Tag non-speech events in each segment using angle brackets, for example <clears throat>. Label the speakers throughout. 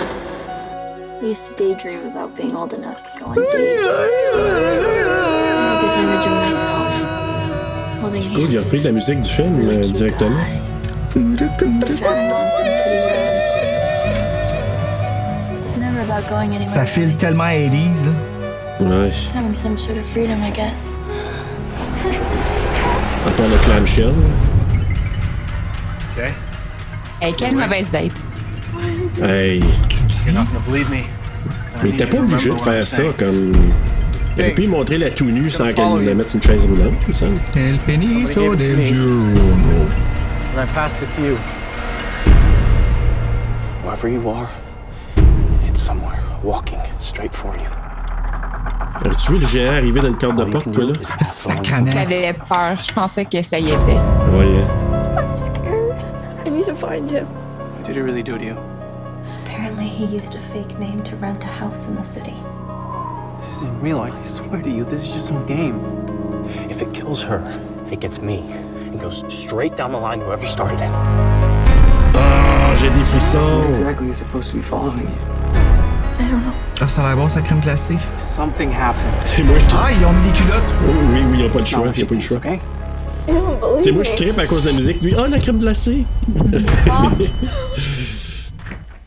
Speaker 1: I used to daydream about being old enough to go on dates. I had this image of myself holding hands.
Speaker 2: Cool, il a repris la musique du film euh, directement.
Speaker 1: and drawing lines and pretty lines. It's never about going anywhere.
Speaker 3: Ça file tellement 80s, là.
Speaker 2: Ouais.
Speaker 1: Having some sort of freedom, I guess.
Speaker 2: À part le clamshell.
Speaker 4: Okay?
Speaker 5: Hey, quelle mauvaise date.
Speaker 2: Hey. Tu dis.
Speaker 4: You're not gonna believe me. but I
Speaker 2: Mais
Speaker 4: need
Speaker 2: t'as
Speaker 4: you
Speaker 2: pas
Speaker 4: to
Speaker 2: obligé de
Speaker 4: remember what I'm
Speaker 2: faire ça
Speaker 4: saying.
Speaker 2: comme.
Speaker 4: This
Speaker 2: T'aurais
Speaker 4: thing,
Speaker 2: pu lui montrer la tout nue sans
Speaker 4: follow
Speaker 2: qu'elle la
Speaker 4: you.
Speaker 2: mette sur une chaise roulante, il me semble.
Speaker 3: El peniso
Speaker 4: Somebody gave it to
Speaker 3: del
Speaker 4: me.
Speaker 3: Giorno.
Speaker 4: and I passed it to you.
Speaker 6: Wherever you are, it's somewhere walking straight for you.
Speaker 2: As-tu vu le géant arriver dans une carte de porte, toi, là?
Speaker 3: <laughs> Sacrement.
Speaker 5: J'avais peur. Je pensais que ça y était.
Speaker 2: Voyons.
Speaker 1: I need to find him.
Speaker 6: What did he really do to you?
Speaker 7: Apparently, he used a fake name to rent a house in the city.
Speaker 6: This isn't real. I swear to you, this is just some game. If it kills her, it gets me. It goes straight down the line to whoever started it.
Speaker 2: Ah, j'ai des frissons!
Speaker 6: Exactly, he's supposed to be following you.
Speaker 3: Ah, ça a l'air bon, sa crème glacée.
Speaker 6: Something happened.
Speaker 2: T'sais, moi, je
Speaker 3: Ah, ils ont mis des culottes.
Speaker 2: Oui, Oh oui, oui, ils ont pas le
Speaker 6: Not
Speaker 2: choix,
Speaker 6: what
Speaker 2: ils
Speaker 6: she
Speaker 2: ont pas le
Speaker 6: thinks,
Speaker 2: choix.
Speaker 6: Okay?
Speaker 2: T'sais, moi, je trippe à cause de la musique. Lui, ah, la crème glacée!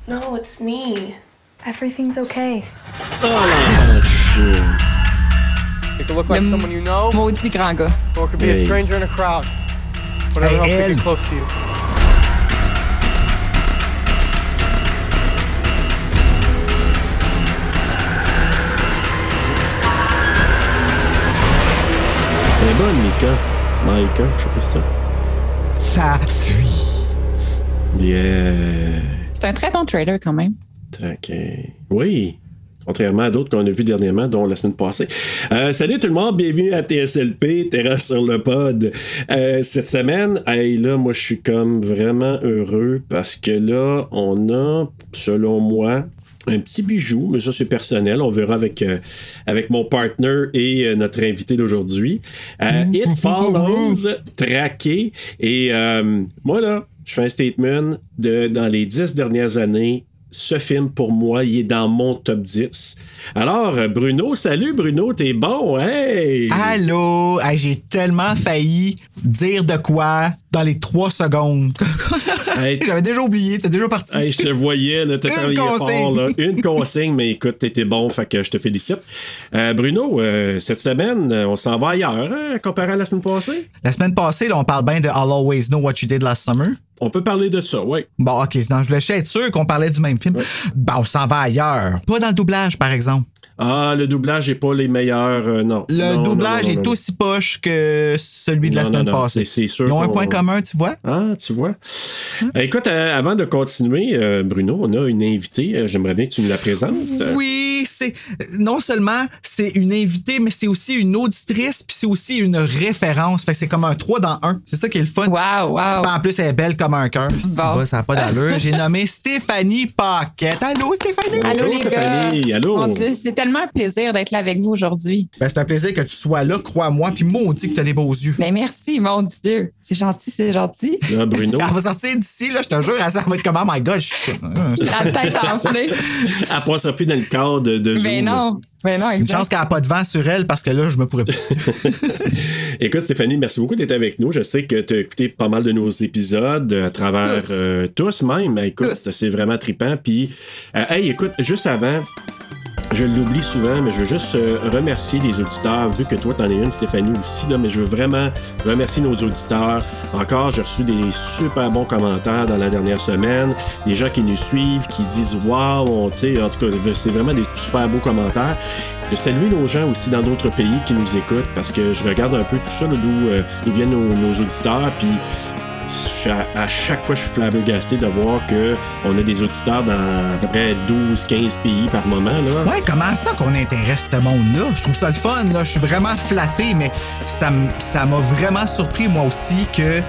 Speaker 8: No, it's me.
Speaker 7: Everything's okay.
Speaker 4: It could look like
Speaker 5: Mm.
Speaker 4: someone you know,
Speaker 5: Maudit grand gars.
Speaker 4: or it could be
Speaker 2: Hey.
Speaker 4: a stranger in a crowd. Whatever
Speaker 3: Hey,
Speaker 4: helps me
Speaker 3: Elle.
Speaker 4: get close to you.
Speaker 2: Elle est bonne, Mika. Mika, je sais pas si ça.
Speaker 3: Ça suit.
Speaker 2: Yeah.
Speaker 5: C'est un très bon trailer quand même.
Speaker 2: Tranquille. Oui. Contrairement à d'autres qu'on a vus dernièrement, dont la semaine passée. Euh, salut tout le monde, bienvenue à TSLP, Terra sur le pod. Euh, cette semaine, hey, là, moi je suis comme vraiment heureux parce que là, on a, selon moi, un petit bijou, mais ça c'est personnel, on verra avec, euh, avec mon partner et euh, notre invité d'aujourd'hui. Euh, It Follows, traqué. Et euh, moi là, je fais un statement de dans les dix dernières années, ce film pour moi, il est dans mon top 10. Alors, euh, Bruno, salut Bruno, t'es bon, hey!
Speaker 3: Allô? Hey, J'ai tellement failli dire de quoi dans les trois secondes.
Speaker 2: <laughs> Hey,
Speaker 3: J'avais déjà oublié, t'es déjà parti.
Speaker 2: hey, je te voyais, là, t'as
Speaker 3: Une
Speaker 2: travaillé
Speaker 3: consigne.
Speaker 2: fort, là. Une consigne, mais écoute, t'étais bon, fait que je te félicite. Euh, Bruno, euh, cette semaine, euh, on s'en va ailleurs, hein, comparé à la semaine passée?
Speaker 3: La semaine passée, là, on parle bien de I'll Always Know What You Did Last Summer.
Speaker 2: On peut parler de ça, oui.
Speaker 3: Bon, OK, non, je voulais juste être sûr qu'on parlait du même film. Ben, on s'en va ailleurs. Pas dans le doublage, par exemple.
Speaker 2: Ah, le doublage est pas les meilleurs, euh, non.
Speaker 3: Le
Speaker 2: Non, non,
Speaker 3: doublage
Speaker 2: non, non,
Speaker 3: est
Speaker 2: non.
Speaker 3: aussi poche que celui de la
Speaker 2: Non,
Speaker 3: semaine
Speaker 2: non, non,
Speaker 3: passée.
Speaker 2: c'est- c'est sûr
Speaker 3: Ils ont un
Speaker 2: qu'on-
Speaker 3: point commun, tu vois.
Speaker 2: Ah, tu vois. Euh, Écoute, euh, avant de continuer, euh, Bruno, on a une invitée. Euh, J'aimerais bien que tu nous la présentes.
Speaker 3: Oui, c'est non seulement c'est une invitée, mais c'est aussi une auditrice, puis c'est aussi une référence. Fait que c'est comme un 3 dans 1. C'est ça qui est le fun.
Speaker 5: Wow, wow.
Speaker 3: Puis En plus, elle est belle comme un cœur. Si, bah, Ça n'a pas
Speaker 5: <laughs>
Speaker 3: d'allure. J'ai nommé Stéphanie Paquette. Allô, Stéphanie?
Speaker 5: Allô
Speaker 2: Bonjour,
Speaker 5: les
Speaker 2: Stéphanie,
Speaker 5: gars.
Speaker 2: allô.
Speaker 5: Mon Dieu, c'est tellement un plaisir d'être là avec vous aujourd'hui.
Speaker 3: Ben, c'est un plaisir que tu sois là, crois-moi. Puis maudit que tu as des beaux yeux.
Speaker 5: Mais merci, mon Dieu. C'est gentil, c'est gentil.
Speaker 2: Là, Ah,
Speaker 3: <laughs>
Speaker 2: Bruno,
Speaker 3: Elle va sortir d'ici, là, je te jure, elle va être comme, oh my god, je suis.
Speaker 5: La tête enflée.
Speaker 2: elle passera plus dans le cadre de- de
Speaker 5: Mais
Speaker 2: Zoom.
Speaker 5: Ben non. Mais non,
Speaker 3: Une chance
Speaker 5: exact.
Speaker 3: qu'elle n'a pas de vent sur elle parce que là, je me
Speaker 2: <laughs>
Speaker 3: pourrais plus.
Speaker 2: Écoute, Stéphanie, merci beaucoup d'être avec nous. Je sais que tu as écouté pas mal de nos épisodes euh, à travers
Speaker 5: Tous.
Speaker 2: euh, tous même. Écoute,
Speaker 5: Tous.
Speaker 2: c'est vraiment trippant. Puis, euh, hey, écoute, juste avant, je l'oublie souvent, mais je veux juste euh, remercier les auditeurs, vu que toi, t'en es une, Stéphanie aussi, là, mais je veux vraiment remercier nos auditeurs. Encore, j'ai reçu des super bons commentaires dans la dernière semaine. Les gens qui nous suivent, qui disent Waouh, on- tu sais, en tout cas, c'est vraiment des super beaux commentaires. De saluer nos gens aussi dans d'autres pays qui nous écoutent, parce que je regarde un peu tout ça, là, d'où euh, d'où viennent nos, nos auditeurs, puis Je- à, à chaque fois, je suis flabbergasté de voir que on a des auditeurs dans à peu près 12-15 pays par moment. Là.
Speaker 3: Ouais, comment ça qu'on intéresse ce monde-là? Je trouve ça le fun, là. Je suis vraiment flatté, mais ça m- ça m'a vraiment surpris, moi aussi, que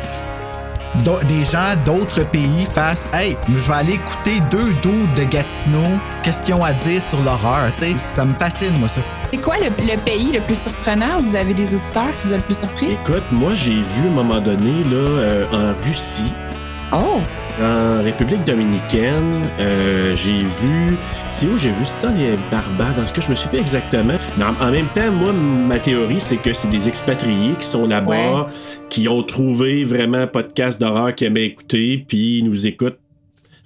Speaker 3: d'au- des gens d'autres pays fassent Hey, je vais aller écouter deux doutes de Gatineau, qu'est-ce qu'ils ont à dire sur l'horreur, tu sais? Ça me fascine, moi, ça.
Speaker 5: C'est quoi le, le pays le plus surprenant où vous avez des auditeurs qui vous a le plus surpris?
Speaker 2: Écoute, moi, j'ai vu à un moment donné là, euh, en Russie,
Speaker 5: Oh!
Speaker 2: en République dominicaine, euh, j'ai vu. C'est où j'ai vu ça, les Barbades? En ce que je me souviens pas exactement. Mais en, en même temps, moi, ma théorie, c'est que c'est des expatriés qui sont là-bas,
Speaker 5: Ouais.
Speaker 2: qui ont trouvé vraiment un podcast d'horreur qu'ils aimaient écouter, puis ils nous écoutent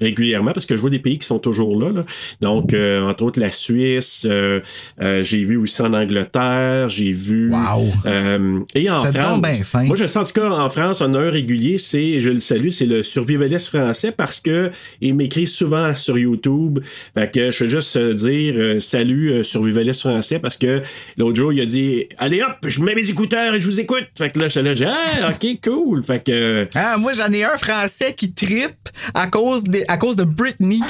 Speaker 2: régulièrement parce que je vois des pays qui sont toujours là. là. Donc, euh, entre autres, la Suisse, euh, euh, j'ai vu aussi en Angleterre, j'ai vu.
Speaker 3: Wow.
Speaker 2: euh, et en
Speaker 3: C'est donc
Speaker 2: France.
Speaker 3: ben fin.
Speaker 2: Moi, je sais en tout cas, en France, on a un régulier, c'est, je le salue, c'est le survivaliste français parce que il m'écrit souvent sur YouTube. Fait que je veux juste euh, dire euh, salut euh, survivaliste français parce que l'autre jour, il a dit Allez hop, je mets mes écouteurs et je vous écoute. Fait que là, je suis là, j'ai Ah, ok, cool. Fait que. euh,
Speaker 3: Ah, moi, j'en ai un français qui trippe à cause, des, à cause
Speaker 2: <laughs>
Speaker 3: de Britney.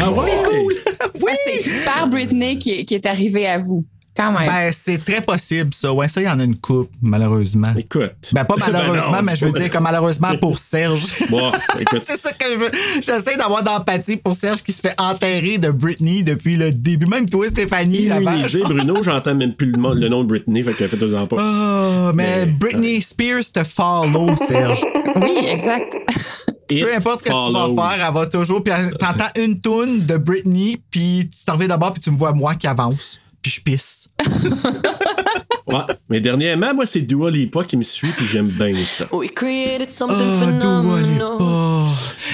Speaker 2: Ah ouais!
Speaker 5: Oui! Ah, c'est par Britney qui, est- qui est arrivée à vous. Quand même.
Speaker 3: Ben, c'est très possible, ça. Ouais, ça, il y en a une coupe, malheureusement.
Speaker 2: Écoute.
Speaker 3: Ben, pas malheureusement,
Speaker 2: <laughs> Ben non,
Speaker 3: mais je veux
Speaker 2: c'est
Speaker 3: dire que malheureusement
Speaker 2: <laughs>
Speaker 3: pour Serge.
Speaker 2: Bon, écoute.
Speaker 3: <laughs> C'est ça que je veux. J'essaie d'avoir d'empathie pour Serge qui se fait enterrer de Britney depuis le début. Même toi, Stéphanie, là-bas.
Speaker 2: <laughs> Immunisé, Bruno, j'entends même plus le, mo- le nom de Britney, fait que faites-en pas.
Speaker 3: Ah, mais, Britney Spears te follow,
Speaker 2: <laughs>
Speaker 3: Serge.
Speaker 5: Oui,
Speaker 3: <laughs>
Speaker 5: exact.
Speaker 2: It
Speaker 3: Peu importe ce que tu
Speaker 2: follows.
Speaker 3: vas faire, elle va toujours. Puis elle- t'entends une toune de Britney, puis tu t'en reviens d'abord, puis tu me vois moi qui avance. Puis je pisse.
Speaker 2: Ouais. Mais dernièrement, moi, c'est Dua Lipa qui me suit, puis j'aime bien ça.
Speaker 8: We created
Speaker 5: Oh,
Speaker 8: something
Speaker 3: Ah, Dua Lipa.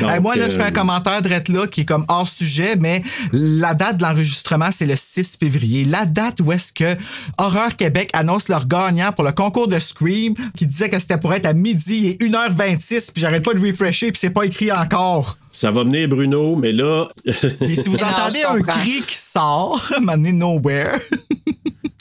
Speaker 2: Donc,
Speaker 3: Hey, moi, là, je fais
Speaker 2: euh,
Speaker 3: un commentaire drette là qui est comme hors sujet, mais la date de l'enregistrement, c'est le 6 février. La date où est-ce que Horreur Québec annonce leur gagnant pour le concours de Scream qui disait que c'était pour être à midi et 1h26, puis j'arrête pas de refresher, puis c'est pas écrit
Speaker 5: <laughs>
Speaker 3: encore.
Speaker 2: Ça va venir, Bruno, mais là,
Speaker 3: Si, si vous
Speaker 5: Non,
Speaker 3: entendez
Speaker 5: je
Speaker 3: un
Speaker 5: comprends.
Speaker 3: cri qui sort, <laughs> m'amenez nowhere.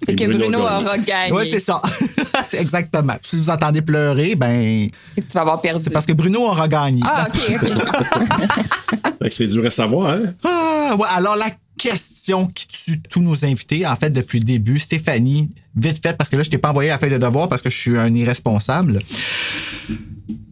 Speaker 5: C'est que
Speaker 2: Bruno
Speaker 5: Bruno
Speaker 2: a gagné.
Speaker 5: aura gagné.
Speaker 3: Ouais, c'est ça. <laughs> C'est Exactement. Puis Si vous entendez pleurer, ben.
Speaker 5: C'est que tu vas avoir perdu.
Speaker 3: C'est parce que Bruno aura gagné.
Speaker 5: Ah, ok, ok.
Speaker 2: fait que c'est dur à savoir, hein?
Speaker 3: Ah, ouais, alors la question qui tue tous nos invités, en fait, depuis le début, Stéphanie, vite fait, parce que là, je t'ai pas envoyé la feuille de devoir parce que je suis un irresponsable.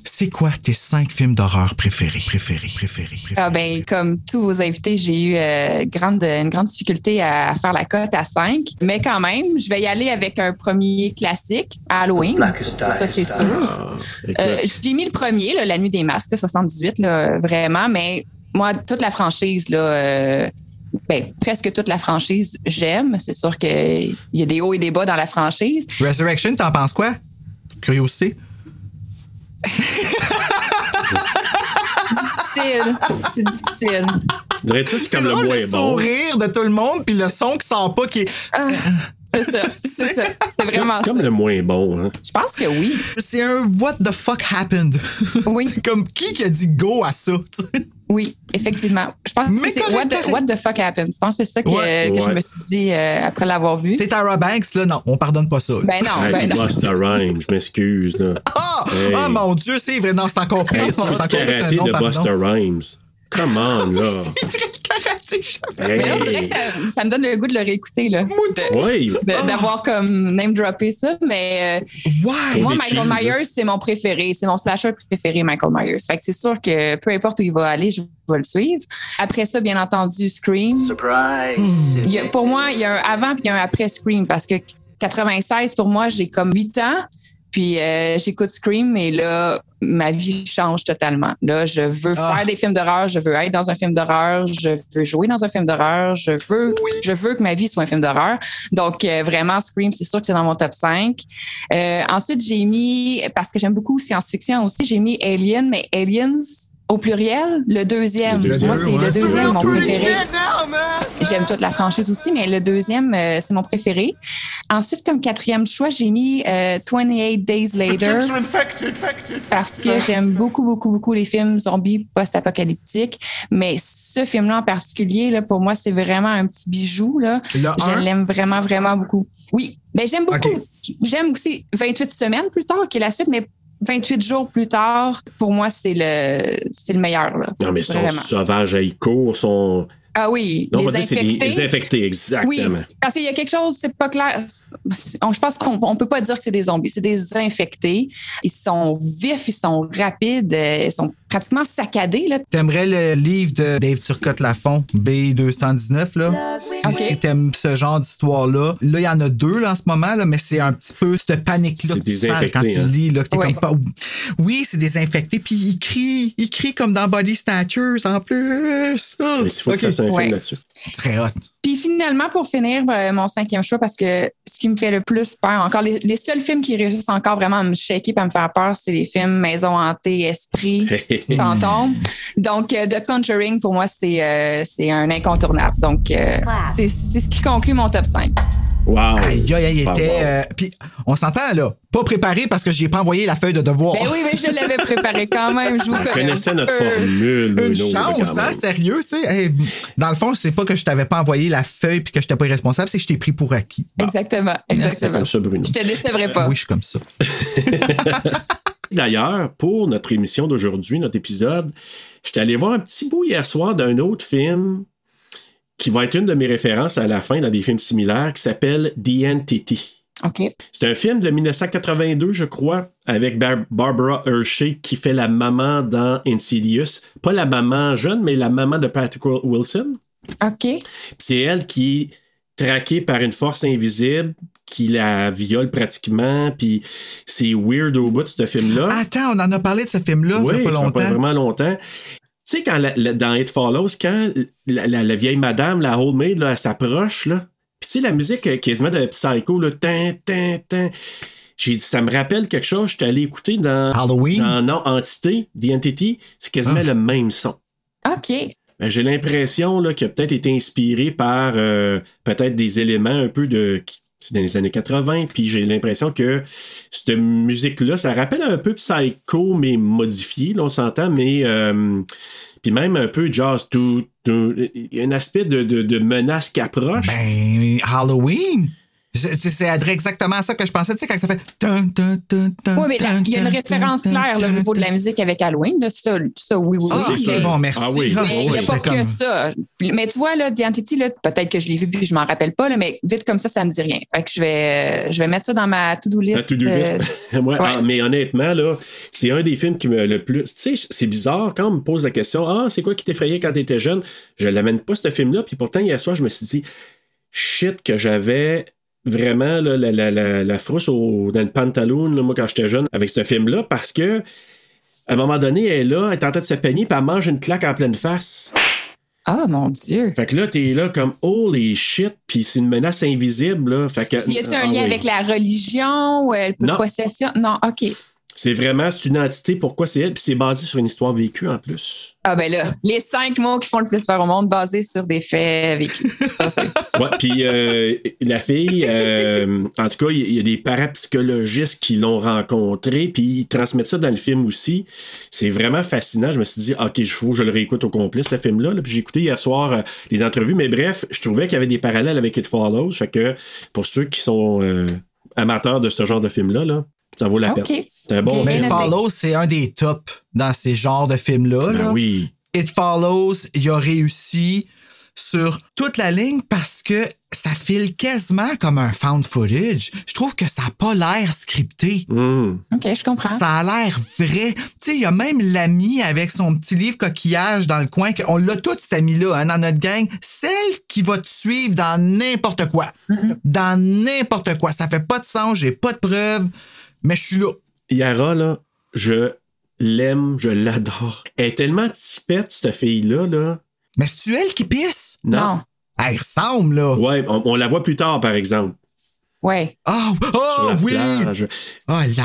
Speaker 3: C'est quoi tes cinq films d'horreur préférés, préférés, préférés, préférés?
Speaker 5: <laughs> Ah, ben, comme tous vos invités, j'ai eu euh, grande, une grande difficulté à faire la cote à 5. Mais quand même, je vais y aller avec un premier classique, Halloween. Ça, c'est sûr.
Speaker 2: Ah, écoute.
Speaker 5: Euh, j'ai mis le premier, là, La Nuit des Masques, de 78, là, vraiment, mais moi, toute la franchise, là, euh, ben, presque toute la franchise, j'aime. C'est sûr qu'il y a des hauts et des bas dans la franchise.
Speaker 3: Ah. Resurrection, t'en penses quoi? Curiosité?
Speaker 5: Difficile. C'est difficile.
Speaker 2: Dirais-tu que c'est comme le
Speaker 3: drôle,
Speaker 2: moins bon?
Speaker 3: Ah, sourire de tout le monde, puis le son qui sort pas, qui est...
Speaker 5: Ah. C'est ça. C'est ça. C'est
Speaker 2: C'est comme-
Speaker 5: vraiment
Speaker 2: c'est
Speaker 5: ça.
Speaker 2: comme le moins bon, hein?
Speaker 5: Je pense que oui.
Speaker 3: C'est un what the fuck happened.
Speaker 5: Oui.
Speaker 3: C'est <laughs> Comme qui qui a dit go à ça? <laughs> tu sais?
Speaker 5: Oui, effectivement. Je pense que
Speaker 3: Mais
Speaker 5: c'est
Speaker 3: correct,
Speaker 5: what the,
Speaker 3: correct.
Speaker 5: what the fuck happened. Je pense que c'est ça que,
Speaker 3: Ouais,
Speaker 5: que
Speaker 2: ouais.
Speaker 5: je me suis dit euh, après l'avoir vu.
Speaker 3: C'est Tara Banks, là, non, on pardonne pas ça. là.
Speaker 5: Ben non,
Speaker 2: Hey,
Speaker 5: ben non.
Speaker 2: lost a rhyme, je m'excuse, là.
Speaker 3: Ah!
Speaker 2: Hey.
Speaker 3: Ah, mon Dieu, c'est vrai. Non, c'est encore pire.
Speaker 2: Hey,
Speaker 3: c'est
Speaker 2: c'est
Speaker 3: encore
Speaker 2: tout karaté
Speaker 3: plus un nom,
Speaker 2: de
Speaker 3: pardon.
Speaker 2: Buster Rhymes. Come on, là.
Speaker 3: C'est vrai, le <laughs> karaté chef.
Speaker 5: Mais là, on dirait que ça, ça me donne le goût de le réécouter, là.
Speaker 2: Oui.
Speaker 5: De-
Speaker 3: ah.
Speaker 5: D'avoir comme name droppé ça, mais euh,
Speaker 3: Ouais.
Speaker 5: moi,
Speaker 2: des
Speaker 5: Michael
Speaker 2: cheese.
Speaker 5: Myers, c'est mon préféré. C'est mon slasher préféré, Michael Myers. Fait que c'est sûr que peu importe où il va aller, je vais le suivre. Après ça, bien entendu, Scream. Il y a- pour moi, il y a un avant puis il y a un après Scream parce que 96, pour moi, j'ai comme 8 ans. Puis euh, j'écoute Scream et là, ma vie change totalement. Là, je veux
Speaker 3: Ah.
Speaker 5: faire des films d'horreur, je veux être dans un film d'horreur, je veux jouer dans un film d'horreur, je veux je veux que ma vie soit un film d'horreur. Donc euh, vraiment Scream, c'est sûr que c'est dans mon top 5. Euh, ensuite, j'ai mis parce que j'aime beaucoup science-fiction aussi, j'ai mis Alien mais Aliens au pluriel, le deuxième.
Speaker 2: Le deuxième,
Speaker 5: moi, c'est
Speaker 3: ouais.
Speaker 5: le deuxième mon
Speaker 2: Deux.
Speaker 5: préféré. J'aime toute la franchise aussi, mais le deuxième, euh, c'est mon préféré. Ensuite, comme quatrième choix, j'ai mis euh, 28 Days Later parce que j'aime beaucoup, beaucoup, beaucoup les films zombies post-apocalyptiques. Mais ce film-là en particulier, là, pour moi, c'est vraiment un petit bijou. Là.
Speaker 3: Le un?
Speaker 5: Je l'aime vraiment, vraiment beaucoup. Oui, mais j'aime beaucoup.
Speaker 3: Ok.
Speaker 5: J'aime aussi 28 semaines plus tard, qui est la suite, mais 28 jours plus tard, pour moi, c'est le, c'est le meilleur. Là.
Speaker 2: Non, mais ils sont
Speaker 5: Vraiment.
Speaker 2: sauvages à Ico, sont.
Speaker 5: Ah oui,
Speaker 2: Non, on
Speaker 5: les
Speaker 2: va dire c'est des
Speaker 5: infectés.
Speaker 2: les infectés,
Speaker 5: Oui,
Speaker 2: exactement.
Speaker 5: parce qu'il y a quelque chose, c'est pas clair. C'est- on- je pense qu'on on peut pas dire que c'est des zombies, c'est des infectés. Ils sont vifs, ils sont rapides, euh, ils sont pratiquement saccadés. Là.
Speaker 3: T'aimerais le livre de Dave Turcotte-Lafont, B219, là? Si,
Speaker 5: Ok.
Speaker 3: si t'aimes ce genre d'histoire-là. Là, il y en a deux là, en ce moment, là, mais c'est un petit peu cette panique-là
Speaker 2: C'est
Speaker 3: que tu
Speaker 2: des
Speaker 3: sens là, quand
Speaker 2: infectés,
Speaker 3: tu
Speaker 2: hein.
Speaker 3: lis. Là, que t'es
Speaker 5: Ouais.
Speaker 3: comme pas- Oui, c'est des infectés, puis ils crient, ils crient comme dans Body Snatchers en plus. Ah,
Speaker 2: Mais s'il faut
Speaker 3: ok.
Speaker 2: que ça un
Speaker 5: Ouais.
Speaker 2: film là-dessus.
Speaker 3: C'est Très hot.
Speaker 5: Puis finalement, pour finir, ben, mon cinquième choix, parce que ce qui me fait le plus peur, encore les, les seuls films qui réussissent encore vraiment à me shaker et à me faire peur, c'est les films Maison hantée, Esprit, Fantôme. Donc, euh, The Conjuring, pour moi, c'est euh, c'est un incontournable. Donc, euh, c'est c'est ce qui conclut mon top 5.
Speaker 2: Wow.
Speaker 3: Aïe, aïe, aïe, il
Speaker 2: Pas
Speaker 3: était.
Speaker 2: wow.
Speaker 3: euh, puis on s'entend, là, pas préparé parce que j'ai pas envoyé la feuille de devoir. <laughs>
Speaker 5: Ben oui, mais je l'avais préparé quand même. Je vous
Speaker 2: On
Speaker 5: connais un
Speaker 2: connaissait
Speaker 5: petit
Speaker 2: notre
Speaker 5: peu.
Speaker 2: formule.
Speaker 3: une
Speaker 2: Bruno, là,
Speaker 3: chance,
Speaker 2: quand
Speaker 3: hein,
Speaker 2: même.
Speaker 3: sérieux, tu sais. Hey, dans le fond, c'est pas que je t'avais pas envoyé la feuille puis que je t'étais pas irresponsable, c'est que je t'ai pris pour acquis.
Speaker 2: Bah.
Speaker 5: Exactement, exactement.
Speaker 2: Comme ça, Bruno.
Speaker 5: Je te décevrai pas.
Speaker 3: Oui, je suis comme ça.
Speaker 2: D'ailleurs, pour notre émission d'aujourd'hui, notre épisode, j'étais allé voir un petit bout hier soir d'un autre film qui va être une de mes références à la fin dans des films similaires qui s'appelle The Entity.
Speaker 5: OK.
Speaker 2: C'est un film de 1982, je crois, avec Bar- Barbara Hershey qui fait la maman dans Insidious. Pas la maman jeune, mais la maman de Patrick Wil- Wilson.
Speaker 5: OK.
Speaker 2: C'est elle qui est traquée par une force invisible qui la viole pratiquement, puis c'est weird au bout de ce film-là.
Speaker 3: Attends, on en a parlé de ce film-là il y
Speaker 2: Oui,
Speaker 3: a pas
Speaker 2: ça fait
Speaker 3: longtemps.
Speaker 2: pas vraiment longtemps. Tu sais, quand la- la- dans It Follows, quand la, la- la vieille madame, la old maid, là, elle s'approche, là. Puis tu sais, la musique euh, quasiment de Psycho, là, tin, tin, tin. J'ai dit, ça me rappelle quelque chose, je suis allé écouter dans,
Speaker 3: Halloween.
Speaker 2: dans Non Entité, The Entity, c'est quasiment
Speaker 3: Ah.
Speaker 2: le même son.
Speaker 5: OK.
Speaker 2: Ben, J'ai l'impression là, qu'il a peut-être été inspiré par euh, peut-être des éléments un peu de. C'est dans les années 80, puis j'ai l'impression que cette musique-là, ça rappelle un peu Psycho, mais modifié, là, on s'entend, mais. euh, puis même un peu jazz, tout. tout- Il y a un aspect de, de- de menace qui approche.
Speaker 3: Ben, Halloween. C'est- C'est c'est adré- exactement à ça que je pensais, tu sais, quand ça fait.
Speaker 5: Oui,
Speaker 3: Oui,
Speaker 5: mais là, il y a une référence claire là, au niveau de la musique avec Halloween. là. ça, ça, oui, oui,
Speaker 3: Ah,
Speaker 5: oui.
Speaker 2: c'est
Speaker 5: mais-
Speaker 3: c'est bon, merci.
Speaker 2: Ah oui,
Speaker 3: Ah,
Speaker 5: Mais il
Speaker 2: oui,
Speaker 5: n'y a
Speaker 3: c'est
Speaker 5: pas
Speaker 3: comme-
Speaker 5: que ça. Mais tu vois, là, The Entity, là, peut-être que je l'ai vu puis je m'en rappelle pas, là, mais vite comme ça, ça me dit rien. Fait que je vais, euh, je vais mettre ça dans ma to-do list.
Speaker 2: La to-do
Speaker 5: euh,
Speaker 2: list. <laughs> Ouais, ah, mais honnêtement, là, c'est un des films qui me le plus. Tu sais, c'est bizarre quand on me pose la question Ah, c'est quoi qui t'effrayait quand t'étais jeune Je l'amène pas ce film-là. Puis pourtant, hier soir, je me suis dit Shit, que j'avais vraiment là, la, la, la, la frousse au- dans le pantaloon, là, moi, quand j'étais jeune, avec ce film-là, parce que. À un moment donné, elle est là, elle est en train de se peigner, puis elle mange une claque en pleine face.
Speaker 5: Ah, mon Dieu.
Speaker 2: Fait que là, t'es là comme holy shit, puis c'est une menace invisible, là. Fait que,
Speaker 5: Y a-t-il
Speaker 2: Ah
Speaker 5: un lien
Speaker 2: oui.
Speaker 5: avec la religion ou euh,
Speaker 2: Non.
Speaker 5: la possession? Non, OK.
Speaker 2: C'est vraiment, c'est une entité, pourquoi c'est elle, puis c'est basé sur une histoire vécue en plus.
Speaker 5: Ah, ben là, les cinq mots qui font le plus peur au monde basés sur des faits vécus. Ça, c'est-
Speaker 3: <laughs>
Speaker 2: Ouais, puis euh, <laughs> la fille, euh, en tout cas, il y, a des parapsychologistes qui l'ont rencontrée, puis ils transmettent ça dans le film aussi. C'est vraiment fascinant. Je me suis dit, OK, il faut que je le réécoute au complet, ce film-là. là. Puis j'ai écouté hier soir euh, les entrevues, mais bref, je trouvais qu'il y avait des parallèles avec It Follows. Fait que pour ceux qui sont euh, amateurs de ce genre de film-là, là, ça vaut la
Speaker 5: OK.
Speaker 2: peine. C'est un bon
Speaker 5: Bien
Speaker 3: Ben,
Speaker 2: film.
Speaker 5: noté.
Speaker 3: Follows, c'est un des tops dans ces genres de
Speaker 2: Ben
Speaker 3: films-là. là.
Speaker 2: oui.
Speaker 3: It Follows, il a réussi sur toute la ligne parce que ça file quasiment comme un found footage. Je trouve que ça n'a pas l'air scripté.
Speaker 2: Hum.
Speaker 5: OK, je comprends.
Speaker 3: Ça a l'air vrai. Tu sais, il y a même l'ami avec son petit livre coquillage dans le coin. que- On l'a tout, cet ami-là, hein, dans notre gang. Celle qui va te suivre dans n'importe quoi. Dans n'importe quoi. Ça fait pas de sens, j'ai pas de preuves, mais je suis là.
Speaker 2: Yara, là, je l'aime, je l'adore. Elle est tellement tipette, cette fille-là, là.
Speaker 3: Mais c'est-tu elle qui pisse?
Speaker 5: Non.
Speaker 3: Elle ressemble, là.
Speaker 2: Ouais, on, on la voit plus tard, par exemple,
Speaker 5: Ouais.
Speaker 3: Ah, ah,
Speaker 2: sur la
Speaker 3: oui!
Speaker 2: plage.
Speaker 3: Ah la...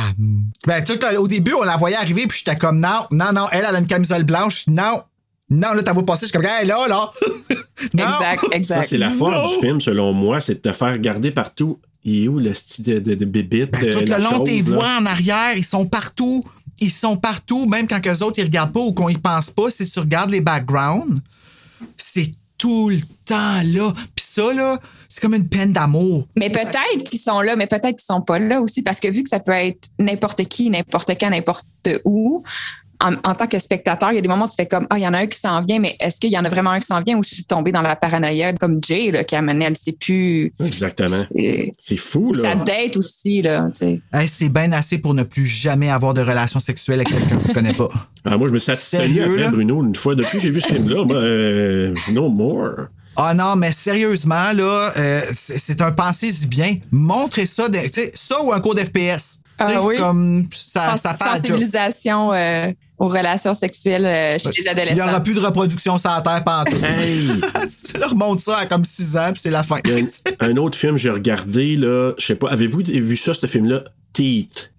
Speaker 3: Ben, tu sais, t'as- au début, on la voyait arriver, puis j'étais comme, non, non, non, elle, elle a une camisole blanche, non. Non, là, t'as vu passer, je suis comme, hey, là, là. Non.
Speaker 5: Exact,
Speaker 2: Ça,
Speaker 5: exact.
Speaker 2: c'est la force du film, selon moi, c'est de te faire regarder partout. Il est où le style de, de, de bébite?
Speaker 3: Ben,
Speaker 2: euh,
Speaker 3: tout
Speaker 2: la
Speaker 3: le long,
Speaker 2: chose,
Speaker 3: tes
Speaker 2: là?
Speaker 3: voix en arrière, ils sont partout. Ils sont partout, même quand eux autres, ils regardent pas ou qu'on y pense pas. Si tu regardes les backgrounds, c'est tout le temps là. Puis ça, là, c'est comme une peine d'amour.
Speaker 5: Mais peut-être qu'ils sont là, mais peut-être qu'ils sont pas là aussi, parce que vu que ça peut être n'importe qui, n'importe quand, n'importe où, en, en tant que spectateur, il y a des moments où tu fais comme, ah, il y en a un qui s'en vient, mais est-ce qu'il y en a vraiment un qui s'en vient ou je suis tombée dans la paranoïa comme Jay, là, qui amenait, elle sait plus.
Speaker 2: Exactement.
Speaker 5: euh,
Speaker 2: C'est fou, là.
Speaker 5: Sa date aussi, là, tu sais.
Speaker 3: Hey, c'est bien assez pour ne plus jamais avoir de relation sexuelle avec quelqu'un que tu connais pas.
Speaker 2: Ah, moi, je me suis abstenu
Speaker 3: Sérieux,
Speaker 2: après
Speaker 3: là?
Speaker 2: Bruno une fois. Depuis que j'ai vu ce film-là, moi, euh, no more.
Speaker 3: Ah non, mais sérieusement, là, euh, c'est c'est un pensée du bien. Montrez ça, de- tu sais, ça ou un cours d'FPS.
Speaker 5: Ah
Speaker 3: Tu sais,
Speaker 5: oui.
Speaker 3: Comme ça,
Speaker 5: Sens-
Speaker 3: ça fait la job.
Speaker 5: sensibilisation euh, aux relations sexuelles euh, chez les
Speaker 3: Il n'y
Speaker 5: adolescents.
Speaker 3: aura plus de reproduction sur la Terre pantoute.
Speaker 2: <laughs>
Speaker 3: <laughs>
Speaker 2: Hey!
Speaker 3: tu leur montres ça à comme 6 ans, puis c'est la fin.
Speaker 2: Il y a un, un autre film que j'ai regardé, là. Je sais pas. Avez-vous vu ça, ce film-là? Teeth.
Speaker 3: <laughs>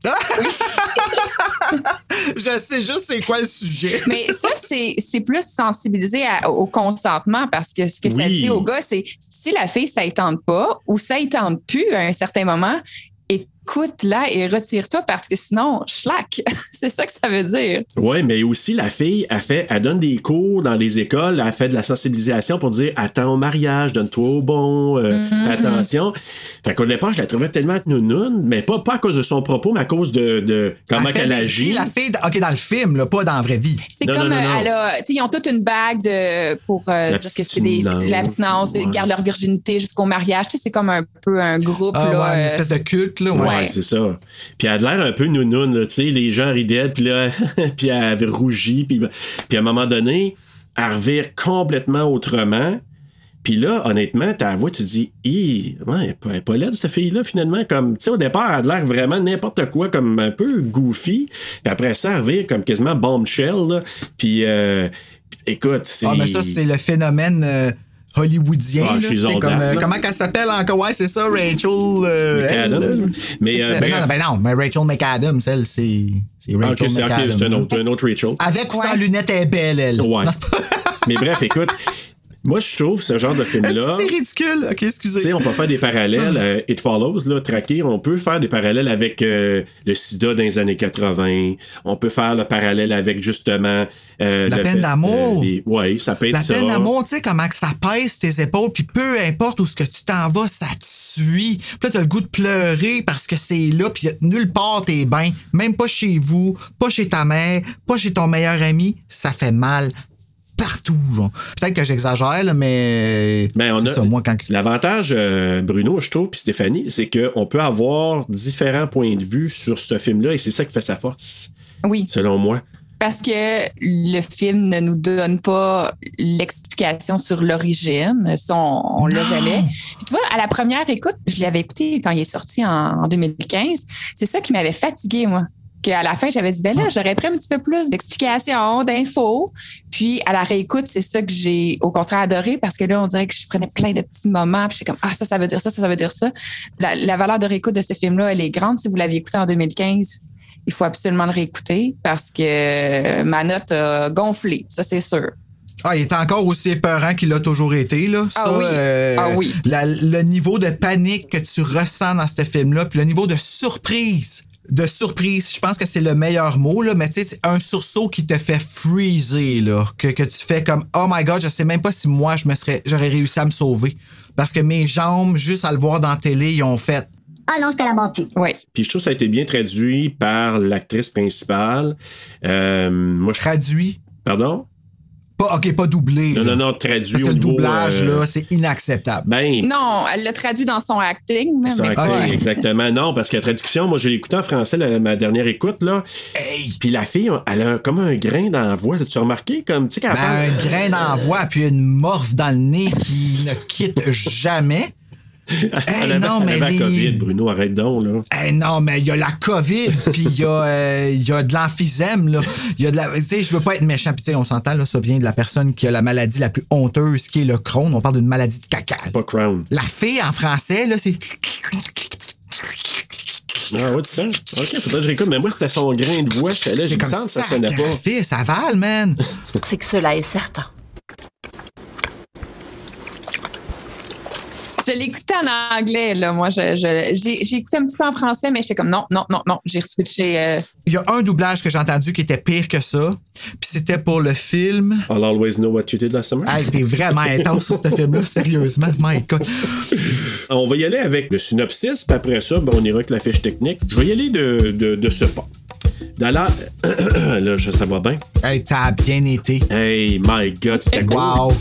Speaker 3: Je sais juste c'est quoi le sujet.
Speaker 5: <laughs> Mais ça, c'est c'est plus sensibiliser à- au consentement parce que ce que ça
Speaker 2: Oui.
Speaker 5: dit au gars, c'est si la fille, ça ne tente pas ou ça ne tente plus à un certain moment, écoute-la et retire-toi parce que sinon, schlac. <laughs> c'est ça que ça veut dire.
Speaker 2: Ouais, mais aussi, la fille, elle fait, elle donne des cours dans les écoles, elle fait de la sensibilisation pour dire, attends au mariage, donne-toi au bon, euh,
Speaker 3: Mhm.
Speaker 2: fais attention. Fait qu'au départ, je la trouvais tellement nounoune, mais pas, pas à cause de son propos, mais à cause de, de comment
Speaker 3: Elle fait
Speaker 2: qu'elle
Speaker 3: des-
Speaker 2: agit.
Speaker 3: La fille, dans- OK, dans le film, là, pas dans la vraie vie.
Speaker 5: C'est
Speaker 2: Non,
Speaker 5: comme,
Speaker 2: non, non,
Speaker 5: euh,
Speaker 2: non.
Speaker 5: elle a- tu sais, ils ont toute une bague de, pour euh, dire que c'est des-
Speaker 2: L'abstinence.
Speaker 5: l'abstinence,
Speaker 2: Ouais.
Speaker 5: ils gardent leur virginité jusqu'au mariage. Tu sais, c'est comme un peu un groupe.
Speaker 3: Ah,
Speaker 5: là,
Speaker 3: ouais, une
Speaker 5: euh,
Speaker 3: espèce de culte, là. Ouais.
Speaker 2: Ouais,
Speaker 5: Ouais.
Speaker 2: c'est ça. Puis elle a l'air un peu nounoune, là, tu sais, les gens ridaient puis là, <laughs> puis elle avait rougi, puis, ben, puis à un moment donné, elle revire complètement autrement. Puis là, honnêtement, t'as la voix, tu dis, Hi, ouais, elle est pas- elle est pas laide, cette fille-là, finalement. Comme, tu sais, au départ, elle a l'air vraiment n'importe quoi, comme un peu goofy. Puis après ça, elle revire comme quasiment bombshell, là. Puis, euh, écoute, c'est.
Speaker 3: Ah, mais ça, c'est le phénomène euh, hollywoodien.
Speaker 2: Ah,
Speaker 3: là.
Speaker 2: chez
Speaker 3: C'est
Speaker 2: Zordan,
Speaker 3: comme, euh,
Speaker 2: là.
Speaker 3: comment qu'elle s'appelle encore? Ouais, c'est ça, Rachel. euh, elle,
Speaker 2: McAdams.
Speaker 3: là.
Speaker 2: Mais, euh,
Speaker 3: Ben non,
Speaker 2: bref.
Speaker 3: ben non, mais Rachel McAdams, elle, c'est c'est
Speaker 2: Ah,
Speaker 3: Rachel
Speaker 2: ok, c'est ok,
Speaker 3: McAdams.
Speaker 2: c'est un autre, un autre Rachel.
Speaker 3: Avec ou sans
Speaker 5: Ouais.
Speaker 3: lunettes, elle est belle, elle.
Speaker 2: Ouais.
Speaker 3: Non, c'est pas-
Speaker 2: <laughs> Mais bref, écoute, moi, je trouve ce genre de film-là.
Speaker 3: C'est ridicule. Ah. OK,
Speaker 2: Tu sais,
Speaker 3: excusez.
Speaker 2: on peut faire des parallèles. euh, It Follows, là, traqué, on peut faire des parallèles avec euh, le sida dans les années 80. On peut faire le parallèle avec justement. euh,
Speaker 3: La
Speaker 2: le
Speaker 3: peine
Speaker 2: fait,
Speaker 3: d'amour.
Speaker 2: oui, ça peut être
Speaker 3: La
Speaker 2: ça.
Speaker 3: peine d'amour, tu sais, comment que ça pèse tes épaules, puis peu importe où ce que tu t'en vas, ça te suit. Puis là, t'as le goût de pleurer parce que c'est là, puis y a nulle part tes bains, même pas chez vous, pas chez ta mère, pas chez ton meilleur ami, ça fait mal partout. genre. Peut-être que j'exagère, là, mais
Speaker 2: Ben, on
Speaker 3: c'est
Speaker 2: a-
Speaker 3: ça, moi, quand...
Speaker 2: L'avantage, euh, Bruno, je trouve, puis Stéphanie, c'est qu'on peut avoir différents points de vue sur ce film-là et c'est ça qui fait sa force,
Speaker 5: oui.
Speaker 2: selon moi.
Speaker 5: Parce que le film ne nous donne pas l'explication sur l'origine. Ça, on on l'a
Speaker 3: Non.
Speaker 5: jamais. Puis tu vois, à la première écoute, je l'avais écouté quand il est sorti en, en 2015. C'est ça qui m'avait fatigué, moi. Qu'à la fin, j'avais dit, ben là, j'aurais pris un petit peu plus d'explications, d'infos. Puis à la réécoute, c'est ça que j'ai au contraire adoré parce que là, on dirait que je prenais plein de petits moments. Puis j'étais comme, ah, ça, ça veut dire ça, ça, ça veut dire ça. La, la valeur de réécoute de ce film-là, elle est grande. Si vous l'aviez écouté en 2015, il faut absolument le réécouter parce que euh, ma note a gonflé, ça c'est sûr.
Speaker 3: Ah, il est encore aussi épeurant qu'il l'a toujours été, là.
Speaker 5: Ah
Speaker 3: Ça,
Speaker 5: oui.
Speaker 3: euh,
Speaker 5: Ah oui.
Speaker 3: la- le niveau de panique que tu ressens dans ce film-là, puis le niveau de surprise, de surprise, je pense que c'est le meilleur mot, là, mais tu sais, c'est un sursaut qui te fait freezer, là, que, que tu fais comme, oh my god, je sais même pas si moi, je me serais, j'aurais réussi à me sauver. Parce que mes jambes, juste à le voir dans la télé, ils ont fait,
Speaker 9: Ah non, je te la bande plus.
Speaker 5: Oui.
Speaker 2: Puis je trouve que ça a été bien traduit par l'actrice principale. Euh, moi, je.
Speaker 3: traduit.
Speaker 2: Pardon?
Speaker 3: Pas, ok, pas doublé.
Speaker 2: Non,
Speaker 3: là.
Speaker 2: non, non, traduit
Speaker 3: Parce que
Speaker 2: au
Speaker 3: le
Speaker 2: niveau,
Speaker 3: doublage,
Speaker 2: euh,
Speaker 3: là, c'est inacceptable.
Speaker 2: Ben,
Speaker 5: Non, elle l'a traduit dans son acting, mais,
Speaker 2: Ça
Speaker 5: mais
Speaker 2: a
Speaker 5: pas-
Speaker 2: coupé,
Speaker 3: ouais.
Speaker 2: Exactement. Non, parce que la traduction, moi, j'ai écouté en français la- ma dernière écoute, là. Puis la fille, elle a un- comme un grain dans la voix. T'as-tu remarqué? Comme, tu sais, quand elle <laughs>
Speaker 3: Ben, un
Speaker 2: parle-
Speaker 3: grain d'envoi puis une morve dans le nez qui ne
Speaker 2: <laughs>
Speaker 3: quitte jamais.
Speaker 2: elle
Speaker 3: Hey,
Speaker 2: avait,
Speaker 3: Ben, non,
Speaker 2: elle
Speaker 3: mais
Speaker 2: avait la
Speaker 3: les-
Speaker 2: COVID, Bruno, arrête donc, là.
Speaker 3: Eh non, mais il y a la COVID, <laughs> puis il y, a, euh, il y a de l'emphysème. là. Il y a de la. Tu sais, je veux pas être méchant, puis tu sais, on s'entend, là, ça vient de la personne qui a la maladie la plus honteuse, qui est le Crohn. On parle d'une maladie de caca. là.
Speaker 2: Pas Crown.
Speaker 3: La fée, en français, là, c'est.
Speaker 2: Ah, ouais, tu sens? Ok, faudrait que je réécoute. Mais moi, c'était son grain de voix. J'étais là, j'ai
Speaker 3: C'est
Speaker 2: me
Speaker 3: comme
Speaker 2: sens que ça
Speaker 3: ça.
Speaker 2: sonnait
Speaker 3: la
Speaker 2: pas.
Speaker 3: fée, ça vale, man.
Speaker 9: C'est que cela est certain.
Speaker 5: Je l'écoutais en anglais, là. Moi, je- je- j'ai j'ai écouté un petit peu en français, mais j'étais comme non, non, non, non. J'ai switché. euh,
Speaker 3: Il y a un doublage que j'ai entendu qui était pire que ça. Puis c'était pour le film.
Speaker 2: I'll always know what you did last summer.
Speaker 3: Hey, t'es vraiment intense sur ce film-là, sérieusement. My God.
Speaker 2: Ah, On va y aller avec le synopsis, puis après ça, ben, on ira avec la fiche technique. Je vais y aller de, de, de ce pas. Dans la... <coughs> Là, je- ça va bien.
Speaker 3: Hey, ça a bien été.
Speaker 2: Hey, my God, c'était Eh, cool.
Speaker 3: Wow.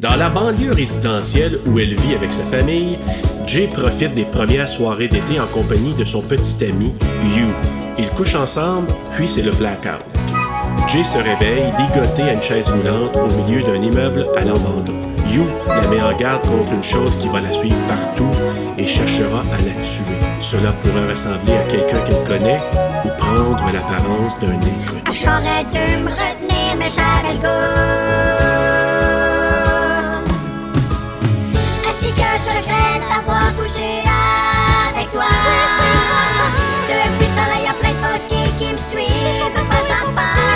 Speaker 2: Dans la banlieue résidentielle où elle vit avec sa famille, Jay profite des premières soirées d'été en compagnie de son petit ami, Yu. Ils couchent ensemble, puis c'est le blackout. Jay se réveille, ligoté à une chaise roulante au milieu d'un immeuble à l'abandon. Yu la met en garde contre une chose qui va la suivre partout et cherchera à la tuer. Cela pourrait ressembler à quelqu'un qu'elle connaît ou prendre l'apparence d'un inconnu.
Speaker 9: J'aurais dû me retenir, mais j'avais le goût. Ainsi que je regrette d'avoir couché avec toi. Depuis ce temps-là, y a plein de fuckés qui me suivent pas à pas.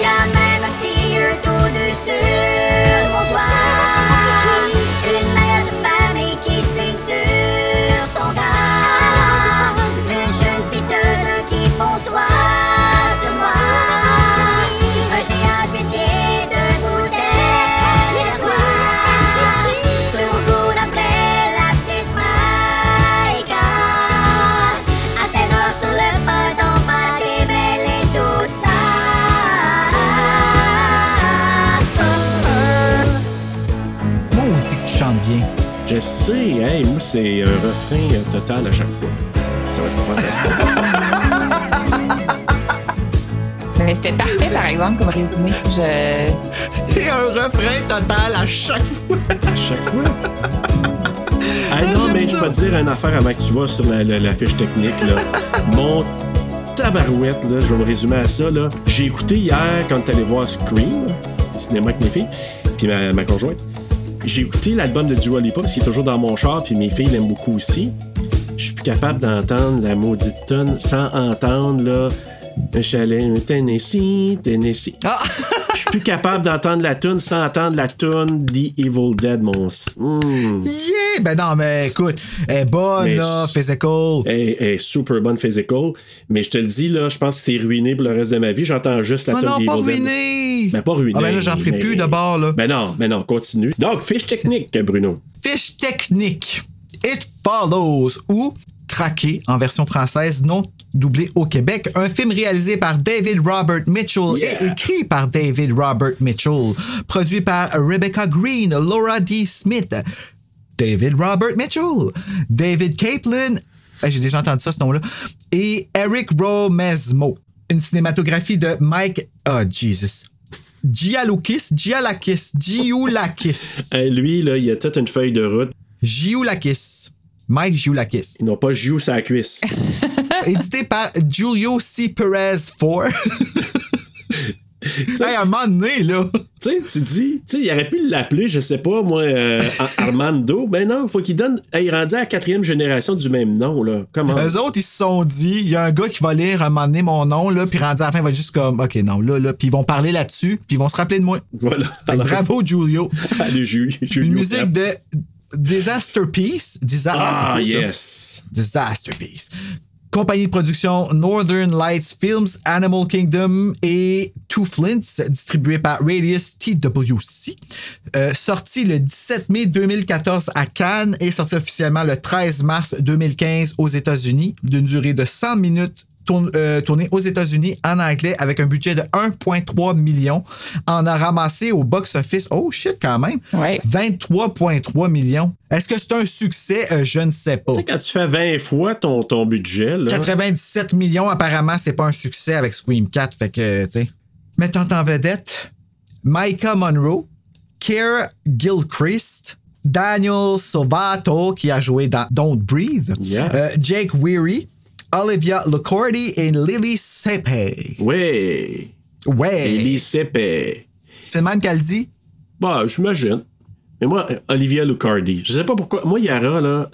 Speaker 9: Y a même un petit yeux tout nu sur mon doigt. Une mère de famille qui signe sur son gars. Une jeune pisseuse qui fonce toi sur moi. Un géant de pieds debout derrière toi. Tout mon cours après la petite Maïka. À terreur sur le pas, on va démêler tout ça. Oh, oh.
Speaker 3: Moi, on dit que tu chantes bien.
Speaker 2: Je sais, hey, moi, c'est un refrain euh, total à chaque fois. Ça va être fantastique.
Speaker 5: mais C'était parfait, par exemple, comme résumé. Je...
Speaker 3: C'est un refrain total à chaque fois.
Speaker 2: à chaque fois. Hey, non,
Speaker 3: Ah, j'aime
Speaker 2: mais je
Speaker 3: ça.
Speaker 2: vais te dire une affaire avant que tu vas sur la, la- la fiche technique. Là. Mon tabarouette, là, je vais me résumer à ça. là. J'ai écouté hier, quand t'es allé voir Scream, au cinéma avec mes filles, puis ma, ma conjointe, j'ai écouté l'album de Dua Lipa, parce qu'il est toujours dans mon char, puis mes filles l'aiment beaucoup aussi. Je suis plus capable d'entendre la maudite tonne sans entendre là, un chalet, un Tennessee, Tennessee.
Speaker 3: Ah!
Speaker 2: Je suis plus capable d'entendre la tune sans entendre la tune The Evil Dead, mon. s- Mm.
Speaker 3: Yeah! Ben non, mais écoute, elle est bonne,
Speaker 2: Mais Eh,
Speaker 3: là,
Speaker 2: c'est-
Speaker 3: physical.
Speaker 2: Elle elle est super bonne physical, mais je te le dis, là, je pense que c'est ruiné pour le reste de ma vie. J'entends juste la
Speaker 3: Ah
Speaker 2: tune
Speaker 3: non,
Speaker 2: The
Speaker 3: pas
Speaker 2: Evil Dead.
Speaker 3: ruiné!
Speaker 2: Ben, pas ruiné.
Speaker 3: Ah ben là, j'en ferai
Speaker 2: mais-
Speaker 3: plus de bord, là.
Speaker 2: Ben non, ben non, continue. Donc, fiche technique, Bruno.
Speaker 3: Fiche technique. It follows ou Traqué en version française non doublée au Québec, un film réalisé par David Robert Mitchell et
Speaker 2: Yeah.
Speaker 3: écrit par David Robert Mitchell, produit par Rebecca Green, Laura D. Smith, David Robert Mitchell, David Kaplan, ah, j'ai déjà entendu ça ce nom-là, et Eric Romesmo. Une cinématographie de Mike, oh Jesus, Gialoukis, Gialakis, Giulakis.
Speaker 2: Hey, Euh, lui, là, il a peut-être une feuille de route.
Speaker 3: Giulakis. Mike
Speaker 2: <laughs>
Speaker 3: Giulakis.
Speaker 2: Ils n'ont pas Jou sa
Speaker 3: <laughs>
Speaker 2: cuisse.
Speaker 3: Édité par Julio C. Perez
Speaker 2: <laughs>
Speaker 3: 4. hey, à un moment donné, là.
Speaker 2: tu sais, tu dis, tu sais, il aurait pu l'appeler, je sais pas, moi, euh, Ar- Armando. Ben non, faut qu'il donne. Hey, il est rendu à la quatrième génération du même nom, là. Comment?
Speaker 3: Eux autres, ils se sont dit, il y a un gars qui va lire un moment donné mon nom, là, puis rendu à la fin, il va être juste comme, OK, non, là, là, puis ils vont parler là-dessus, puis ils vont se rappeler de moi.
Speaker 2: Voilà.
Speaker 3: Fait que bravo, Julio.
Speaker 2: <laughs> Allez, Julie. Julie
Speaker 3: Une
Speaker 2: au
Speaker 3: musique
Speaker 2: cap.
Speaker 3: de Disaster Piece. Disa- c'est
Speaker 2: Ah,
Speaker 3: cool, ça.
Speaker 2: yes.
Speaker 3: Disaster Piece. Compagnie de production Northern Lights Films, Animal Kingdom et Two Flints, distribué par Radius TWC. Euh, sorti le 17 mai 2014 à Cannes et sorti officiellement le 13 mars 2015 aux États-Unis, d'une durée de 100 minutes. tourne- euh, tournée aux États-Unis en anglais avec un budget de 1,3 million. On a ramassé au box-office, oh shit quand même,
Speaker 5: Ouais.
Speaker 3: 23,3 millions. Est-ce que c'est un succès? Euh, je ne sais pas.
Speaker 2: Tu sais, quand tu fais 20 fois ton, ton budget, là.
Speaker 3: 97 millions, apparemment, c'est pas un succès avec Scream 4. Fait que, tu sais. Mettant en vedette Micah Monroe, Keir Gilchrist, Daniel Sovato, qui a joué dans Don't Breathe,
Speaker 2: Yeah.
Speaker 3: euh, Jake Weary, Olivia Locordi et Lily Sepe.
Speaker 2: Ouais.
Speaker 3: Ouais.
Speaker 2: Ellie Sepe.
Speaker 3: C'est le même qu'elle dit.
Speaker 2: ben, Bah, j'imagine. Mais moi, euh, Olivia Lucardi, je sais pas pourquoi. Moi, Yara, là.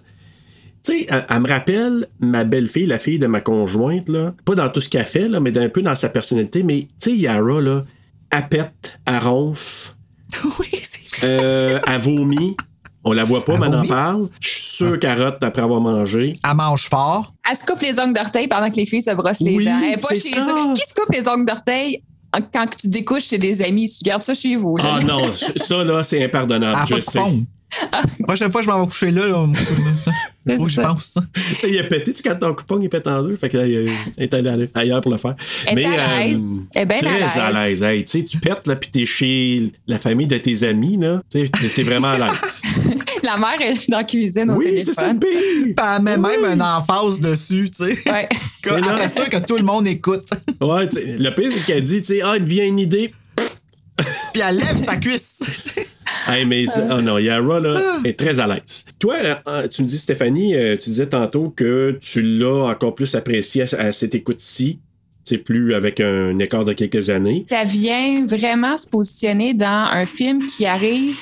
Speaker 2: Tu sais, elle, elle me rappelle ma belle-fille, la fille de ma conjointe, là. Pas dans tout ce qu'elle fait, là, mais dans- un peu dans sa personnalité. Mais, tu sais, Yara, là, elle pète, elle ronfle,
Speaker 3: <laughs> oui, c'est vrai.
Speaker 2: euh, elle vomit. On la voit pas,
Speaker 3: Elle
Speaker 2: mais on en
Speaker 3: vomit.
Speaker 2: parle. Je suis sûr carotte après avoir mangé.
Speaker 3: Elle mange fort.
Speaker 5: Elle se coupe les ongles d'orteil pendant que les filles se brossent les
Speaker 2: Oui,
Speaker 5: dents. Elle est pas
Speaker 2: c'est
Speaker 5: chez
Speaker 2: ça.
Speaker 5: eux. Qui se coupe les ongles d'orteil quand que tu découches chez des amis? Tu gardes ça chez vous. là.
Speaker 2: Ah non, <laughs> ça là, c'est impardonnable, Ah, je
Speaker 3: Elle a pas de
Speaker 2: sais. <laughs>
Speaker 3: fond. La prochaine fois, je m'en vais coucher là. là
Speaker 5: C'est
Speaker 3: Faut que je
Speaker 5: ça.
Speaker 3: pense. ça.
Speaker 2: Tu sais, <laughs> il a pété, tu sais, quand ton coupon il pète en deux, fait qu'il euh, il est allé ailleurs pour le faire. euh,
Speaker 5: Elle est à l'aise. Elle est bien à
Speaker 2: très à l'aise.
Speaker 5: l'aise.
Speaker 2: Hey, tu sais, tu pètes, là, puis t'es chez la famille de tes amis, là. Tu sais, t'es- t'es vraiment à
Speaker 5: <laughs>
Speaker 2: l'aise.
Speaker 5: La mère elle est <laughs> dans la cuisine au
Speaker 2: oui, c'est ça le
Speaker 5: téléphone.
Speaker 2: pire.
Speaker 3: Puis elle met même une emphase dessus, tu
Speaker 5: <laughs>
Speaker 3: sais.
Speaker 5: Ouais.
Speaker 3: Comme-
Speaker 2: Mais
Speaker 3: Elle
Speaker 2: non.
Speaker 3: fait sûr que tout le monde écoute. <laughs>
Speaker 2: Ouais, tu sais, le pire, c'est qu'elle dit, tu sais, ah, il me vient une idée.
Speaker 3: Puis elle lève sa cuisse. tu sais.
Speaker 2: Hey, mais ça- oh non, Yara, là, est très à l'aise. Toi, euh, tu me dis, Stéphanie, euh, tu disais tantôt que tu l'as encore plus apprécié à, à cette écoute-ci. C'est plus avec un écart de quelques années.
Speaker 5: Ça vient vraiment se positionner dans un film qui arrive.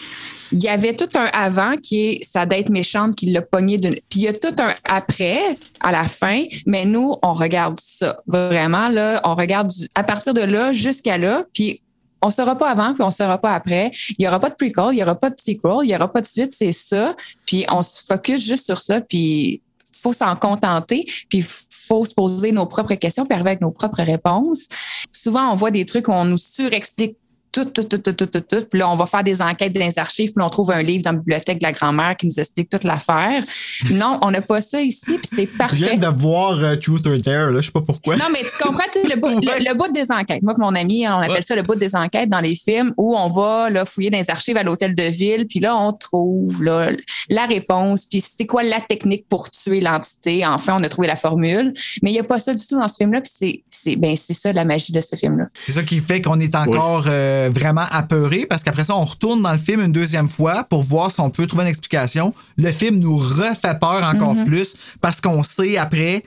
Speaker 5: Il y avait tout un avant qui est sa dette méchante qui l'a pogné d'une. Puis il y a tout un après à la fin, mais nous, on regarde ça. Vraiment, là, on regarde du- à partir de là jusqu'à là, puis on ne saura pas avant, puis on ne saura pas après. Il n'y aura pas de prequel, il n'y aura pas de sequel, il n'y aura pas de suite, c'est ça. Puis on se focus juste sur ça, puis faut s'en contenter, puis faut se poser nos propres questions, puis arriver avec nos propres réponses souvent, on voit des trucs où on nous surexplique tout, tout, tout, tout, tout, tout, tout. Puis là, on va faire des enquêtes dans les archives, puis là, on trouve un livre dans la bibliothèque de la grand-mère qui nous explique toute l'affaire. Non, on n'a pas ça ici, puis c'est
Speaker 3: Je viens
Speaker 5: parfait.
Speaker 3: de voir euh, Truth or Dare, là, je sais pas pourquoi.
Speaker 5: Non, mais tu comprends tu sais, le, bout, le, le bout des enquêtes. Moi, et mon ami, on appelle ça le bout des enquêtes dans les films où on va là, fouiller dans les archives à l'hôtel de ville, puis là, on trouve là, la réponse, puis c'est quoi la technique pour tuer l'entité. Enfin, on a trouvé la formule. Mais il n'y a pas ça du tout dans ce film-là, puis c'est- c'est ben, c'est ça la magie de ce film-là.
Speaker 3: C'est ça qui fait qu'on est encore euh, vraiment apeuré parce qu'après ça, on retourne dans le film une deuxième fois pour voir si on peut trouver une explication. Le film nous refait peur encore plus parce qu'on sait après.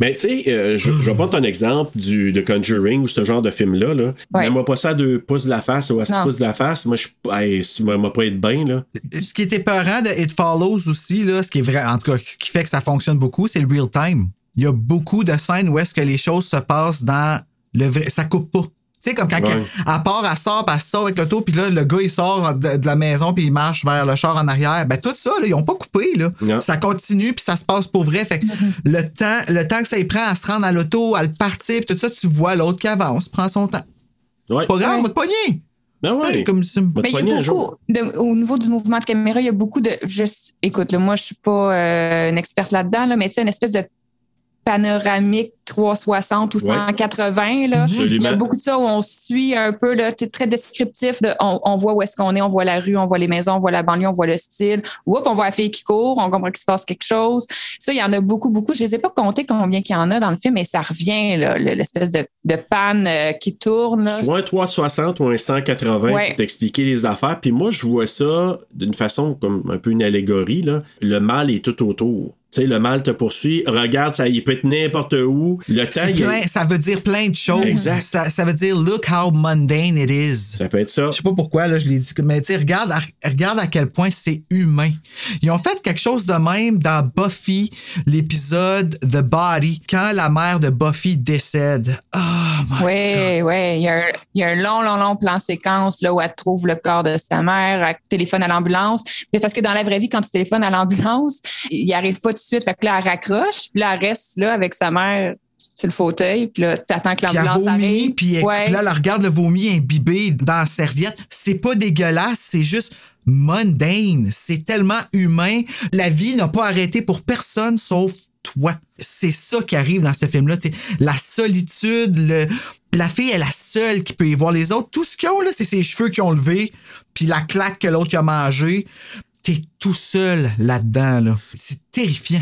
Speaker 2: Mais tu sais, euh, je, je vais prendre ton exemple du, de Conjuring ou ce genre de film-là. Là.
Speaker 5: Ouais.
Speaker 2: Mets-moi pas ça à deux pouces de la face ou à six
Speaker 5: Non.
Speaker 2: pouces de la face. Moi, je hey, si moi, moi pas être bien, là.
Speaker 3: Ce qui était peurant de It Follows aussi, là, ce qui est vrai, en tout cas, ce qui fait que ça fonctionne beaucoup, c'est le real time. Il y a beaucoup de scènes où est-ce que les choses se passent dans le vrai. Ça coupe pas. Tu sais, comme quand
Speaker 2: Ouais.
Speaker 3: elle- elle part, elle sort, puis elle sort avec l'auto, puis là, le gars, il sort de, de la maison, puis il marche vers le char en arrière. Ben, tout ça, là, ils ont pas coupé, là.
Speaker 2: Non.
Speaker 3: Ça continue, puis ça se passe pour vrai. Fait que le, temps, le temps que ça y prend à se rendre à l'auto, à le partir, puis tout ça, tu vois l'autre qui avance, prend son temps.
Speaker 2: Ouais.
Speaker 3: Pas grave,
Speaker 5: Ouais.
Speaker 3: on va te pogner.
Speaker 2: Ben ouais.
Speaker 3: Hey, Comme ça.
Speaker 2: Moi, te
Speaker 5: Mais il y
Speaker 2: poigner
Speaker 5: a
Speaker 2: un jour.
Speaker 5: beaucoup, Mmh, de- au niveau du mouvement de caméra, il y a beaucoup de. Juste, écoute, là, moi, je suis pas euh, une experte là-dedans, là, mais tu sais, une espèce de panoramique 360 ou
Speaker 2: Ouais.
Speaker 5: 180. Là. Il y a
Speaker 2: Absolument.
Speaker 5: beaucoup de ça où on suit un peu, là, c'est très descriptif. de- on, on voit où est-ce qu'on est, on voit la rue, on voit les maisons, on voit la banlieue, on voit le style. Oups, on voit la fille qui court, on comprend qu'il se passe quelque chose. Ça, il y en a beaucoup, beaucoup. Je les ai pas comptés combien qu'il y en a dans le film, mais ça revient, là, le- l'espèce de, de panne euh, qui tourne. là.
Speaker 2: Soit un 360 ou un 180
Speaker 5: Ouais.
Speaker 2: pour t'expliquer les affaires. Puis moi, je vois ça d'une façon comme un peu une allégorie. Là. Le mal est tout autour. Tu sais, le mal te poursuit. Regarde, ça, il peut être n'importe où. Le temps,
Speaker 3: C'est
Speaker 2: il est-
Speaker 3: plein- ça veut dire plein de choses.
Speaker 2: Exact.
Speaker 3: Ça, ça veut dire look how mundane it is.
Speaker 2: ça peut être ça.
Speaker 3: Je sais pas pourquoi, là, je l'ai dit. Mais tu sais, regarde, à- regarde à quel point c'est humain. Ils ont fait quelque chose de même dans Buffy, l'épisode The Body, quand la mère de Buffy décède. Ah, my-
Speaker 5: Oui, oui. Il y, a un, il y a un long, long, long plan séquence là, où elle trouve le corps de sa mère, elle téléphone à l'ambulance. Mais parce que dans la vraie vie, quand tu téléphones à l'ambulance, il n'y arrive pas tout de suite. Fait que là, elle raccroche, puis là, elle reste là avec sa mère sur le fauteuil, puis là, t'attends que
Speaker 3: Puis elle
Speaker 5: l'ambulance
Speaker 3: vomit,
Speaker 5: arrive.
Speaker 3: puis elle-
Speaker 5: Ouais.
Speaker 3: puis là, elle regarde le vomi imbibé dans la serviette. C'est pas dégueulasse, c'est juste mundane. C'est tellement humain. La vie n'a pas arrêté pour personne sauf toi. C'est ça qui arrive dans ce film-là. tu sais. La solitude, le- la fille est la seule qui peut y voir les autres. Tout ce qu'ils ont, là, c'est ses cheveux qui ont levé, puis la claque que l'autre a mangée. T'es tout seul là-dedans. Là. C'est terrifiant.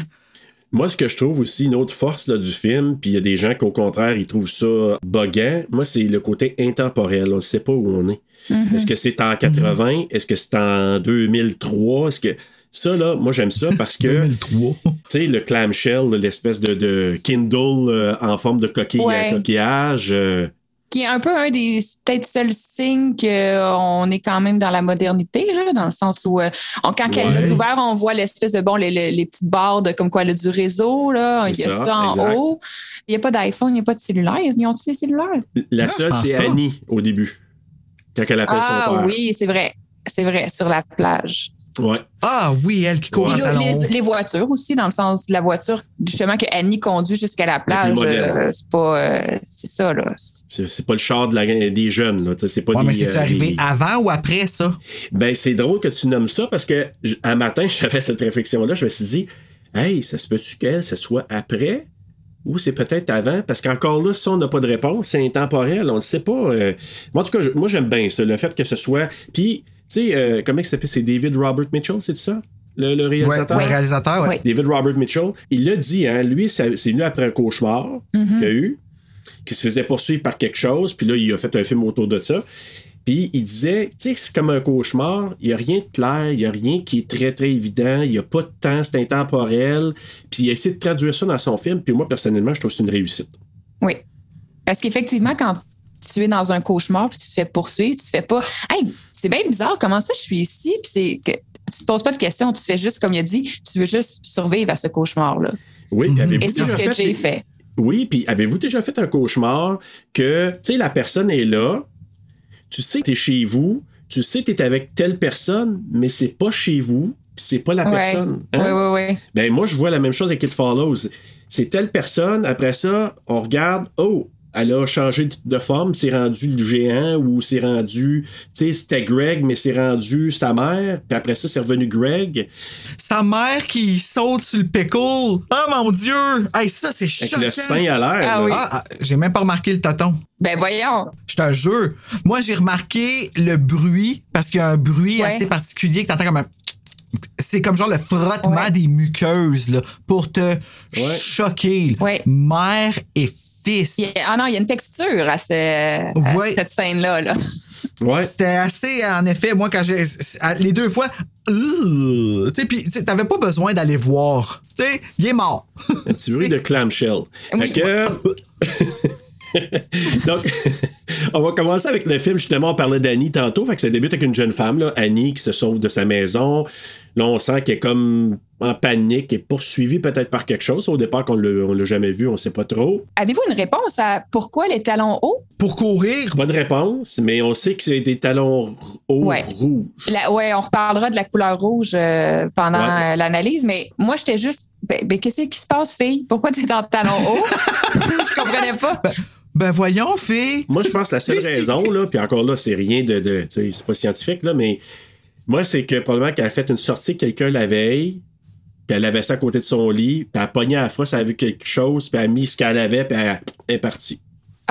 Speaker 2: Moi, ce que je trouve aussi une autre force là, du film, puis il y a des gens qu'au contraire, ils trouvent ça boguant, moi, c'est le côté intemporel. On ne sait pas où on est.
Speaker 3: Mhm.
Speaker 2: Est-ce que c'est en 80? Est-ce que c'est en 2003? Est-ce que... Ça, là, moi, j'aime ça parce
Speaker 3: <laughs>
Speaker 2: que, tu
Speaker 3: 2003.
Speaker 2: sais, le clamshell, l'espèce de, de Kindle euh, en forme de coquille,
Speaker 5: Ouais.
Speaker 2: euh, coquillage, euh,
Speaker 5: Qui est un peu un des peut-être seuls signes qu'on est quand même dans la modernité, là, dans le sens où euh, on- quand elle
Speaker 2: Ouais.
Speaker 5: l'a ouvert, on voit l'espèce de bon, les, les- les petites barres de comme quoi elle a du réseau, là.
Speaker 2: C'est
Speaker 5: Il y a
Speaker 2: ça,
Speaker 5: ça, en
Speaker 2: exact.
Speaker 5: haut. Il n'y a pas d'iPhone, il n'y a pas de cellulaire. Ils ont tous des cellulaires?
Speaker 2: La
Speaker 3: Non, je
Speaker 2: seule,
Speaker 3: pense
Speaker 2: c'est
Speaker 3: pas.
Speaker 2: Annie au début. Quand elle appelle son
Speaker 5: Ah
Speaker 2: père.
Speaker 5: oui, c'est vrai. C'est vrai, sur la plage.
Speaker 2: Ouais.
Speaker 3: Ah oui, elle qui court
Speaker 5: Puis
Speaker 3: en
Speaker 5: le-
Speaker 3: talons
Speaker 5: les,
Speaker 3: hauts.
Speaker 5: les voitures aussi, dans le sens de la voiture, justement, que Annie conduit jusqu'à la plage.
Speaker 2: moderne.
Speaker 5: euh, c'est pas. euh, c'est ça, là.
Speaker 2: C'est c'est pas le char de la- des jeunes, là. tu sais, C'est pas
Speaker 3: Ouais,
Speaker 2: des,
Speaker 3: mais c'est-tu
Speaker 2: euh,
Speaker 3: arrivé
Speaker 2: des-
Speaker 3: avant ou après ça?
Speaker 2: Ben, c'est drôle que tu nommes ça parce que j- un matin, <laughs> j'avais cette réflexion-là. Je me suis dit, hey, ça se peut-tu qu'elle, ce soit après ou c'est peut-être avant? Parce qu'encore là, ça, on n'a pas de réponse. C'est intemporel. On ne sait pas. euh. Moi, en tout cas, je- moi, j'aime bien ça. Le fait que ce soit. Puis, tu sais, euh, comment il s'appelle? C'est David Robert Mitchell, c'est ça? Le, le
Speaker 3: Ouais,
Speaker 2: réalisateur?
Speaker 3: le réalisateur, ouais.
Speaker 5: Oui.
Speaker 2: David Robert Mitchell, il l'a dit, hein, lui, ça- c'est venu après un cauchemar qu'il a eu, qui se faisait poursuivre par quelque chose, puis là, il a fait un film autour de ça. Puis il disait, tu sais, c'est comme un cauchemar, il n'y a rien de clair, il n'y a rien qui est très, très évident, il n'y a pas de temps, c'est intemporel. Puis il a essayé de traduire ça dans son film, puis moi, personnellement, je trouve que c'est une réussite.
Speaker 5: Oui. Parce qu'effectivement, quand tu es dans un cauchemar puis tu te fais poursuivre, tu te fais pas. Hey, c'est bien bizarre, comment ça je suis ici? Puis c'est que tu te poses pas de questions, tu fais juste, comme il a dit, tu veux juste survivre à ce cauchemar-là.
Speaker 2: Oui, puis avez-vous
Speaker 5: Et c'est ce
Speaker 2: déjà
Speaker 5: que
Speaker 2: fait
Speaker 5: j'ai
Speaker 2: des-
Speaker 5: fait.
Speaker 2: Oui, puis avez-vous déjà fait un cauchemar que, tu sais, la personne est là, tu sais que t'es chez vous, tu sais que t'es avec telle personne, mais c'est pas chez vous, puis c'est pas la
Speaker 5: Ouais.
Speaker 2: personne. hein?
Speaker 5: Oui, oui, oui.
Speaker 2: Ben moi, je vois la même chose avec It Follows. C'est telle personne, après ça, on regarde, oh, elle a changé de- de forme, c'est rendu le géant ou c'est rendu, tu sais, c'était Greg, mais c'est rendu sa mère, puis après ça, c'est revenu Greg.
Speaker 3: Sa mère qui saute sur le pickle. Oh mon Dieu! Hey, ça, c'est
Speaker 2: Avec
Speaker 3: choquant!
Speaker 2: le sein à l'air.
Speaker 5: Ah
Speaker 2: là.
Speaker 5: oui.
Speaker 3: Ah, ah, j'ai même pas remarqué le tonton.
Speaker 5: Ben voyons.
Speaker 3: Je te jure. Moi, j'ai remarqué le bruit, parce qu'il y a un bruit
Speaker 5: Ouais.
Speaker 3: assez particulier que t'entends comme un... C'est comme genre le frottement
Speaker 5: Ouais.
Speaker 3: des muqueuses, là, pour te choquer. là.
Speaker 5: Ouais.
Speaker 3: Mère et fils.
Speaker 5: Il y a- Ah non, il y a une texture à, ce- à
Speaker 3: Ouais.
Speaker 5: cette scène-là. Là.
Speaker 2: Ouais.
Speaker 3: C'était assez, en effet, moi, quand j'ai. Les deux fois. Ugh! Tu sais, puis tu sais, t'avais pas besoin d'aller voir. Tu sais, il est mort. <laughs>
Speaker 2: Un petit bruit de clamshell. Fait
Speaker 5: Oui.
Speaker 2: que- <laughs> Donc, on va commencer avec le film. Justement, on parlait d'Annie tantôt. Fait que ça débute avec une jeune femme, là, Annie, qui se sauve de sa maison. Là, on sent qu'elle est comme en panique et poursuivie peut-être par quelque chose. Au départ, qu'on l'a- on l'a jamais vu, on sait pas trop.
Speaker 5: Avez-vous une réponse à pourquoi les talons hauts?
Speaker 3: Pour courir,
Speaker 2: Pas de réponse, mais on sait que c'est des talons hauts
Speaker 5: Ouais.
Speaker 2: rouges.
Speaker 5: La- ouais, on reparlera de la couleur rouge euh, pendant
Speaker 2: Ouais.
Speaker 5: euh, l'analyse, mais moi, j'étais juste. Ben, ben, qu'est-ce qui se passe, fille? Pourquoi tu es dans le talon
Speaker 3: <laughs>
Speaker 5: haut? je comprenais pas.
Speaker 3: ben voyons, fille.
Speaker 2: Moi, je pense que la seule
Speaker 3: Mais c'est-
Speaker 2: raison, là, puis encore là, c'est rien de. de tu sais, c'est pas scientifique, là, mais moi, c'est que probablement qu'elle a fait une sortie avec quelqu'un la veille, puis elle avait ça à côté de son lit, puis elle a pogné à la frosse, elle a vu quelque chose, puis elle a mis ce qu'elle avait, puis elle est partie.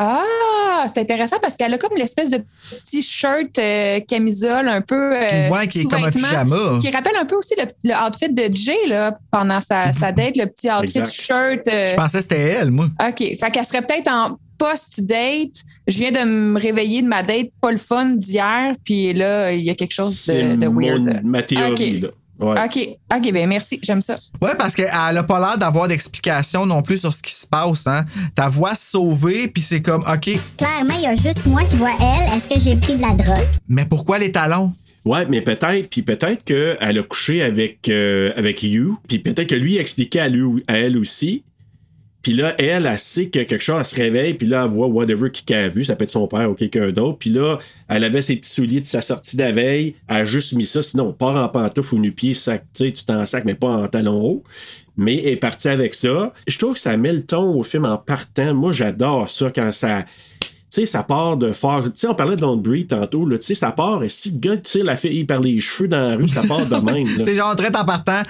Speaker 5: Ah, c'est intéressant parce qu'elle a comme l'espèce de petit shirt euh, camisole un peu. euh,
Speaker 3: ouais, qui est comme un
Speaker 5: sous-vêtement,
Speaker 3: pyjama.
Speaker 5: Qui rappelle un peu aussi le, le outfit de Jay là, pendant sa, sa date, le petit outfit
Speaker 2: Exact.
Speaker 5: shirt. euh,
Speaker 3: Mhm. Je pensais que c'était elle, moi.
Speaker 5: OK. Fait qu'elle serait peut-être en post-date. Je viens de me réveiller de ma date pas le fun d'hier, puis là, il y a quelque chose de,
Speaker 2: C'est
Speaker 5: de weird.
Speaker 2: mon- ma théorie,
Speaker 5: Ok.
Speaker 2: là. Ouais.
Speaker 5: OK. OK, ben merci. J'aime ça.
Speaker 3: Ouais, parce qu'elle a pas l'air d'avoir d'explication non plus sur ce qui se passe, hein. Ta voix sauvée, puis c'est comme, OK,
Speaker 9: Clairement, il y a juste moi qui vois elle. Est-ce que j'ai pris de la drogue?
Speaker 3: mais pourquoi les talons?
Speaker 2: Ouais, mais peut-être, puis peut-être qu'elle a couché avec, euh, avec You, puis peut-être que lui expliquait à, lui, à elle aussi. Puis là, elle, elle sait que quelque chose, elle se réveille, puis là, elle voit whatever qui qu'elle a vu, ça peut être son père ou quelqu'un d'autre. Puis là, elle avait ses petits souliers de sa sortie de la veille, elle a juste mis ça, sinon on part en pantoufle ou nu-pied, sac, tu sais, tu t'en sac, mais pas en talon haut. Mais elle est partie avec ça. Je trouve que ça met le ton au film en partant. Moi, j'adore ça quand ça tu sais, ça part de fort. Tu sais, on parlait de Don't Breathe tantôt, là. Tu sais, ça part. Et si le gars tire la fille par les cheveux dans la rue, ça part de même, là.
Speaker 3: C'est genre, traite en partant,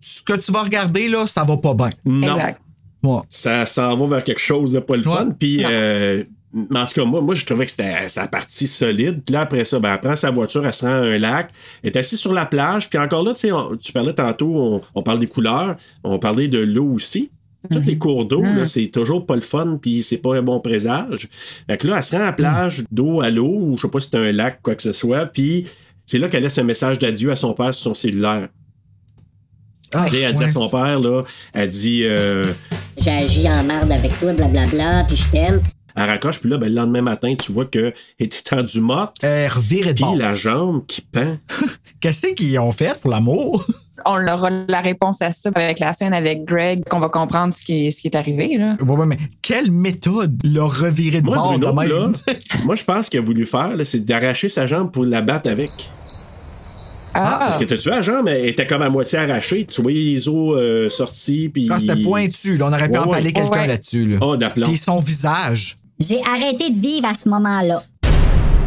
Speaker 3: ce que tu vas regarder, là, ça va pas bien.
Speaker 2: Non.
Speaker 5: Exact.
Speaker 3: Ouais.
Speaker 2: Ça s'en va vers quelque chose de pas le fun.
Speaker 3: Ouais.
Speaker 2: Puis,
Speaker 5: Non.
Speaker 2: euh, mais en tout cas, moi, moi, je trouvais que c'était sa partie solide. Puis là, après ça, ben, elle prend sa voiture, elle se rend à un lac, elle est assise sur la plage. Puis encore là, tu sais, on- tu parlais tantôt, on, on parle des couleurs, on parlait de l'eau aussi. Tous
Speaker 3: Mhm.
Speaker 2: les cours d'eau, là, c'est toujours pas le fun, puis c'est pas un bon présage. Fait que là, elle se rend
Speaker 3: Mhm.
Speaker 2: à la plage, d'eau à l'eau, ou je sais pas si c'est un lac, quoi que ce soit, puis c'est là qu'elle laisse un message d'adieu à son père sur son cellulaire.
Speaker 3: Ah,
Speaker 2: Tu sais, elle dit à
Speaker 3: ouais.
Speaker 2: son père, là, elle dit, euh,
Speaker 9: J'ai agi en merde avec toi, blablabla, puis je t'aime.
Speaker 2: elle raccroche, puis là, ben, le lendemain matin, tu vois qu'elle était tendue morte,
Speaker 3: Elle revirait Euh, de
Speaker 2: puis
Speaker 3: bord.
Speaker 2: la jambe qui pend.
Speaker 3: Qu'est-ce qu'ils ont fait pour l'amour?
Speaker 5: On aura la réponse à ça avec la scène avec Greg, qu'on va comprendre ce qui est, ce qui est arrivé. Là.
Speaker 3: Ouais, ouais, mais quelle méthode le revirer de
Speaker 2: Moi,
Speaker 3: bord
Speaker 2: Bruno,
Speaker 3: de même? <laughs>
Speaker 2: là, moi, je pense qu'il a voulu faire, là, c'est d'arracher sa jambe pour la battre avec.
Speaker 5: Ah.
Speaker 2: Parce que t'as tué la jambe, elle était comme à moitié arrachée. Tu voyais les os euh, sortis, puis.
Speaker 3: Ah, c'était pointu. Là, on aurait pu
Speaker 2: Ouais,
Speaker 3: empaler
Speaker 2: ouais.
Speaker 3: quelqu'un
Speaker 5: Ouais.
Speaker 3: là-dessus. Là.
Speaker 2: Oh, d'aplomb.
Speaker 3: Puis son visage.
Speaker 9: J'ai arrêté de vivre à ce moment-là.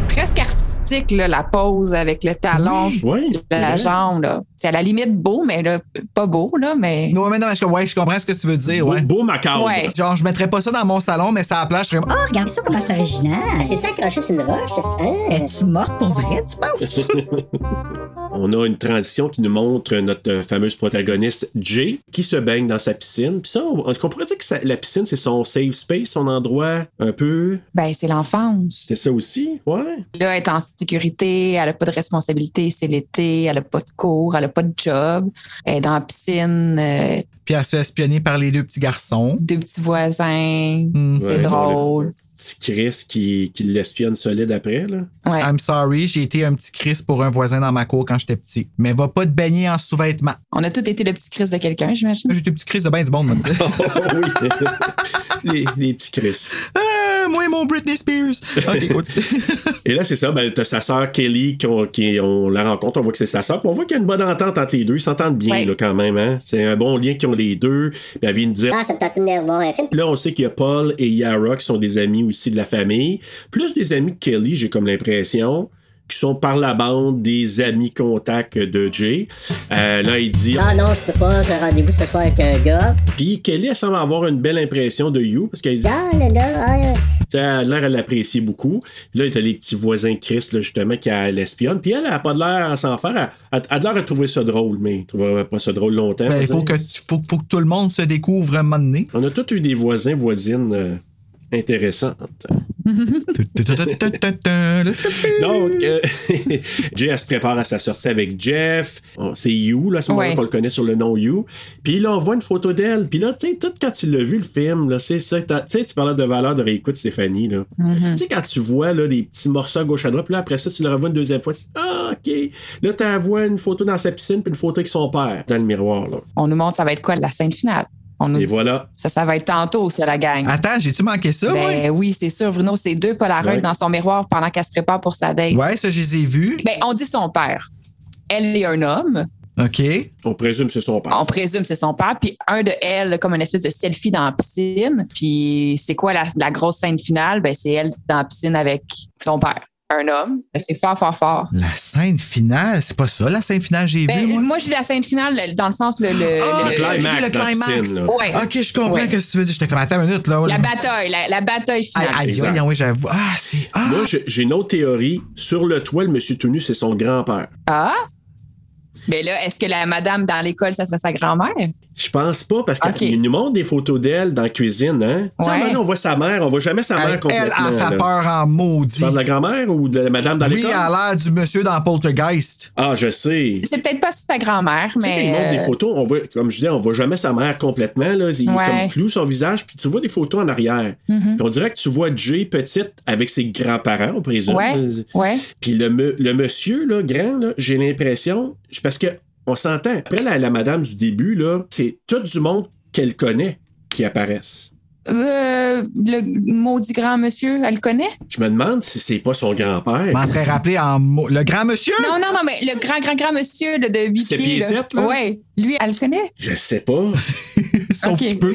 Speaker 5: Presque artistique, là, la pose avec le talon,
Speaker 2: Ouais.
Speaker 5: la
Speaker 2: ouais.
Speaker 5: jambe. là. C'est à la limite beau, mais là, pas beau, là, mais.
Speaker 3: Non, mais non, mais je, ouais, je comprends ce que tu veux dire.
Speaker 2: Beau,
Speaker 3: Ouais.
Speaker 2: beau macabre.
Speaker 5: Ouais.
Speaker 3: Genre, je mettrais pas ça dans mon salon, mais ça à la plage, je serais. ah!
Speaker 9: Oh, regarde ça, comment Ah, c'est original. C'est-tu accroché sur une roche? Es-tu morte pour vrai, tu penses?
Speaker 2: On a une transition qui nous montre notre euh, fameuse protagoniste Jay qui se baigne dans sa piscine. Puis ça, on, est-ce qu'on pourrait dire que ça- la piscine, c'est son safe space, son endroit un peu.
Speaker 5: Ben, c'est l'enfance.
Speaker 2: C'est ça aussi, ouais.
Speaker 5: Là, elle est en sécurité, elle n'a pas de responsabilité, c'est l'été, elle n'a pas de cours, elle n'a pas de job, elle est dans la piscine, euh,
Speaker 3: Puis elle se fait espionner par les deux petits garçons.
Speaker 5: deux petits voisins.
Speaker 3: Hmm.
Speaker 5: C'est
Speaker 2: Ouais,
Speaker 5: drôle.
Speaker 2: le Petit Chris qui, qui l'espionne solide après,
Speaker 5: <laughs>
Speaker 2: là.
Speaker 5: Ouais.
Speaker 3: I'm sorry, j'ai été un petit Chris pour un voisin dans ma cour quand j'étais petit. Mais va pas te baigner en sous-vêtements.
Speaker 5: On a tous été le petit Chris de quelqu'un, j'imagine.
Speaker 3: J'ai été petit Chris de bain du monde, moi, tu sais.
Speaker 2: <laughs> oui. les, les petits Chris.
Speaker 3: Ah, moi et mon Britney Spears. Ok,
Speaker 2: <laughs>
Speaker 3: continue.
Speaker 2: Et là, c'est ça, ben, t'as sa sœur Kelly qu'on- qui, on la rencontre, on voit que c'est sa sœur, puis on voit qu'il y a une bonne entente entre les deux, ils s'entendent bien
Speaker 5: Ouais.
Speaker 2: là, quand même, hein? C'est un bon lien qu'ils ont les deux. Puis elle vient nous dire
Speaker 9: Ah, ça te tente de venir voir un film?
Speaker 2: Puis Là, on sait qu'il y a Paul et Yara qui sont des amis aussi de la famille. Plus des amis de Kelly, j'ai comme l'impression, qui sont par la bande des amis contacts de Jay. Euh, là, il dit.
Speaker 9: Ah non, je peux pas, j'ai un rendez-vous ce soir avec un gars.
Speaker 2: Puis Kelly, elle semble avoir une belle impression de You, parce qu'elle dit.
Speaker 9: Ah, le gars, ah, euh,
Speaker 2: Tu sais, elle a l'air à l'apprécier beaucoup. Puis Là, il y a les petits voisins Chris, là, justement, qui a- l'espionne. Puis elle, elle a pas de l'air à s'en faire. Elle- Elle elle a de l'air à trouver ça drôle, mais elle trouvera pas ça drôle longtemps.
Speaker 3: Ben, il faut que,
Speaker 2: T'sais.
Speaker 3: faut, faut que tout le monde se découvre un
Speaker 2: <laughs>
Speaker 3: moment donné.
Speaker 2: On a tous eu des voisins, voisines euh, intéressantes. Donc, euh, <laughs> Jay, elle se prépare à sa sortie avec Jeff. On- C'est You, là, à ce moment-là,
Speaker 5: Ouais.
Speaker 2: qu'on le connaît sur le nom You. Puis là, on voit une photo d'elle. Puis là, tu sais, tout quand tu l'as vu, le film, là, c'est ça. t'as- Tu sais, tu parlais de valeur de réécoute, Stéphanie, là. Tu sais, quand tu vois, là, des petits morceaux à gauche à droite, puis là, après ça, tu le revois une deuxième fois. Tu dis, ah, OK. Là, tu vois une photo dans sa piscine, puis une photo avec son père dans le miroir, là.
Speaker 5: On nous montre ça va être quoi la scène finale. On nous
Speaker 2: Et
Speaker 5: dit,
Speaker 2: voilà.
Speaker 5: Ça, ça va être tantôt, ça, la gang.
Speaker 3: Attends, j'ai-tu manqué Ah, ça, moi?
Speaker 5: ben oui, c'est sûr, Bruno, c'est deux Polaroids
Speaker 2: Ouais.
Speaker 5: dans son miroir pendant qu'elle se prépare pour sa date.
Speaker 3: Ouais, ça, je les ai vus.
Speaker 5: Ben, on dit son père. Elle est un homme.
Speaker 3: OK.
Speaker 2: On présume que c'est son père.
Speaker 5: On présume c'est son père. Puis un de elle, comme une espèce de selfie dans la piscine. Puis c'est quoi la, la grosse scène finale? Ben, c'est elle dans la piscine avec son père. Un homme. Ben, C'est fort, fort, fort.
Speaker 3: La scène finale, c'est pas ça, la scène finale, j'ai
Speaker 5: Ben,
Speaker 3: vu.
Speaker 5: moi,
Speaker 3: Moi.
Speaker 5: j'ai la scène finale dans le sens le, le-
Speaker 3: Ah,
Speaker 5: le-
Speaker 2: Le
Speaker 3: j'ai
Speaker 2: climax
Speaker 3: vu le
Speaker 2: dans la
Speaker 3: climax.
Speaker 2: piscine, là.
Speaker 5: Ouais.
Speaker 3: OK, je comprends
Speaker 5: Ouais.
Speaker 3: ce que tu veux dire. J'étais comme, attends une minute, là.
Speaker 5: La bataille, la, la bataille
Speaker 3: Aïe,
Speaker 5: finale.
Speaker 3: aïe, aïe,
Speaker 2: Exact.
Speaker 3: oui, j'avoue. Ah, c'est. Ah!
Speaker 2: Moi, j'ai j'ai une autre théorie. Sur le toit, le monsieur tout nu, c'est son grand-père.
Speaker 5: Ah! Mais là, est-ce que la madame dans l'école, ça serait sa grand-mère?
Speaker 2: Je pense pas, parce qu'il
Speaker 5: Ok.
Speaker 2: nous montre des photos d'elle dans la cuisine, hein? Tu sais, à un
Speaker 5: Ouais.
Speaker 2: moment donné, on voit sa mère, on voit jamais sa mère
Speaker 3: Elle,
Speaker 2: complètement.
Speaker 3: elle a
Speaker 2: là.
Speaker 3: fait peur en
Speaker 2: Tu
Speaker 3: maudit.
Speaker 2: parles de la grand-mère ou de la madame dans
Speaker 3: Oui,
Speaker 2: l'école?
Speaker 3: elle a l'air du monsieur dans Poltergeist.
Speaker 2: Ah, je sais.
Speaker 5: C'est peut-être pas sa grand-mère,
Speaker 2: Tu sais, quand
Speaker 5: mais.
Speaker 2: il montre des
Speaker 5: euh,
Speaker 2: photos, on voit, comme je disais, on voit jamais sa mère complètement. Là. Il
Speaker 5: Ouais. Mm-hmm.
Speaker 2: est comme flou son visage, puis tu vois des photos en arrière. Puis on dirait que tu vois Jay petite avec ses grands-parents, on présume.
Speaker 5: Ouais, ouais.
Speaker 2: Puis le, me- le monsieur, là, grand, là, j'ai l'impression, c'est parce que on s'entend, après la, la madame du début, là, c'est tout du monde qu'elle connaît qui apparaissent.
Speaker 5: Euh, le maudit grand monsieur, elle le connaît?
Speaker 2: Je me demande si c'est pas son grand-père.
Speaker 3: Elle m'en serait rappelé en. mo- Le grand monsieur?
Speaker 5: Non, non, non, mais le grand, grand, grand monsieur là, de 8
Speaker 2: C'est
Speaker 5: pieds.
Speaker 2: Ah! pieds
Speaker 5: là.
Speaker 2: sept, là?
Speaker 5: Ouais. Lui, elle le connaît?
Speaker 2: Je sais pas.
Speaker 3: Sauf
Speaker 5: Ok.
Speaker 3: petit peu.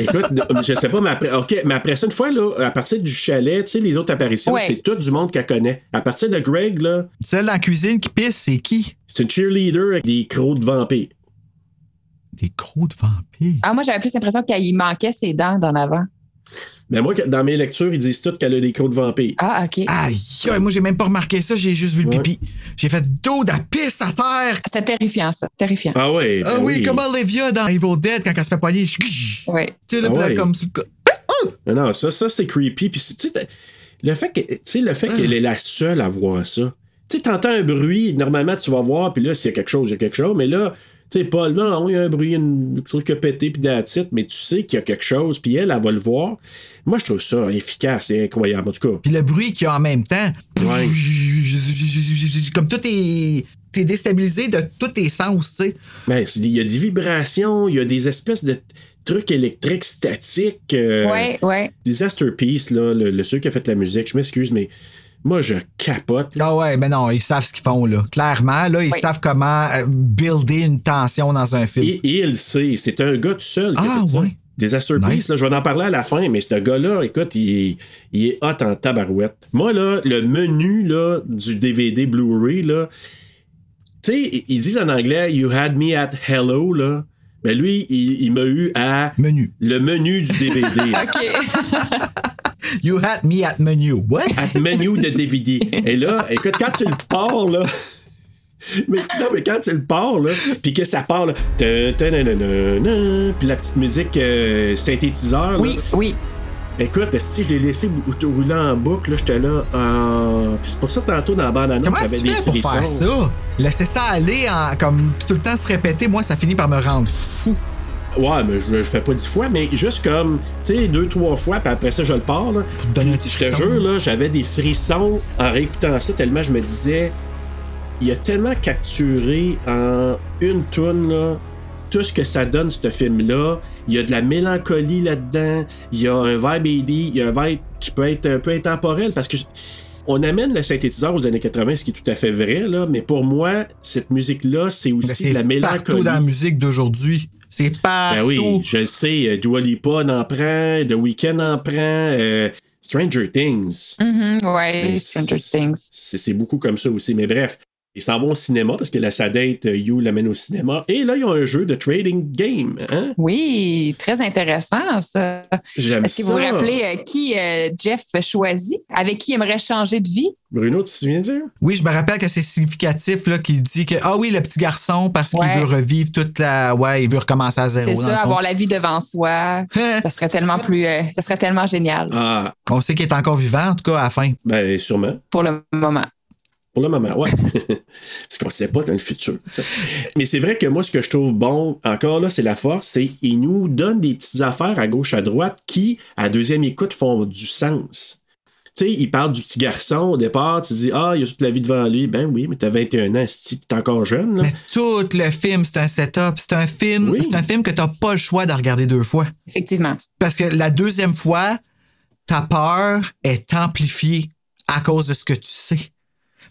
Speaker 2: Écoute, non, je sais pas, mais après, ok, mais après ça, une fois, là, à partir du chalet, tu sais, les autres apparitions,
Speaker 5: Ouais.
Speaker 2: c'est tout du monde qu'elle connaît. À partir de Greg, là,
Speaker 3: Celle dans la cuisine qui pisse, c'est qui?
Speaker 2: c'est une cheerleader avec des crocs de vampire.
Speaker 3: Des crocs de vampires.
Speaker 5: Ah, moi, j'avais plus l'impression qu'il manquait ses dents d'en avant.
Speaker 2: Mais moi, dans mes lectures, ils disent toutes qu'elle a des crocs de vampire.
Speaker 5: Ah, OK.
Speaker 3: Aïe, aïe, moi j'ai même pas remarqué ça, j'ai juste vu le
Speaker 2: Ouais.
Speaker 3: pipi. J'ai fait d'eau de la pisse à terre.
Speaker 5: C'était terrifiant, ça. Terrifiant.
Speaker 2: Ah ouais.
Speaker 3: Ah
Speaker 2: ben
Speaker 3: oui, comme Olivia dans Evil Dead quand elle se fait poigner. je- Tu
Speaker 5: Ouais.
Speaker 3: sais, là,
Speaker 2: Ah
Speaker 3: puis là,
Speaker 2: ouais.
Speaker 3: comme. sur le co-
Speaker 2: Non, non, ça, ça c'est creepy. Puis, c'est- tu sais, t'as- le fait que- tu sais, le fait qu'elle est la seule à voir ça. Tu sais, t'entends un bruit, normalement, tu vas voir, puis là, s'il y a quelque chose, il y a quelque chose. Mais là, tu sais, Paul, non, non, il y a un bruit, une quelque chose qui a pété, puis that's it, mais tu sais qu'il y a quelque chose, puis elle, elle va le voir. Moi, je trouve ça efficace et incroyable. En tout cas,
Speaker 3: Puis le bruit qu'il y a en même temps.
Speaker 2: Ouais.
Speaker 3: Comme tout est. T'es déstabilisé de tous tes sens, tu sais.
Speaker 2: ben, c'est des- il y a des vibrations, il y a des espèces de t- trucs électriques statiques. euh,
Speaker 5: Ouais, ouais.
Speaker 2: Disaster Peace, là, le, le- celui qui a fait la musique, je m'excuse, mais Moi, je capote.
Speaker 3: Ah ouais, mais non, ils savent ce qu'ils font, là. Clairement, là, ils
Speaker 5: Oui.
Speaker 3: savent comment euh, builder une tension dans un film.
Speaker 2: Et il sait, c'est un gars tout seul qui a
Speaker 3: Ah,
Speaker 2: fait ça.
Speaker 3: ouais.
Speaker 2: Disaster Peace,
Speaker 3: Nice.
Speaker 2: là, je vais en parler à la fin, mais ce gars-là, écoute, il est, il est hot en tabarouette. Moi, là, le menu là, du DVD Blu-ray, là, tu sais, ils disent en anglais You had me at hello, là. Mais lui, il, il m'a eu à
Speaker 3: Menu.
Speaker 2: le menu du DVD.
Speaker 3: <laughs>
Speaker 5: OK.
Speaker 3: You had me at menu.
Speaker 2: <laughs>
Speaker 3: What?
Speaker 2: at menu de DVD. Et là, écoute, quand tu le pars, là. Mais, non, mais quand tu le pars, là, puis que ça part, là, tun, tun, nan, nan, nan, nan, puis la petite musique euh, synthétiseur, là,
Speaker 5: Oui, oui.
Speaker 2: écoute, si je l'ai laissé bou- tout rouler en boucle, là, j'étais là, euh, puis c'est pour ça, tantôt, dans la bande-annonce,
Speaker 3: Comment tu
Speaker 2: j'avais des
Speaker 3: fais pour faire
Speaker 2: frissons.
Speaker 3: ça? Laisser ça aller en, comme tout le temps se répéter, moi, ça finit par me rendre fou.
Speaker 2: Ouais, mais je le fais pas dix fois, mais juste comme, tu sais, deux, trois fois, puis après ça, je le pars, là.
Speaker 3: Pour te donner un petit
Speaker 2: Je te
Speaker 3: frisson.
Speaker 2: jure, là, j'avais des frissons en réécoutant ça tellement je me disais, il a tellement capturé en une toune, là, tout ce que ça donne, ce film-là. Il y a de la mélancolie là-dedans. Il y a un vibe indie. Il y a un vibe qui peut être un peu intemporel parce que je- on amène le synthétiseur aux années 80, ce qui est tout à fait vrai, là, mais pour moi, cette musique-là, c'est
Speaker 3: Mais
Speaker 2: aussi de la
Speaker 3: c'est partout
Speaker 2: mélancolie.
Speaker 3: dans la musique d'aujourd'hui. C'est
Speaker 2: Ben
Speaker 3: partout.
Speaker 2: oui, je le sais, euh, Dua Lipa en prend, The Weeknd en prend, euh, Stranger Things.
Speaker 5: Mhm, ouais,
Speaker 2: Mais
Speaker 5: Stranger Things.
Speaker 2: C'est c'est beaucoup comme ça aussi, mais bref. Ils s'en vont au cinéma parce que la sadette, euh, You l'amène au cinéma. Et là, ils ont un jeu de trading game. Hein?
Speaker 5: Oui, très intéressant, ça.
Speaker 2: J'aime
Speaker 5: Est-ce
Speaker 2: ça.
Speaker 5: que vous vous rappelez euh, qui euh, Jeff choisit, avec qui il aimerait changer de vie?
Speaker 2: Bruno, tu te souviens de ça?
Speaker 3: Oui, je me rappelle que c'est significatif là, qu'il dit que ah oui, le petit garçon, parce qu'il
Speaker 5: Ouais.
Speaker 3: veut revivre toute la. Ouais, il veut recommencer à zéro.
Speaker 5: C'est
Speaker 3: dans le
Speaker 5: ça,
Speaker 3: fond.
Speaker 5: avoir la vie devant soi.
Speaker 3: Hein?
Speaker 5: Ça serait tellement plus, euh, ça serait tellement génial
Speaker 2: Ah,
Speaker 3: On sait qu'il est encore vivant, en tout cas, à la fin.
Speaker 2: ben sûrement.
Speaker 5: pour le moment.
Speaker 2: Pour le moment, ouais. <laughs> Parce qu'on sait pas dans le futur. tu sais. Mais c'est vrai que moi, ce que je trouve bon, encore là, c'est la force, c'est qu'ils nous donnent des petites affaires à gauche, à droite, qui, à deuxième écoute, font du sens. Tu sais, ils parlent du petit garçon au départ, tu dis, ah, il a toute la vie devant lui. Ben oui, mais t'as 21 ans, si t'es encore jeune, là.
Speaker 3: Mais tout le film, c'est un setup. C'est un film.
Speaker 2: Oui.
Speaker 3: C'est un film que t'as pas le choix de regarder deux fois.
Speaker 5: Effectivement.
Speaker 3: Parce que la deuxième fois, ta peur est amplifiée à cause de ce que tu sais.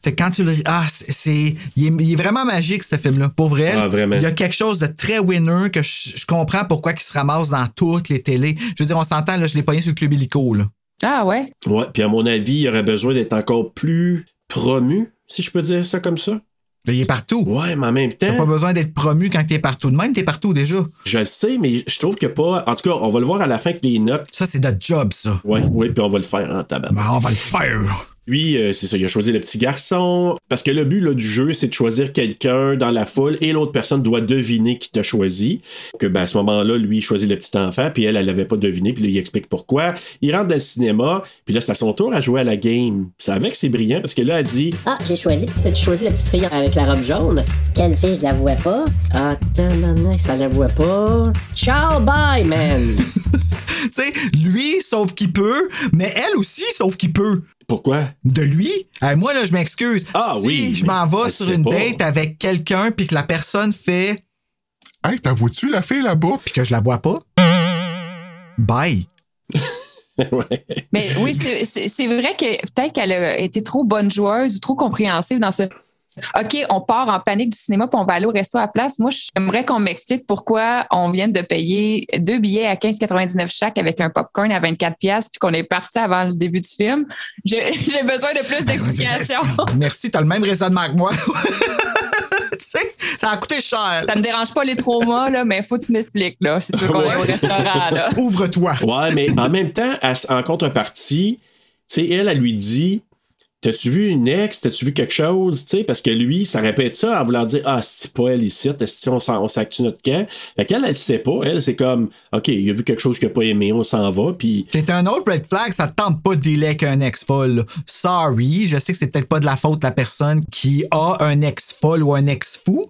Speaker 3: Fait que quand tu le. Ah, c'est- c'est. Il est, il est vraiment magique, ce film-là. Pour vrai.
Speaker 2: Ah, vraiment.
Speaker 3: Il y a quelque chose de très winner que je, je comprends pourquoi il se ramasse dans toutes les télés. Je veux dire, on s'entend, là, je l'ai pogné sur le Club Illico, là.
Speaker 5: Ah ouais.
Speaker 2: Ouais, puis à mon avis, il aurait besoin d'être encore plus promu, si je peux dire ça comme ça.
Speaker 3: Mais Il est partout.
Speaker 2: Ouais, mais en même
Speaker 3: T'as pas
Speaker 2: temps,
Speaker 3: besoin d'être promu quand t'es partout. De même, t'es partout déjà.
Speaker 2: je le sais, mais je trouve que pas. En tout cas, on va le voir à la fin avec les notes.
Speaker 3: Ça, c'est notre job, ça.
Speaker 2: Ouais, ouais, puis on va le faire en tabac.
Speaker 3: Ben, on va le faire. <laughs>
Speaker 2: Lui, euh, c'est ça, il a choisi le petit garçon. Parce que le but là, du jeu, c'est de choisir quelqu'un dans la foule et l'autre personne doit deviner qui t'a choisi. Que ben, à ce moment-là, lui, il choisit le petit enfant, puis elle, elle l'avait pas deviné, puis lui, il explique pourquoi. Il rentre dans le cinéma, puis là, c'est à son tour à jouer à la game. C'est avec, c'est brillant, parce que là, elle dit
Speaker 9: Ah, j'ai choisi. J'ai choisi la petite fille avec la robe jaune. Quelle fille, je la vois pas. Ah, Attends, maintenant, ça la voit pas. Ciao, bye, man.
Speaker 3: tu sais, lui, sauf qu'il peut, mais elle aussi, sauf qu'il peut.
Speaker 2: Pourquoi <laughs>
Speaker 3: de lui. Euh, moi, là, je m'excuse.
Speaker 2: Ah
Speaker 3: si
Speaker 2: oui,
Speaker 3: je m'en
Speaker 2: mais
Speaker 3: vais
Speaker 2: elle
Speaker 3: sur
Speaker 2: sait
Speaker 3: une
Speaker 2: pas.
Speaker 3: date avec quelqu'un, puis que la personne fait,
Speaker 10: Hey, t'as tu la fille là-bas?
Speaker 3: puis que je la vois pas, bye.
Speaker 2: Ouais.
Speaker 5: Mais oui, c'est- c'est c'est vrai que peut-être qu'elle a été trop bonne joueuse ou trop compréhensive dans ce. OK, on part en panique du cinéma puis on va aller au resto à la place. Moi, j'aimerais qu'on m'explique pourquoi on vient de payer deux billets à 15,99 chaque avec un popcorn à 24$ piastres, puis qu'on est parti avant le début du film. Je- <laughs> J'ai besoin de plus d'explications.
Speaker 3: <laughs> Merci, t'as le même raisonnement que moi. <laughs> tu sais, ça a coûté cher.
Speaker 5: Ça me dérange pas les traumas, là, mais faut que tu m'expliques, là, si tu veux qu'on aille au restaurant, là.
Speaker 3: Ouvre-toi.
Speaker 2: Ouais, mais en même temps, elle s- en contrepartie, tu sais, elle, elle lui dit T'as-tu vu une ex T'as-tu vu quelque chose Tu sais, parce que lui, ça répète ça en voulant dire Ah, c'est pas elle ici, si on s'en- on s'actue notre camp. Fait qu'elle, elle sait pas. Elle, c'est comme Ok, il a vu quelque chose qu'il a pas aimé, on s'en va. Puis
Speaker 3: T'es un autre red flag, ça te tente pas de dealer avec un ex-folle. là. Sorry, je sais que c'est peut-être pas de la faute de la personne qui a un ex-folle ou un ex-fou.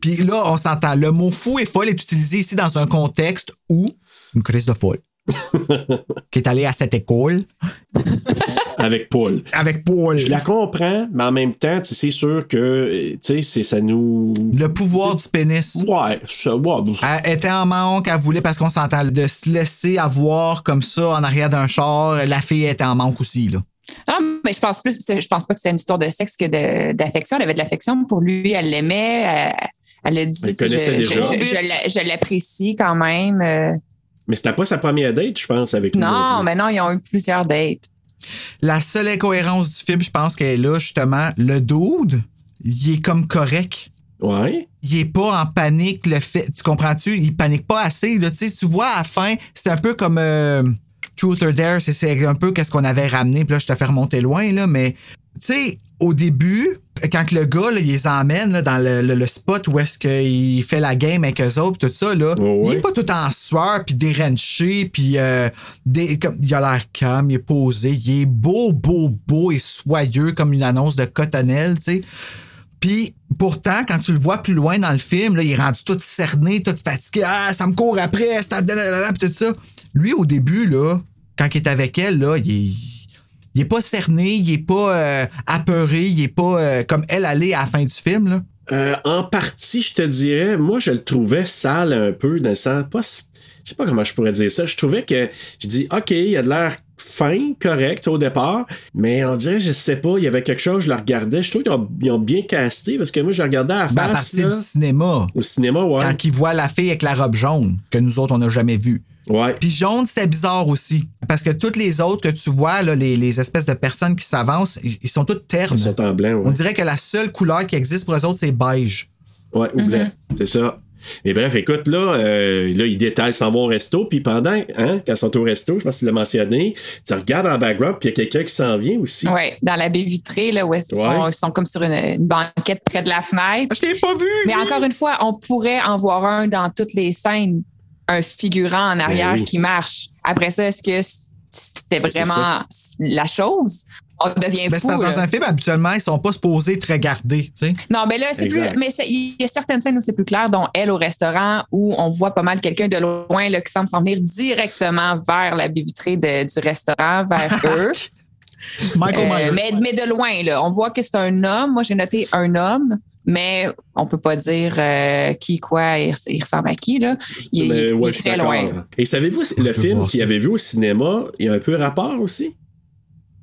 Speaker 3: Puis là, on s'entend, le mot fou et folle est utilisé ici dans un contexte où une crise de folle qui est allée à cette école
Speaker 2: avec Paul.
Speaker 3: avec Paul.
Speaker 2: Je la comprends, mais en même temps, tu sais, c'est sûr que, euh, tu sais, c'est- ça nous.
Speaker 3: Le pouvoir du pénis.
Speaker 2: Ouais, ça, ouais, pff.
Speaker 3: Elle était en manque, elle voulait parce qu'on s'entend de se laisser avoir comme ça en arrière d'un char. La fille était en manque aussi, là.
Speaker 5: Ah, Mais je pense plus, je pense pas que c'est une histoire de sexe que de- d'affection. Elle avait de l'affection pour lui, elle l'aimait, elle, elle a dit
Speaker 2: Elle
Speaker 5: tu sais,
Speaker 2: connaissait
Speaker 5: je,
Speaker 2: déjà.
Speaker 5: je- je- je l'a- je l'apprécie quand même. euh.
Speaker 2: Mais c'était pas sa première date, je pense, avec lui.
Speaker 5: non, mais non, ils ont eu plusieurs dates.
Speaker 3: La seule incohérence du film, je pense qu'elle est là, justement. Le dude, il est comme correct.
Speaker 2: Ouais.
Speaker 3: Il est pas en panique, le fait. Tu comprends-tu? Il panique pas assez. Là. Tu sais, tu vois, à la fin, c'est un peu comme euh, Truth or Dare. c'est- C'est un peu qu'est-ce qu'on avait ramené. Puis là, je te fais remonter loin, là. Mais, tu sais, au début, quand le gars, là, il les emmène là, dans le, le- le spot où est-ce qu'il fait la game avec eux autres, puis tout ça, là,
Speaker 2: Ouais,
Speaker 3: il
Speaker 2: ouais.
Speaker 3: est pas tout en sueur, puis déranché, puis euh, dé- comme- il a l'air calme, il est posé, il est beau, beau, beau et soyeux comme une annonce de Cottonelle, tu sais. Puis pourtant, quand tu le vois plus loin dans le film, là, il est rendu tout cerné, tout fatigué. Ah, ça me court après, ça me- puis tout ça. Lui, au début, là, quand il est avec elle, là, il est, il est pas cerné, il est pas euh, apeuré, il est pas euh, comme elle allait à la fin du film. Là.
Speaker 2: Euh, en partie, je te dirais, moi, je le trouvais sale un peu, dans le sens, pas, s- je sais pas comment je pourrais dire ça. Je trouvais que, je dis, OK, il a de l'air fin, correct au départ, mais on dirait, je sais pas, il y avait quelque chose, je le regardais. Je trouve qu'ils ont, ils ont bien casté, parce que moi, je le regardais à la
Speaker 3: Ben, à
Speaker 2: face,
Speaker 3: partir
Speaker 2: là,
Speaker 3: du cinéma,
Speaker 2: au cinéma, ouais.
Speaker 3: quand il voit la fille avec la robe jaune, que nous autres, on n'a jamais vue.
Speaker 2: Ouais.
Speaker 3: Puis jaune, c'était bizarre aussi. Parce que toutes les autres que tu vois, là, les, les espèces de personnes qui s'avancent, ils, ils sont toutes ternes.
Speaker 2: Ils sont en blanc, ouais.
Speaker 3: On dirait que la seule couleur qui existe pour eux autres, c'est beige.
Speaker 2: Ouais, ou blanc. C'est ça. Mais bref, écoute, là, euh, là, ils détaillent, ils s'en vont au resto, puis pendant, hein, quand ils sont au resto, je pense qu'il l'a mentionné, tu regardes en background, puis il y a quelqu'un qui s'en vient aussi.
Speaker 5: Ouais, dans la baie vitrée, là, où est-ce qu'ils
Speaker 2: Ouais.
Speaker 5: sont, ils sont comme sur une, une banquette près de la fenêtre.
Speaker 3: Je l'ai pas vu!
Speaker 5: Mais encore une fois, on pourrait en voir un dans toutes les scènes, un figurant en arrière
Speaker 2: Ben oui.
Speaker 5: qui marche. Après ça, est-ce que c'était
Speaker 2: Ben, c'est
Speaker 5: vraiment la chose? On devient
Speaker 3: Ben, c'est
Speaker 5: fou. euh?
Speaker 3: parce que dans
Speaker 5: là.
Speaker 3: un film, habituellement, ils sont pas supposés te regarder. tu sais.
Speaker 5: Non, mais là, c'est plus.
Speaker 2: Exact.
Speaker 5: Mais c'est- il y a certaines scènes où c'est plus clair, dont elle au restaurant, où on voit pas mal quelqu'un de loin là, qui semble s'en venir directement vers la baie vitrée de- du restaurant,
Speaker 2: <laughs>
Speaker 5: vers eux.
Speaker 3: Michael
Speaker 5: Euh,
Speaker 3: Myers.
Speaker 5: mais, mais de loin, là. On voit que c'est un homme. Moi, j'ai noté un homme, mais on peut pas dire euh, qui, quoi, il, res- il ressemble à qui, là. Il, est-
Speaker 2: Mais
Speaker 5: il
Speaker 2: ouais,
Speaker 5: est
Speaker 2: je suis
Speaker 5: très
Speaker 2: d'accord.
Speaker 5: loin.
Speaker 2: Et savez-vous,
Speaker 3: Je
Speaker 2: le
Speaker 3: sais
Speaker 2: film
Speaker 3: pas,
Speaker 2: qu'il
Speaker 3: ça.
Speaker 2: avait vu au cinéma, il y a un peu rapport aussi.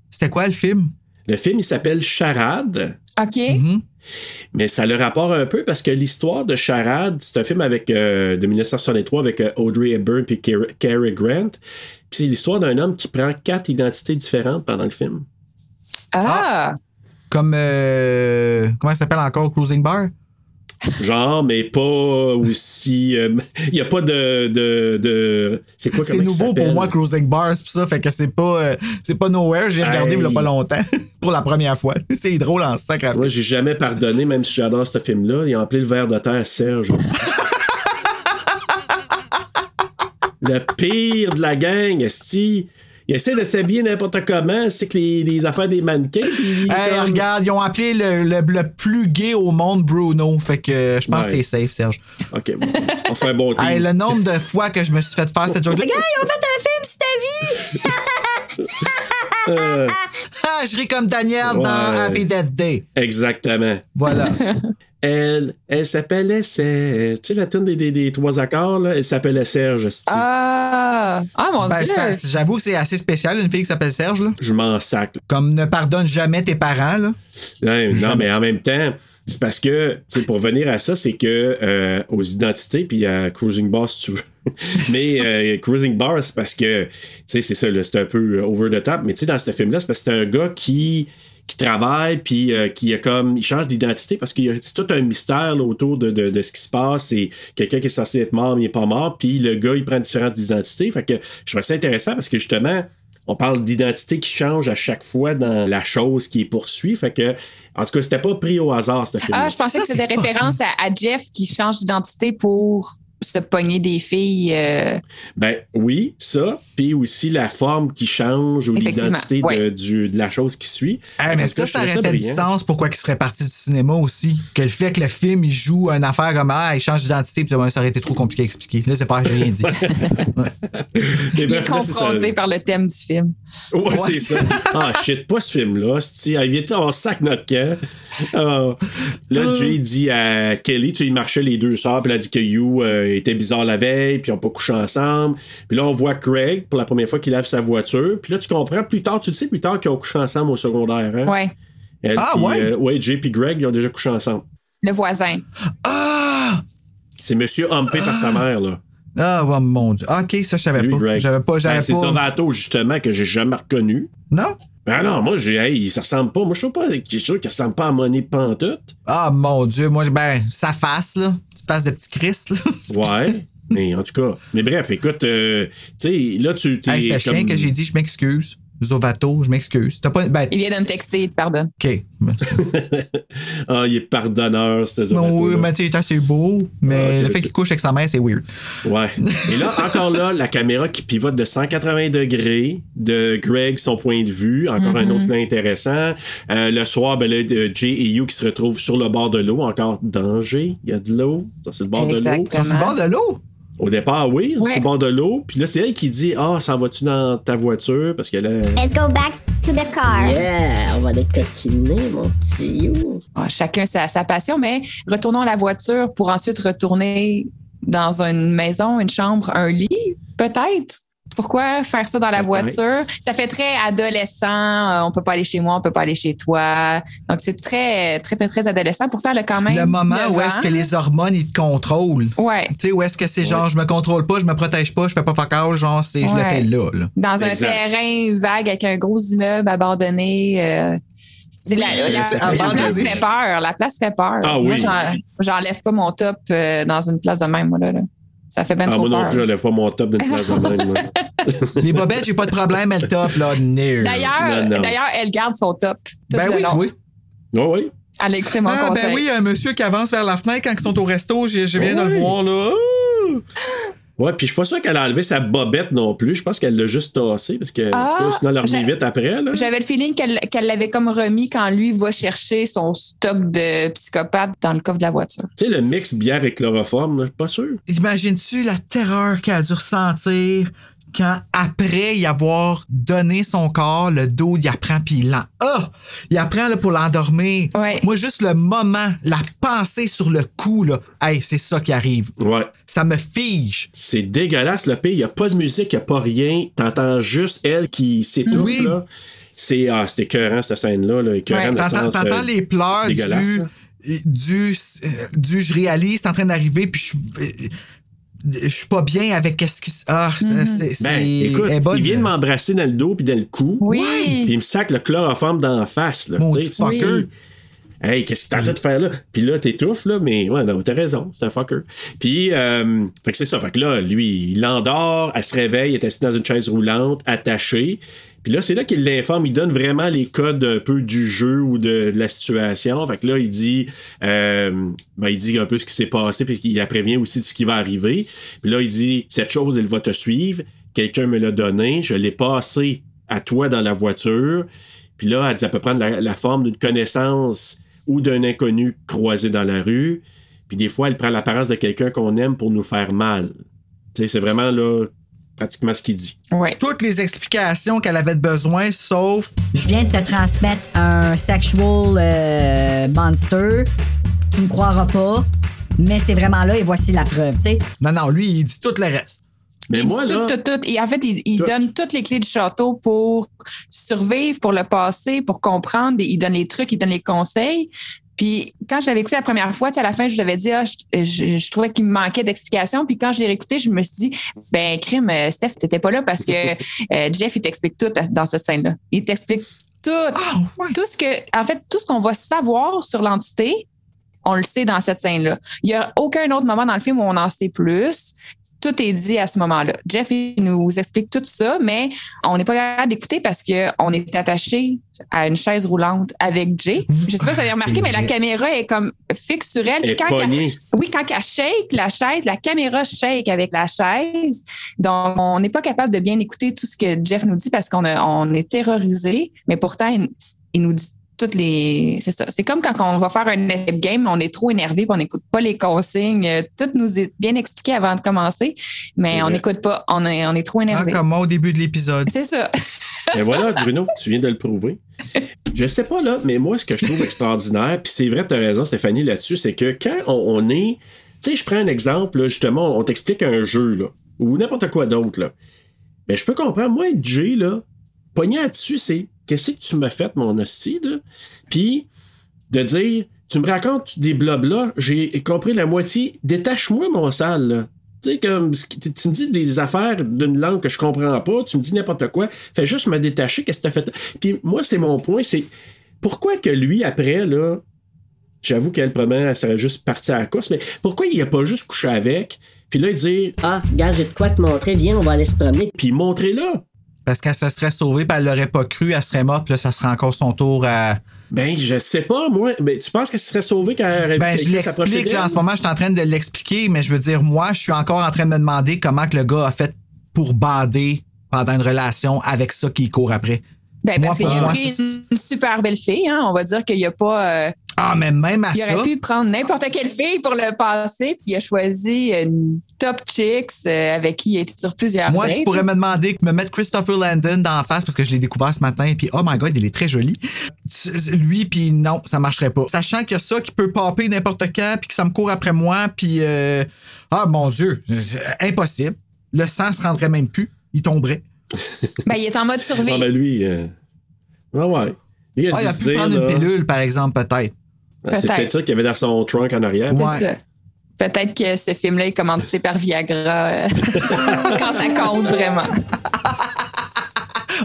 Speaker 3: C'était quoi le film?
Speaker 2: Le film, il s'appelle Charade,
Speaker 5: OK.
Speaker 3: Mhm.
Speaker 2: mais ça le rapport un peu parce que l'histoire de Charade, c'est un film avec, euh, de 1963 avec euh, Audrey Hepburn et Cary Grant. Puis c'est l'histoire d'un homme qui prend quatre identités différentes pendant le film.
Speaker 5: Ah!
Speaker 3: Comme. euh, comment ça s'appelle encore? Cruising Bar?
Speaker 2: Genre, mais pas aussi. euh, <laughs> Il n'y a pas de. de, de- c'est quoi
Speaker 3: C'est
Speaker 2: comment il
Speaker 3: nouveau
Speaker 2: s'appelle?
Speaker 3: pour moi, Cruising Bar, c'est pour ça. Fait que c'est pas, euh, c'est pas Nowhere. J'ai regardé
Speaker 2: Hey.
Speaker 3: il y a pas longtemps <laughs> pour la première fois. <laughs> c'est drôle en sac à
Speaker 2: Moi, Ah j'ai jamais pardonné, même si j'adore ce film-là. Il a empli le verre de terre, Serge. <laughs> le pire de la gang, Esti. Il essaie de s'habiller n'importe comment, c'est que les, les affaires des mannequins. puis il
Speaker 3: Hey,
Speaker 2: comme-
Speaker 3: regarde, ils ont appelé le, le- le plus gay au monde Bruno. Fait que euh, je pense
Speaker 2: Ouais.
Speaker 3: que t'es safe, Serge.
Speaker 2: Ok, bon, on fait un bon team.
Speaker 3: Hey, le nombre de fois que je me suis fait faire
Speaker 2: <laughs>
Speaker 3: cette joke. Les gars, ils ont fait un film sur
Speaker 2: Euh,
Speaker 3: ta- Ah, je ris comme Daniel
Speaker 2: Ouais.
Speaker 3: dans Happy Death Day.
Speaker 2: exactement.
Speaker 3: Voilà.
Speaker 2: Elle, elle s'appelait Serge. Tu sais, la tune des, des- des trois accords, là, elle s'appelait Serge. esti.
Speaker 5: Ah! Ah, mon
Speaker 3: Ben,
Speaker 5: Dieu!
Speaker 3: ça, J'avoue que c'est assez spécial, une fille qui s'appelle Serge. Là.
Speaker 2: Je m'en sac.
Speaker 3: Comme ne pardonne jamais tes parents. Là.
Speaker 2: Ouais, non, mais en même temps, c'est parce que, tu sais, pour venir à ça, c'est que euh, aux identités, puis à Cruising Bar, si tu veux. <laughs> mais euh, Cruising Bar, c'est parce que, tu sais, c'est ça, là, c'est un peu euh, over the top, mais tu sais, dans ce film-là, c'est parce que c'est un gars qui qui travaille puis euh, qui a comme il change d'identité parce qu'il y a c'est tout un mystère là, autour de, de, de ce qui se passe c'est quelqu'un qui est censé être mort mais il est pas mort puis le gars il prend différentes identités fait que je trouvais ça intéressant parce que justement on parle d'identité qui change à chaque fois dans la chose qui est poursuivie. Fait que, en tout cas, c'était pas pris au hasard, ce film.
Speaker 5: Ah, je pensais
Speaker 3: Ça,
Speaker 5: que c'était
Speaker 3: c'est
Speaker 5: référence à, à Jeff qui change d'identité pour se pogner des filles. euh,
Speaker 2: Ben oui, ça. Puis aussi la forme qui change ou
Speaker 5: Effectivement,
Speaker 2: l'identité de-
Speaker 5: ouais.
Speaker 2: du- de, la chose qui suit.
Speaker 3: Hey, mais
Speaker 2: Parce
Speaker 3: ça,
Speaker 2: que je
Speaker 3: ça
Speaker 2: trouvais
Speaker 3: aurait fait du
Speaker 2: brillant.
Speaker 3: sens pourquoi il serait parti du cinéma aussi. Que le fait que le film, il joue une affaire comme Ah, il change d'identité, puis ouais, ça aurait été trop compliqué à expliquer. Là, c'est pas, j'ai rien
Speaker 2: <laughs>
Speaker 3: dit.
Speaker 2: Mais
Speaker 5: il est
Speaker 2: bref, Eh là, ben, c'est ça.
Speaker 5: confronté par le thème du film.
Speaker 2: Ouais,
Speaker 3: Ouais.
Speaker 2: Ah, c'est ça. Ah, shit, pas ce film-là. Si, viens on sac notre camp. Ah. Là, Jay dit à Kelly, tu sais, ils marchaient les deux sœurs, puis elle a dit que You euh, était bizarre la veille, puis ils n'ont pas couché ensemble. Puis là, on voit Craig pour la première fois qu'il lave sa voiture. Puis là, tu comprends plus tard, tu le sais plus tard qu'ils ont couché ensemble au secondaire. Hein?
Speaker 5: Ouais.
Speaker 2: Elle,
Speaker 3: Ah,
Speaker 2: puis,
Speaker 3: ouais?
Speaker 2: euh, ouais, Jay puis Greg, ils ont déjà couché ensemble.
Speaker 5: Le voisin.
Speaker 2: Ah! C'est monsieur humpé par sa mère, là.
Speaker 3: Ah, ouais, mon Dieu. Ah, OK, ça, je savais
Speaker 2: Lui,
Speaker 3: pas.
Speaker 2: Greg.
Speaker 3: J'avais pas, j'avais
Speaker 2: Ben, C'est
Speaker 3: pas.
Speaker 2: Savato, justement, que j'ai jamais reconnu.
Speaker 3: Non?
Speaker 2: Ben non, moi, j'ai, hey, ça ressemble pas. Moi, je trouve pas qu'il sûr qu'il ressemble pas à Money Pantoute.
Speaker 3: Ah, mon Dieu. Moi, ben, sa face, là. Petite face de petit Chris, là.
Speaker 2: Ouais. mais en tout cas. Mais bref, écoute, euh, tu sais, là, tu t'es.
Speaker 3: Hey, C'était
Speaker 2: comme-
Speaker 3: chien que j'ai dit, je m'excuse. Zovato, je m'excuse. T'as pas. Ben,
Speaker 5: Il vient de me texter, il te pardonne.
Speaker 3: OK.
Speaker 2: Ah, il est pardonneur, c'est ça.
Speaker 3: Non, oui, mais tu sais, il est assez beau, mais
Speaker 2: Ah, ok,
Speaker 3: le fait
Speaker 2: ok.
Speaker 3: qu'il couche avec sa mère, c'est weird.
Speaker 2: Ouais. Et là, encore là, la caméra qui pivote de 180 degrés de Greg, son point de vue. Encore
Speaker 3: Mm-hmm.
Speaker 2: un autre plan intéressant. Euh, le soir, ben là, de Jay et You qui se retrouvent sur le bord de l'eau. Encore danger. Il y a de l'eau. Ça, c'est le bord de l'eau.
Speaker 3: Ils sont sur le bord de l'eau.
Speaker 2: Au départ, oui,
Speaker 5: Ouais.
Speaker 2: sur le bord de l'eau. Puis là, c'est elle qui dit Ah, s'en vas-tu dans ta voiture Parce que là.
Speaker 9: Let's go back to the car.
Speaker 11: Yeah, on va les coquiner, mon petit You.
Speaker 5: Ah, chacun sa, sa passion, mais retournons à la voiture pour ensuite retourner dans une maison, une chambre, un lit, peut-être. Pourquoi faire ça dans la
Speaker 2: Peut-être.
Speaker 5: voiture? Ça fait très adolescent. euh, On peut pas aller chez moi, on peut pas aller chez toi. Donc, c'est très, très, très, très adolescent. Pourtant, elle a quand même.
Speaker 3: Le moment
Speaker 5: 9
Speaker 3: où
Speaker 5: ans.
Speaker 3: est-ce que les hormones, ils te contrôlent.
Speaker 5: Ouais.
Speaker 3: Tu sais, où est-ce que c'est genre, je me contrôle pas, je me protège pas, je fais pas fuck all, genre, c'est, je le
Speaker 5: Ouais.
Speaker 3: fais là, là.
Speaker 5: Dans un
Speaker 2: Exact.
Speaker 5: terrain vague avec un gros immeuble abandonné. euh, c'est la, la-
Speaker 3: euh,
Speaker 2: c'est
Speaker 5: la place
Speaker 3: abandonné.
Speaker 5: fait peur. La place fait peur.
Speaker 2: Ah
Speaker 5: moi,
Speaker 2: oui.
Speaker 5: j'en- j'enlève pas mon top euh, dans une place de même, moi, là. là. Ça fait bien
Speaker 2: Ah,
Speaker 5: trop
Speaker 2: moi non
Speaker 5: peur.
Speaker 2: plus, j'enlève pas mon top d'une place de même.
Speaker 5: <laughs>
Speaker 2: moi.
Speaker 3: Les bobettes, j'ai pas de problème, mais le top, là, no.
Speaker 5: D'ailleurs,
Speaker 2: Non, non.
Speaker 5: d'ailleurs, elle garde son top tout
Speaker 3: Ben
Speaker 5: le
Speaker 3: oui,
Speaker 5: long.
Speaker 3: oui.
Speaker 2: Ouais, ouais.
Speaker 5: Elle a écouté mon
Speaker 3: Ah,
Speaker 5: conseil.
Speaker 3: ben oui, un monsieur qui avance vers la fenêtre quand ils sont au resto, je, je viens de le
Speaker 2: Oui.
Speaker 3: voir, là.
Speaker 2: Ouais, puis je suis pas sûr qu'elle a enlevé sa bobette non plus. Je pense qu'elle l'a juste tassée parce que
Speaker 5: Ah,
Speaker 2: en tout cas, sinon elle l'a remis
Speaker 5: j'ai-
Speaker 2: vite après. Là.
Speaker 5: J'avais le feeling qu'elle qu'elle l'avait comme remis quand lui va chercher son stock de psychopathes dans le coffre de la voiture.
Speaker 2: Tu sais, le mix bière et chloroforme, là, je suis pas sûr.
Speaker 3: Imagines-tu la terreur qu'elle a dû ressentir quand, après y avoir donné son corps, le dos, il apprend puis il l'en... Ah! Il apprend là, pour l'endormir.
Speaker 5: Ouais.
Speaker 3: Moi, juste le moment, la pensée sur le cou, là, hey, c'est ça qui arrive.
Speaker 2: Ouais.
Speaker 3: Ça me fige.
Speaker 2: C'est dégueulasse, le pays. Il n'y a pas de musique, il n'y a pas rien. T'entends juste elle qui s'étouffe,
Speaker 3: Oui.
Speaker 2: là. C'est, ah, c'est écœurant, cette scène-là. Là. Écœurant,
Speaker 5: Ouais,
Speaker 2: dans le
Speaker 3: T'entends
Speaker 2: sens,
Speaker 3: t'entends
Speaker 2: euh,
Speaker 3: les pleurs
Speaker 2: dégueulasse,
Speaker 3: du,
Speaker 2: là.
Speaker 3: du, euh, du je réalise, c'est en train d'arriver, puis je, euh, je suis pas bien avec qu'est-ce qui se. Ah, c'est-
Speaker 5: Mm-hmm.
Speaker 3: c'est.
Speaker 2: Ben,
Speaker 3: c'est-
Speaker 2: écoute,
Speaker 3: elle est bonne, euh,
Speaker 2: il vient de
Speaker 3: là.
Speaker 2: m'embrasser dans le dos puis dans le cou.
Speaker 5: Oui.
Speaker 2: Puis il me sac le chloroforme dans la face, là.
Speaker 3: Maudit
Speaker 2: Tu sais, tu
Speaker 3: fucker.
Speaker 2: dis, Hey, qu'est-ce que t'as en train de faire là? Puis là, t'étouffes, là, mais ouais, non, t'as raison, c'est un fucker. Puis, euh, fait que c'est ça. Fait que là, lui, il l'endort, elle se réveille, elle est assise dans une chaise roulante, attachée. Puis là, c'est là qu'il l'informe, il donne vraiment les codes un peu du jeu ou de, de la situation. Fait que là, il dit, euh, ben, il dit un peu ce qui s'est passé, puis il la prévient aussi de ce qui va arriver. Puis là, il dit, cette chose, elle va te suivre. Quelqu'un me l'a donné, je l'ai passé à toi dans la voiture. Puis là, elle dit, elle peut prendre la, la forme d'une connaissance ou d'un inconnu croisé dans la rue. Puis des fois, elle prend l'apparence de quelqu'un qu'on aime pour nous faire mal. Tu sais, c'est vraiment là, pratiquement ce qu'il dit.
Speaker 5: Ouais.
Speaker 3: Toutes les explications qu'elle avait besoin, sauf.
Speaker 11: Je viens de te transmettre un sexual euh, monster. Tu me croiras pas, mais c'est vraiment là et voici la preuve, tu sais.
Speaker 3: Non, non, lui, il dit tout le reste.
Speaker 2: Mais
Speaker 5: il
Speaker 2: moi,
Speaker 5: dit
Speaker 2: là,
Speaker 5: tout, tout, tout. Et en fait, il, il
Speaker 2: Tout.
Speaker 5: donne toutes les clés du château pour survivre, pour le passer, pour comprendre. Et Il donne les trucs, il donne les conseils. Puis quand je l'avais écouté la première fois, tu sais, à la fin, je l'avais dit, ah, je, je- je trouvais qu'il me manquait d'explications. Puis quand je l'ai réécouté, je me suis dit, ben, crime, euh, Steph, t'étais pas là parce que euh, Jeff, il t'explique tout à- dans cette scène-là. Il t'explique tout.
Speaker 3: Ah, ouais.
Speaker 5: Tout ce que, en fait, tout ce qu'on va savoir sur l'entité, on le sait dans cette scène-là. Il n'y a aucun autre moment dans le film où on en sait plus. Tout est dit à ce moment-là. Jeff, il nous explique tout ça, mais on n'est pas capable d'écouter parce qu'on est attaché à une chaise roulante avec Jay. Je ne sais pas si vous avez
Speaker 3: Ah,
Speaker 5: remarqué,
Speaker 3: c'est
Speaker 5: mais la
Speaker 3: vrai.
Speaker 5: caméra est comme fixe sur elle.
Speaker 2: elle
Speaker 5: Puis
Speaker 2: est
Speaker 5: quand elle-
Speaker 2: pognée.
Speaker 5: oui, quand elle shake la chaise, la caméra shake avec la chaise. Donc, on n'est pas capable de bien écouter tout ce que Jeff nous dit parce qu'on a- on est terrorisé, mais pourtant, il, il nous dit toutes les. C'est ça. C'est comme quand on va faire un escape game, on est trop énervé, puis on n'écoute pas les consignes. Euh, Tout nous est bien expliqué avant de commencer, mais on n'écoute pas. On est, on est trop
Speaker 3: Ah,
Speaker 5: énervé.
Speaker 3: comme moi au début de l'épisode.
Speaker 5: C'est ça. <laughs>
Speaker 2: Et voilà, Bruno, tu viens de le prouver. Je sais pas là, mais moi, ce que je trouve extraordinaire, puis c'est vrai, t'as raison, Stéphanie, là-dessus, c'est que quand on, on est. Tu sais, je prends un exemple, là, justement, on t'explique un jeu, là, ou n'importe quoi d'autre, là. Mais je peux comprendre, moi, être Jay, là, pogné là-dessus, c'est qu'est-ce que tu m'as fait, mon hostie, là? Puis de dire, tu me racontes des blabla, j'ai compris la moitié, détache-moi, mon sale, là. Tu sais, comme, ce qui- tu tu me dis des affaires d'une langue que je comprends pas, tu me dis n'importe quoi, fais juste me détacher, qu'est-ce que t'as fait? Puis moi, c'est mon point, c'est pourquoi que lui, après, là, j'avoue qu'elle, première, elle serait juste partie à la course, mais pourquoi il a pas juste couché avec, puis là, il dit,
Speaker 12: Ah, gars, j'ai de quoi te montrer. Viens, on va aller se promener.
Speaker 2: puis montrez-la.
Speaker 3: Parce qu'elle se serait sauvée, puis elle l'aurait pas cru, elle serait morte, puis là, ça serait encore son tour à.
Speaker 2: Ben, je sais pas, moi. Ben, tu penses qu'elle se serait sauvée quand elle aurait
Speaker 3: Ben, je
Speaker 2: quelqu'un s'approcher
Speaker 3: l'explique,
Speaker 2: d'elle?
Speaker 3: là, en ce moment, je suis en train de l'expliquer, mais je veux dire, moi, je suis encore en train de me demander comment que le gars a fait pour bander pendant une relation avec ça qui court après.
Speaker 5: Ben,
Speaker 3: Moi,
Speaker 5: parce qu'il a
Speaker 3: pour moi,
Speaker 5: pris
Speaker 3: c'est-
Speaker 5: une, une super belle fille, hein. On va dire qu'il n'y a pas. euh,
Speaker 3: Ah, mais même à
Speaker 5: il
Speaker 3: ça.
Speaker 5: aurait pu prendre n'importe quelle fille pour le passer, puis il a choisi une top chicks euh, avec qui il a été sur plusieurs
Speaker 3: Moi,
Speaker 5: dates.
Speaker 3: tu pourrais me demander de me mettre Christopher Landon dans la face parce que je l'ai découvert ce matin et puis oh my god, il est très joli. Tu- Lui puis non, ça marcherait pas. Sachant qu'il y a ça qui peut popper n'importe quand puis que ça me court après moi puis euh, ah mon dieu, c'est impossible. Le sang se rendrait même plus, il tomberait.
Speaker 5: Ben, il est en mode survie.
Speaker 2: Ah, ben, lui. euh, Ah, ouais. Lui, il a
Speaker 3: Ah, il a
Speaker 2: dû se
Speaker 3: pu
Speaker 2: dire,
Speaker 3: prendre
Speaker 2: là,
Speaker 3: une pilule par exemple peut-être.
Speaker 2: ah, C'est
Speaker 5: Peut-être.
Speaker 2: peut-être ça qu'il y avait dans son trunk en arrière.
Speaker 5: C'est ça. Peut-être que ce film-là est commandité par Viagra euh, <laughs> quand ça compte vraiment.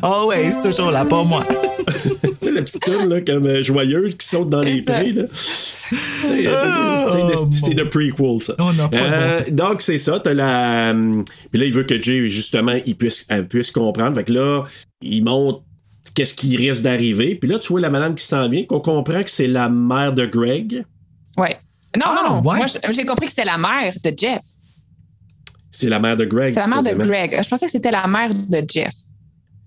Speaker 3: Oh ouais, c'est toujours là pas moi.
Speaker 2: tu sais, la petite toune, là, comme euh, joyeuse qui saute dans les prés, là. T'sais,
Speaker 3: Oh,
Speaker 2: euh, t'sais, le- C'est de prequel, ça.
Speaker 3: n'a pas de
Speaker 2: Euh, donc, c'est ça. T'as la. hum, Puis là, il veut que Jay, justement, il puisse, elle puisse comprendre. Fait que là, il montre qu'est-ce qui risque d'arriver. Puis là, tu vois la madame qui s'en vient, qu'on comprend que c'est la mère de Greg.
Speaker 5: Ouais. Non,
Speaker 3: Ah,
Speaker 5: non, non.
Speaker 2: ouais.
Speaker 5: Moi, j- j'ai compris que c'était la mère de Jeff.
Speaker 2: C'est la mère de Greg.
Speaker 5: C'est la mère de
Speaker 2: supposément.
Speaker 5: Greg. Je pensais que c'était la mère de Jeff.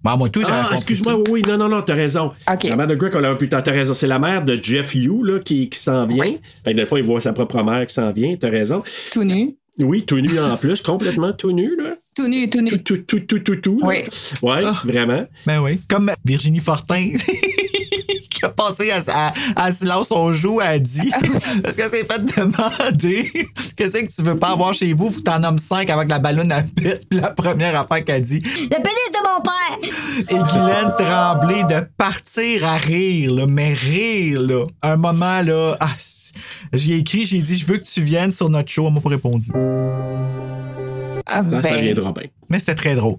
Speaker 3: Bah, moi, tout,
Speaker 2: Ah, excuse-moi, oui, oui, non, non, non, t'as raison. La mère de Greg, on l'a plus tard, t'as raison. C'est la mère de Jeff Hugh, là, qui, qui s'en vient. Fait que des fois, il voit sa propre mère qui s'en vient, t'as raison.
Speaker 5: Tout nu.
Speaker 2: Oui, tout nu en plus, <laughs> complètement tout nu, là.
Speaker 5: Tout nu, tout nu.
Speaker 2: Tout, tout, tout, tout, tout. là.
Speaker 3: Oui.
Speaker 2: Ouais, vraiment.
Speaker 3: Ben oui, comme Virginie Fortin <laughs> qui a passé à, à, à silence on joue a
Speaker 9: <laughs>
Speaker 3: dit parce que c'est fait demander <laughs> qu'est-ce que tu veux pas avoir chez vous, vous t'en nommes cinq avec la ballonne à pète, puis la première affaire qu'elle dit
Speaker 9: Le pénis de mon père!
Speaker 3: et Guylaine Tremblay de partir à rire, là, mais rire, là. Un moment, là, ah, c- j'ai écrit, j'ai dit, je veux que tu viennes sur notre show, elle m'a pas répondu.
Speaker 5: Ah,
Speaker 2: Ça, ça
Speaker 5: ben.
Speaker 2: viendra bien.
Speaker 3: Mais c'était très drôle.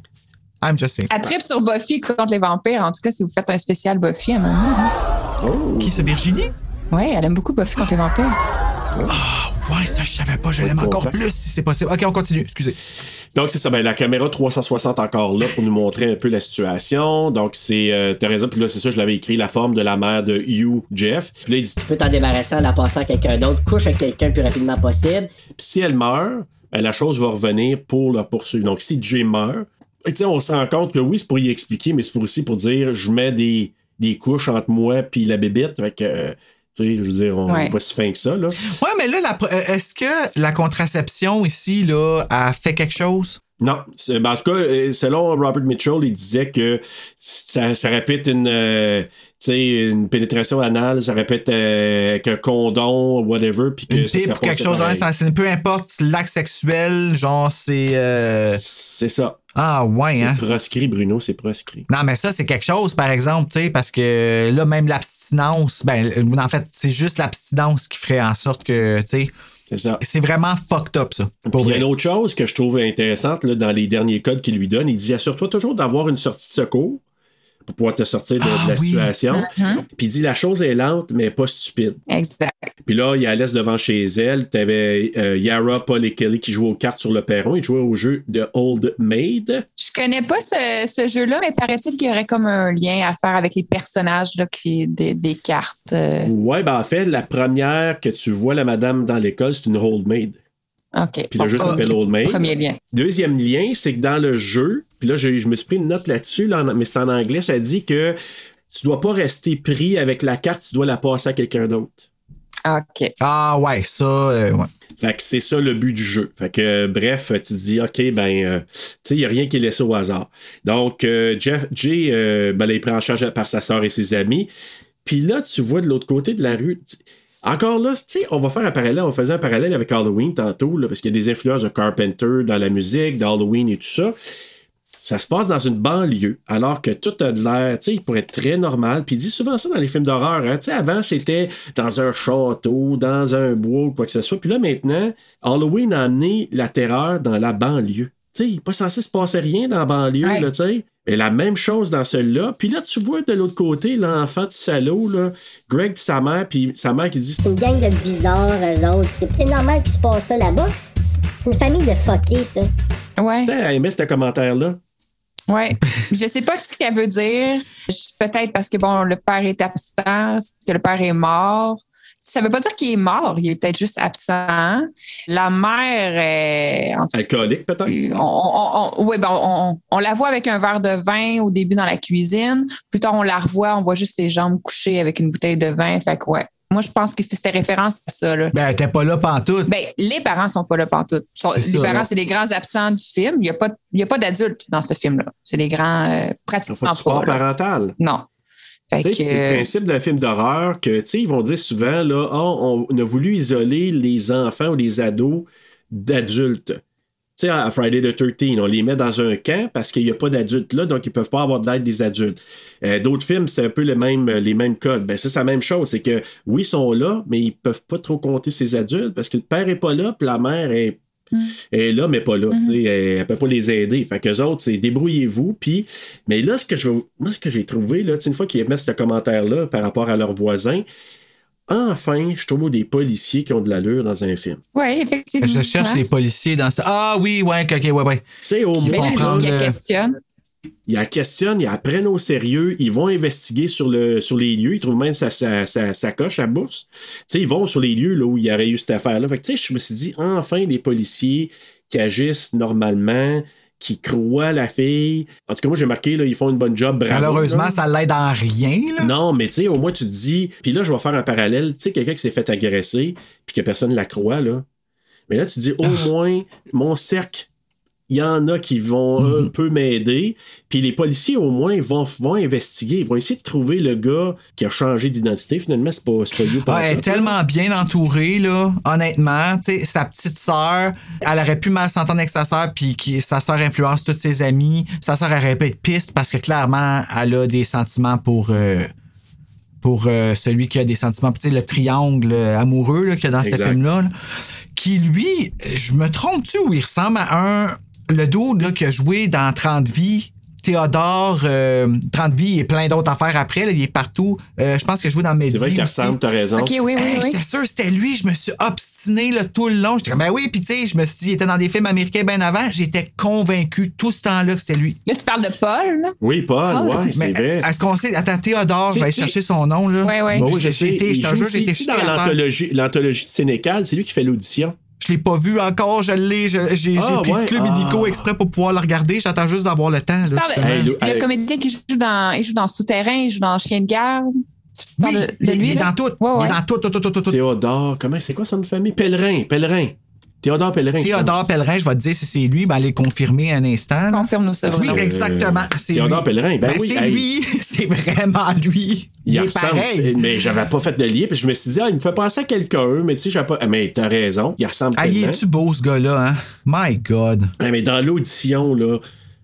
Speaker 3: I'm just saying.
Speaker 5: Elle tripe sur Buffy contre les vampires. En tout cas, si vous faites un spécial Buffy à un moment. hein.
Speaker 3: Qui, c'est Virginie?
Speaker 5: Ouais, elle aime beaucoup Buffy contre les vampires.
Speaker 3: Ouais, ça, je savais pas, je l'aime
Speaker 2: pour
Speaker 3: encore
Speaker 2: vrai.
Speaker 3: plus si c'est possible. Ok, on continue, excusez.
Speaker 2: Donc, c'est ça. Ben, la caméra 360 encore là pour nous montrer un peu la situation. Donc, c'est euh, t'as raison. Puis là, c'est ça, je l'avais écrit, la forme de la mère de Hugh, Jeff. Puis là, il dit
Speaker 12: Tu peux t'en débarrasser en la passant à quelqu'un d'autre. Couche avec quelqu'un le plus rapidement possible.
Speaker 2: Puis si elle meurt, ben, la chose va revenir pour la poursuivre. Donc, si Jay meurt, et tu sais, on se rend compte que oui, c'est pour y expliquer, mais c'est pour aussi pour dire je mets des, des couches entre moi puis la bébite. Fait que, euh, tu sais, je veux dire, on
Speaker 3: Ouais.
Speaker 2: n'est pas si fin que ça, là.
Speaker 3: Ouais, mais là, la pro- euh, est-ce que la contraception ici, là, a fait quelque chose?
Speaker 2: Non, c'est- ben, en tout cas, euh, selon Robert Mitchell, il disait que ça, ça répète une, euh, tu sais, une pénétration anale, ça répète euh, qu'un condom, whatever, puis que
Speaker 3: Une
Speaker 2: ça
Speaker 3: pipe
Speaker 2: serait
Speaker 3: ou
Speaker 2: pas
Speaker 3: quelque chose, hein,
Speaker 2: séparé.
Speaker 3: ça- c'est- peu importe l'acte sexuel, genre, c'est. euh,
Speaker 2: C'est ça.
Speaker 3: Ah, ouais,
Speaker 2: C'est
Speaker 3: hein.
Speaker 2: proscrit, Bruno, c'est proscrit.
Speaker 3: Non, mais ça, c'est quelque chose, par exemple, tu sais, parce que là, même l'abstinence, ben, euh, en fait, c'est juste l'abstinence qui ferait en sorte que, tu sais.
Speaker 2: C'est ça.
Speaker 3: C'est vraiment fucked up, ça.
Speaker 2: Puis il y a une autre chose que je trouve intéressante là, dans les derniers codes qu'il lui donne. Il dit assure-toi toujours d'avoir une sortie de secours pour pouvoir te sortir de,
Speaker 3: Ah
Speaker 2: de la situation.
Speaker 5: Mhm.
Speaker 2: Puis il dit la chose est lente, mais pas stupide.
Speaker 5: Exact.
Speaker 2: Puis là, il y a laisse devant chez elle. T'avais euh, Yara, Paul et Kelly qui jouaient aux cartes sur le perron. Ils jouaient au jeu de Old Maid.
Speaker 5: Je connais pas ce, ce jeu-là, mais paraît-il qu'il y aurait comme un lien à faire avec les personnages là, qui, des, des cartes. euh.
Speaker 2: Ouais, ben en fait, la première que tu vois la madame dans l'école, c'est une Old Maid.
Speaker 5: OK.
Speaker 2: Puis le jeu s'appelle Old Maid.
Speaker 5: Premier lien.
Speaker 2: Deuxième lien, c'est que dans le jeu, puis là, je, je me suis pris une note là-dessus, là, en- mais c'est en anglais, ça dit que tu dois pas rester pris avec la carte, tu dois la passer à quelqu'un d'autre.
Speaker 5: OK.
Speaker 3: Ah ouais, ça, euh, ouais.
Speaker 2: Fait que c'est ça le but du jeu. Fait que, euh, bref, tu dis, OK, ben, euh, tu sais, il n'y a rien qui est laissé au hasard. Donc, euh, Jeff, Jay, euh, ben, là, il prend en charge par sa sœur et ses amis. Puis là, tu vois de l'autre côté de la rue. tu- Encore là, tu sais, on va faire un parallèle. On faisait un parallèle avec Halloween tantôt, là, parce qu'il y a des influences de Carpenter dans la musique, d'Halloween et tout ça. Ça se passe dans une banlieue, alors que tout a de l'air, tu sais, il pourrait être très normal. Puis il dit souvent ça dans les films d'horreur, hein. Tu sais, avant, c'était dans un château, dans un bois ou quoi que ce soit. Puis là, maintenant, Halloween a amené la terreur dans la banlieue. Tu sais, il n'est pas censé se passer rien dans la banlieue, là, tu sais. Mais la même chose dans celui-là. Puis là, tu vois de l'autre côté, l'enfant de salaud, là, Greg puis sa mère, puis sa mère qui dit
Speaker 13: C'est une gang de bizarres, eux autres. C'est c'est normal qu'il se passe ça là-bas. C'est c'est une famille de fuckés, ça.
Speaker 5: Ouais.
Speaker 2: Tu sais, elle aimait ce commentaire-là.
Speaker 5: Ouais. je sais pas ce qu'elle veut dire. Je- Peut-être parce que, bon, le père est absent, parce que le père est mort. Ça veut pas dire qu'il est mort, il est peut-être juste absent. La mère, est... en tout
Speaker 2: Alcoolique,
Speaker 5: Mm.
Speaker 2: peut-être?
Speaker 5: on, on- on- ouais, ben, on, on- on la voit avec un verre de vin au début dans la cuisine. Plus tard, on la revoit, on voit juste ses jambes couchées avec une bouteille de vin. Fait que, ouais. Moi, je pense que c'était référence à ça. Là.
Speaker 3: Ben, elle était pas là pantoute.
Speaker 5: Ben, les parents sont pas là pantoute. Sont-
Speaker 3: C'est
Speaker 5: les
Speaker 3: ça,
Speaker 5: parents,
Speaker 3: là.
Speaker 5: c'est les grands absents du film. Il n'y a pas, il y a pas d'adultes dans ce film-là. C'est les grands euh,
Speaker 2: Faut
Speaker 5: pratiquement
Speaker 2: du
Speaker 5: pas.
Speaker 2: support
Speaker 5: là.
Speaker 2: parental.
Speaker 5: Non. Fait
Speaker 2: Tu sais,
Speaker 5: que, euh,
Speaker 2: puis C'est le principe d'un film d'horreur que, tu sais, ils vont dire souvent, là, Oh, on a voulu isoler les enfants ou les ados d'adultes. Tu sais, à Friday the 13, on les met dans un camp parce qu'il n'y a pas d'adultes là, donc ils ne peuvent pas avoir de l'aide des adultes. Euh, D'autres films, c'est un peu le même, les mêmes codes. Ben, c'est la même chose. C'est que, oui, ils sont là, mais ils peuvent pas trop compter ces adultes parce que le père est pas là, puis la mère est elle est là, mais pas là. tu sais, Elle ne peut pas les aider. Fait qu'eux autres, c'est débrouillez-vous. Puis, mais là, ce que je veux- moi, ce que j'ai trouvé, là, tu sais, une fois qu'ils émettent ce commentaire-là par rapport à leurs voisins, enfin, je trouve des policiers qui ont de l'allure dans un film.
Speaker 5: Oui, effectivement.
Speaker 3: Je cherche
Speaker 5: Mm-hmm. Ouais.
Speaker 3: les policiers dans ce. Ah oui, ouais, ok, ouais, ouais.
Speaker 2: C'est au
Speaker 3: Qui
Speaker 5: Mais
Speaker 3: font
Speaker 5: là, il y a
Speaker 3: prendre,
Speaker 5: une
Speaker 3: euh,
Speaker 5: question.
Speaker 2: Ils la questionnent, ils la prennent au sérieux, ils vont investiguer sur, le, sur les lieux, ils trouvent même sa, sa, sa, sa coche, sa bourse. Tu sais, ils vont sur les lieux là, où il y aurait eu cette affaire-là. Fait que, tu sais, je me suis dit, enfin, des policiers qui agissent normalement, qui croient la fille. En tout cas, moi, j'ai marqué, là, ils font une bonne job. Bravo,
Speaker 3: Malheureusement,
Speaker 2: là.
Speaker 3: ça l'aide en rien, là.
Speaker 2: Non, mais tu sais, au moins, tu te dis. Puis là, je vais faire un parallèle. Tu sais, quelqu'un qui s'est fait agresser, puis que personne ne la croit, là. Mais là, tu te dis,
Speaker 3: Ah.
Speaker 2: au moins, mon cercle, il y en a qui vont un
Speaker 3: Mhm.
Speaker 2: peu m'aider. Puis les policiers, au moins, vont, vont investiguer. Ils vont essayer de trouver le gars qui a changé d'identité. Finalement, c'est pas, c'est pas lui.
Speaker 3: Ah,
Speaker 2: pas
Speaker 3: elle est
Speaker 2: tout.
Speaker 3: tellement bien entourée, là, honnêtement. Tu sais, sa petite sœur, elle aurait pu mal s'entendre avec sa sœur, puis qui- sa sœur influence toutes ses amies. Sa sœur aurait pu être piste parce que clairement, elle a des sentiments pour, euh, pour euh, celui qui a des sentiments. Puis, Tu sais, le triangle euh, amoureux là, qu'il y a dans ce
Speaker 2: Exact.
Speaker 3: film-là, là, qui lui, je me trompe-tu ou il ressemble à un. Le dude là, qui a joué dans 30 vies. Théodore, euh, 30 vies et plein d'autres affaires après, là, il est partout. Euh, je pense qu'il a joué dans Medi.
Speaker 2: C'est vrai qu'il
Speaker 3: aussi.
Speaker 2: ressemble, t'as raison.
Speaker 5: OK, oui, oui,
Speaker 3: Hey,
Speaker 5: oui.
Speaker 3: J'étais sûr que c'était lui. Je me suis obstiné là, tout le long. J'étais comme, ben oui, puis tu sais, je me suis dit, il était dans des films américains bien avant. J'étais convaincu tout ce temps-là que c'était lui.
Speaker 5: Là, tu parles de Paul, là?
Speaker 2: Oui, Paul,
Speaker 5: Paul.
Speaker 2: ouais, c'est
Speaker 3: Mais euh,
Speaker 2: vrai.
Speaker 3: Est-ce qu'on sait? Attends, Théodore,
Speaker 2: Tu-
Speaker 3: je vais aller
Speaker 2: tu-
Speaker 3: chercher son nom. là.
Speaker 5: Ouais, ouais.
Speaker 3: Bon,
Speaker 2: Oui, je
Speaker 3: j'ai
Speaker 2: sais,
Speaker 3: été, je
Speaker 2: il
Speaker 3: te
Speaker 2: joue
Speaker 3: jure, j'ai été
Speaker 2: aussi dans
Speaker 3: jeté à terre.
Speaker 2: l'anthologie l'anthologie de Sénécal. C'est lui qui fait l'audition.
Speaker 3: Je l'ai pas vu encore, je l'ai, je- j'ai
Speaker 2: Ah,
Speaker 3: j'ai pris
Speaker 2: ouais,
Speaker 3: le club
Speaker 2: ah.
Speaker 3: illico exprès pour pouvoir le regarder, j'attends juste d'avoir le temps. là,
Speaker 5: Tu parles euh, de-
Speaker 3: justement.
Speaker 2: Hey,
Speaker 5: le,
Speaker 2: Lou, hey.
Speaker 5: comédien qui joue dans, il joue dans Souterrain, il joue dans Chien de garde. Tu
Speaker 3: Oui,
Speaker 5: parles de, de
Speaker 3: il-
Speaker 5: lui,
Speaker 3: il est
Speaker 5: là?
Speaker 3: dans tout,
Speaker 5: Ouais,
Speaker 3: il
Speaker 5: ouais.
Speaker 3: est dans tout, tout, tout, tout, tout, tout.
Speaker 2: Théodore, comment c'est quoi son nom de famille? Pèlerin, Pèlerin. Théodore Pèlerin. je
Speaker 3: Théodore
Speaker 2: pense.
Speaker 3: Pellerin, je vais te dire si c'est lui, ben allez confirmer un instant. là.
Speaker 5: Confirme-nous ça.
Speaker 3: Oui,
Speaker 2: Ah,
Speaker 5: Bruno.
Speaker 3: exactement, c'est lui.
Speaker 2: Théodore Pellerin, ben oui,
Speaker 3: c'est
Speaker 2: hey.
Speaker 3: lui, <laughs> c'est vraiment lui. Il, est
Speaker 2: ressemble, c'est-
Speaker 3: pareil.
Speaker 2: mais j'avais pas fait de lien, puis je me suis dit, ah, il me fait penser à quelqu'un, mais tu sais, j'avais pas. Ah, Mais t'as raison, il ressemble
Speaker 3: Ah, il
Speaker 2: tellement.
Speaker 3: est-tu beau, ce gars-là, hein?
Speaker 2: <laughs>
Speaker 3: My God.
Speaker 2: Ah, mais dans l'audition, là,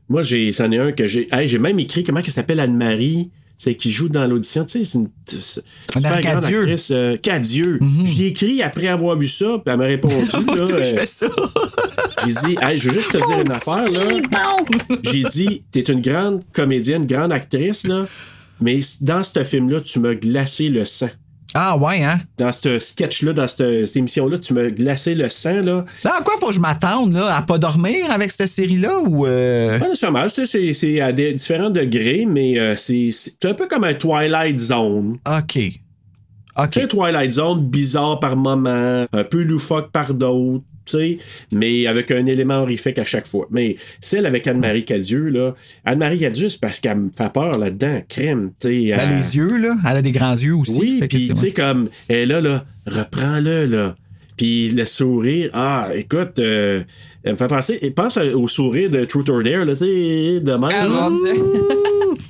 Speaker 2: moi, j'ai, c'en est un que j'ai. hey, j'ai même écrit comment elle s'appelle Anne-Marie, c'est qui joue dans l'audition, tu sais, c'est une t- c'est- super grande
Speaker 3: Cadieux.
Speaker 2: actrice. euh, Cadieux. J'y ai écrit après avoir vu ça, puis elle m'a
Speaker 3: <laughs>
Speaker 2: répondu, là.
Speaker 3: Pourquoi je
Speaker 2: euh,
Speaker 3: fais ça?
Speaker 2: j'ai dit, Hey, je veux juste te dire une affaire, là. J'ai dit, t'es une grande comédienne, grande actrice, là, mais dans ce film-là, tu m'as glacé le sang.
Speaker 3: Ah, ouais, hein?
Speaker 2: dans ce sketch-là, dans cette, cette émission-là, tu me glacé le sang, là.
Speaker 3: Là, Ben, à quoi faut que je m'attende, là? À pas dormir avec cette série-là ou. euh,
Speaker 2: Pas nécessairement, ça, c'est, c'est à des, différents degrés, mais euh, c'est, c'est c'est un peu comme un Twilight Zone.
Speaker 3: OK. OK.
Speaker 2: Tu sais, Twilight Zone, bizarre par moment, un peu loufoque par d'autres. tu sais, mais avec un élément horrifique à chaque fois. Mais celle avec Anne-Marie Cadieux, là, Anne-Marie Cadieux, c'est parce qu'elle me fait peur là-dedans, crème, tu sais.
Speaker 3: Ben,
Speaker 2: elle-
Speaker 3: les yeux, là, elle a des grands yeux aussi.
Speaker 2: euh, oui,
Speaker 3: Fait que
Speaker 2: puis
Speaker 3: c'est-
Speaker 2: tu sais, comme, elle là, là, reprends-le, là. Puis le sourire, ah, écoute, euh, elle me fait penser, et pense au sourire de Truth or Dare, là, tu sais, de même.
Speaker 5: Ah, mon Dieu.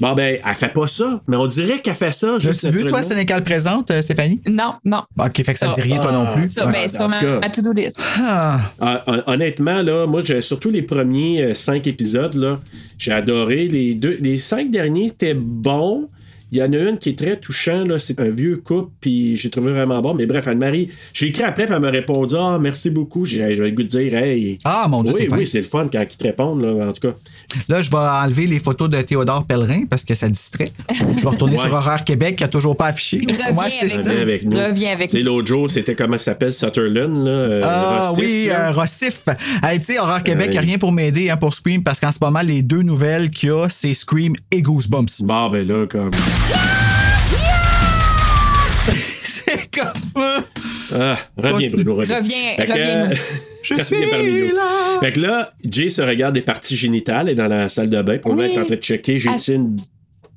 Speaker 2: Bon, ben, elle fait pas ça, mais on dirait qu'elle fait ça. Juste
Speaker 3: Tu veux, toi,
Speaker 2: naturellement.
Speaker 3: Sénégal présente, euh, Stéphanie?
Speaker 5: Non, non.
Speaker 3: Ok, fait que ça ne dit rien, toi non Bah, plus.
Speaker 5: Ça,
Speaker 2: Ah,
Speaker 5: ben,
Speaker 2: en
Speaker 5: sur ma,
Speaker 2: tout cas.
Speaker 5: ma to-do list.
Speaker 3: Ah.
Speaker 2: Ah, hon- honnêtement, là, moi, j'ai- surtout les premiers euh, cinq épisodes, là, j'ai adoré. Les, deux, les cinq derniers étaient bons. Il y en a une qui est très touchante, là, c'est un vieux couple, puis j'ai trouvé vraiment bon. Mais bref, Anne-Marie, j'ai écrit après, puis elle me répondu Ah, merci beaucoup. J'ai- J'avais le goût de dire Hey.
Speaker 3: Ah, mon Dieu,
Speaker 2: Oui,
Speaker 3: c'est
Speaker 2: oui,
Speaker 3: fin.
Speaker 2: c'est le fun quand ils te répondent, là, en tout cas.
Speaker 3: Là, je vais enlever les photos de Théodore Pellerin parce que ça distrait. Je vais retourner
Speaker 2: Ouais.
Speaker 3: sur Horreur Québec qui a toujours pas affiché.
Speaker 5: Reviens
Speaker 3: Moi, c'est
Speaker 5: avec
Speaker 3: ça.
Speaker 2: Reviens avec nous.
Speaker 5: Reviens avec
Speaker 2: Tu sais, l'autre jour, c'était comment ça s'appelle Sutherland, là. euh,
Speaker 3: Ah
Speaker 2: Rossif,
Speaker 3: oui,
Speaker 2: là. Euh,
Speaker 3: un Rossif. Hey, tu sais, Horreur Québec,
Speaker 2: oui.
Speaker 3: il a rien pour m'aider hein, pour Scream parce qu'en ce moment, les deux nouvelles qu'il y a, c'est Scream et Goosebumps.
Speaker 2: Bon, ben là, comme.
Speaker 3: <laughs> C'est comme.
Speaker 2: Ah, reviens,
Speaker 3: Continue.
Speaker 2: Bruno, reviens.
Speaker 5: Reviens,
Speaker 2: Fait que,
Speaker 5: reviens.
Speaker 3: Je
Speaker 2: reviens
Speaker 3: suis
Speaker 2: parmi nous.
Speaker 3: là.
Speaker 2: Fait que là, Jay se regarde des parties génitales et dans la salle de bain. Pour
Speaker 5: Oui.
Speaker 2: moi, elle est en train de checker. J'ai
Speaker 5: Ah.
Speaker 2: dit une.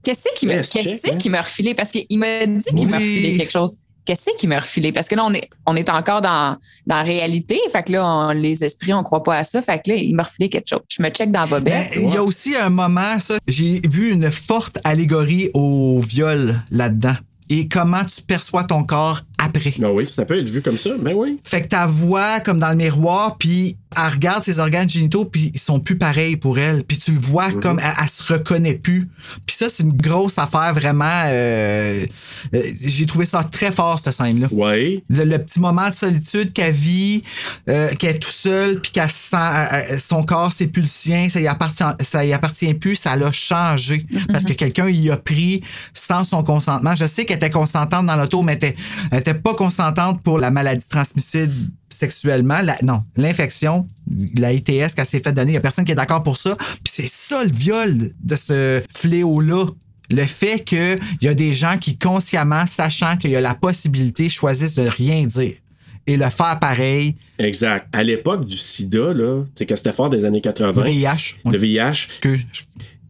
Speaker 5: Qu'est-ce qu'il me,
Speaker 2: Yes,
Speaker 5: qu'est-ce
Speaker 2: check, hein.
Speaker 5: qu'il m'a refilé? Parce qu'il m'a dit qu'il m'a
Speaker 3: Oui.
Speaker 5: refilé quelque chose. Qu'est-ce qu'il m'a refilé? Parce que là, on est, on est encore dans, dans la réalité. Fait que là, on- les esprits, on croit pas à ça. Fait que là, il m'a refilé quelque chose. Je me check dans
Speaker 3: Ben,
Speaker 5: Bobette.
Speaker 3: il y a aussi un moment, ça, j'ai vu une forte allégorie au viol là-dedans. Et comment tu perçois ton corps après.
Speaker 2: Ben oui, ça peut être vu comme ça. Ben oui.
Speaker 3: Fait que ta voix, comme dans le miroir, puis elle regarde ses organes génitaux, puis ils sont plus pareils pour elle. Puis tu le vois comme elle, elle se reconnaît plus. Puis ça, c'est une grosse affaire, vraiment. euh, euh, J'ai trouvé ça très fort, cette scène-là.
Speaker 2: Oui.
Speaker 3: Le, le petit moment de solitude qu'elle vit, euh, qu'elle est tout seule, puis qu'elle se sent, elle- elle- son corps, ses pulsions, ça y appartient, ça y appartient plus, ça l'a changé. Parce que quelqu'un y a pris sans son consentement. Je sais qu'elle était consentante dans l'auto, mais elle était- elle était pas consentante pour la maladie transmissible sexuellement. La- non, l'infection, la ITS qu'elle s'est fait donner, il n'y a personne qui est d'accord pour ça. Puis c'est ça le viol de ce fléau-là. Le fait qu'il y a des gens qui, consciemment, sachant qu'il y a la possibilité, choisissent de rien dire et le faire pareil,
Speaker 2: Exact. À l'époque du sida, là, tu sais, quand c'était fort des années 80.
Speaker 3: le VIH.
Speaker 2: Le
Speaker 3: Oui,
Speaker 2: VIH,
Speaker 3: excuse.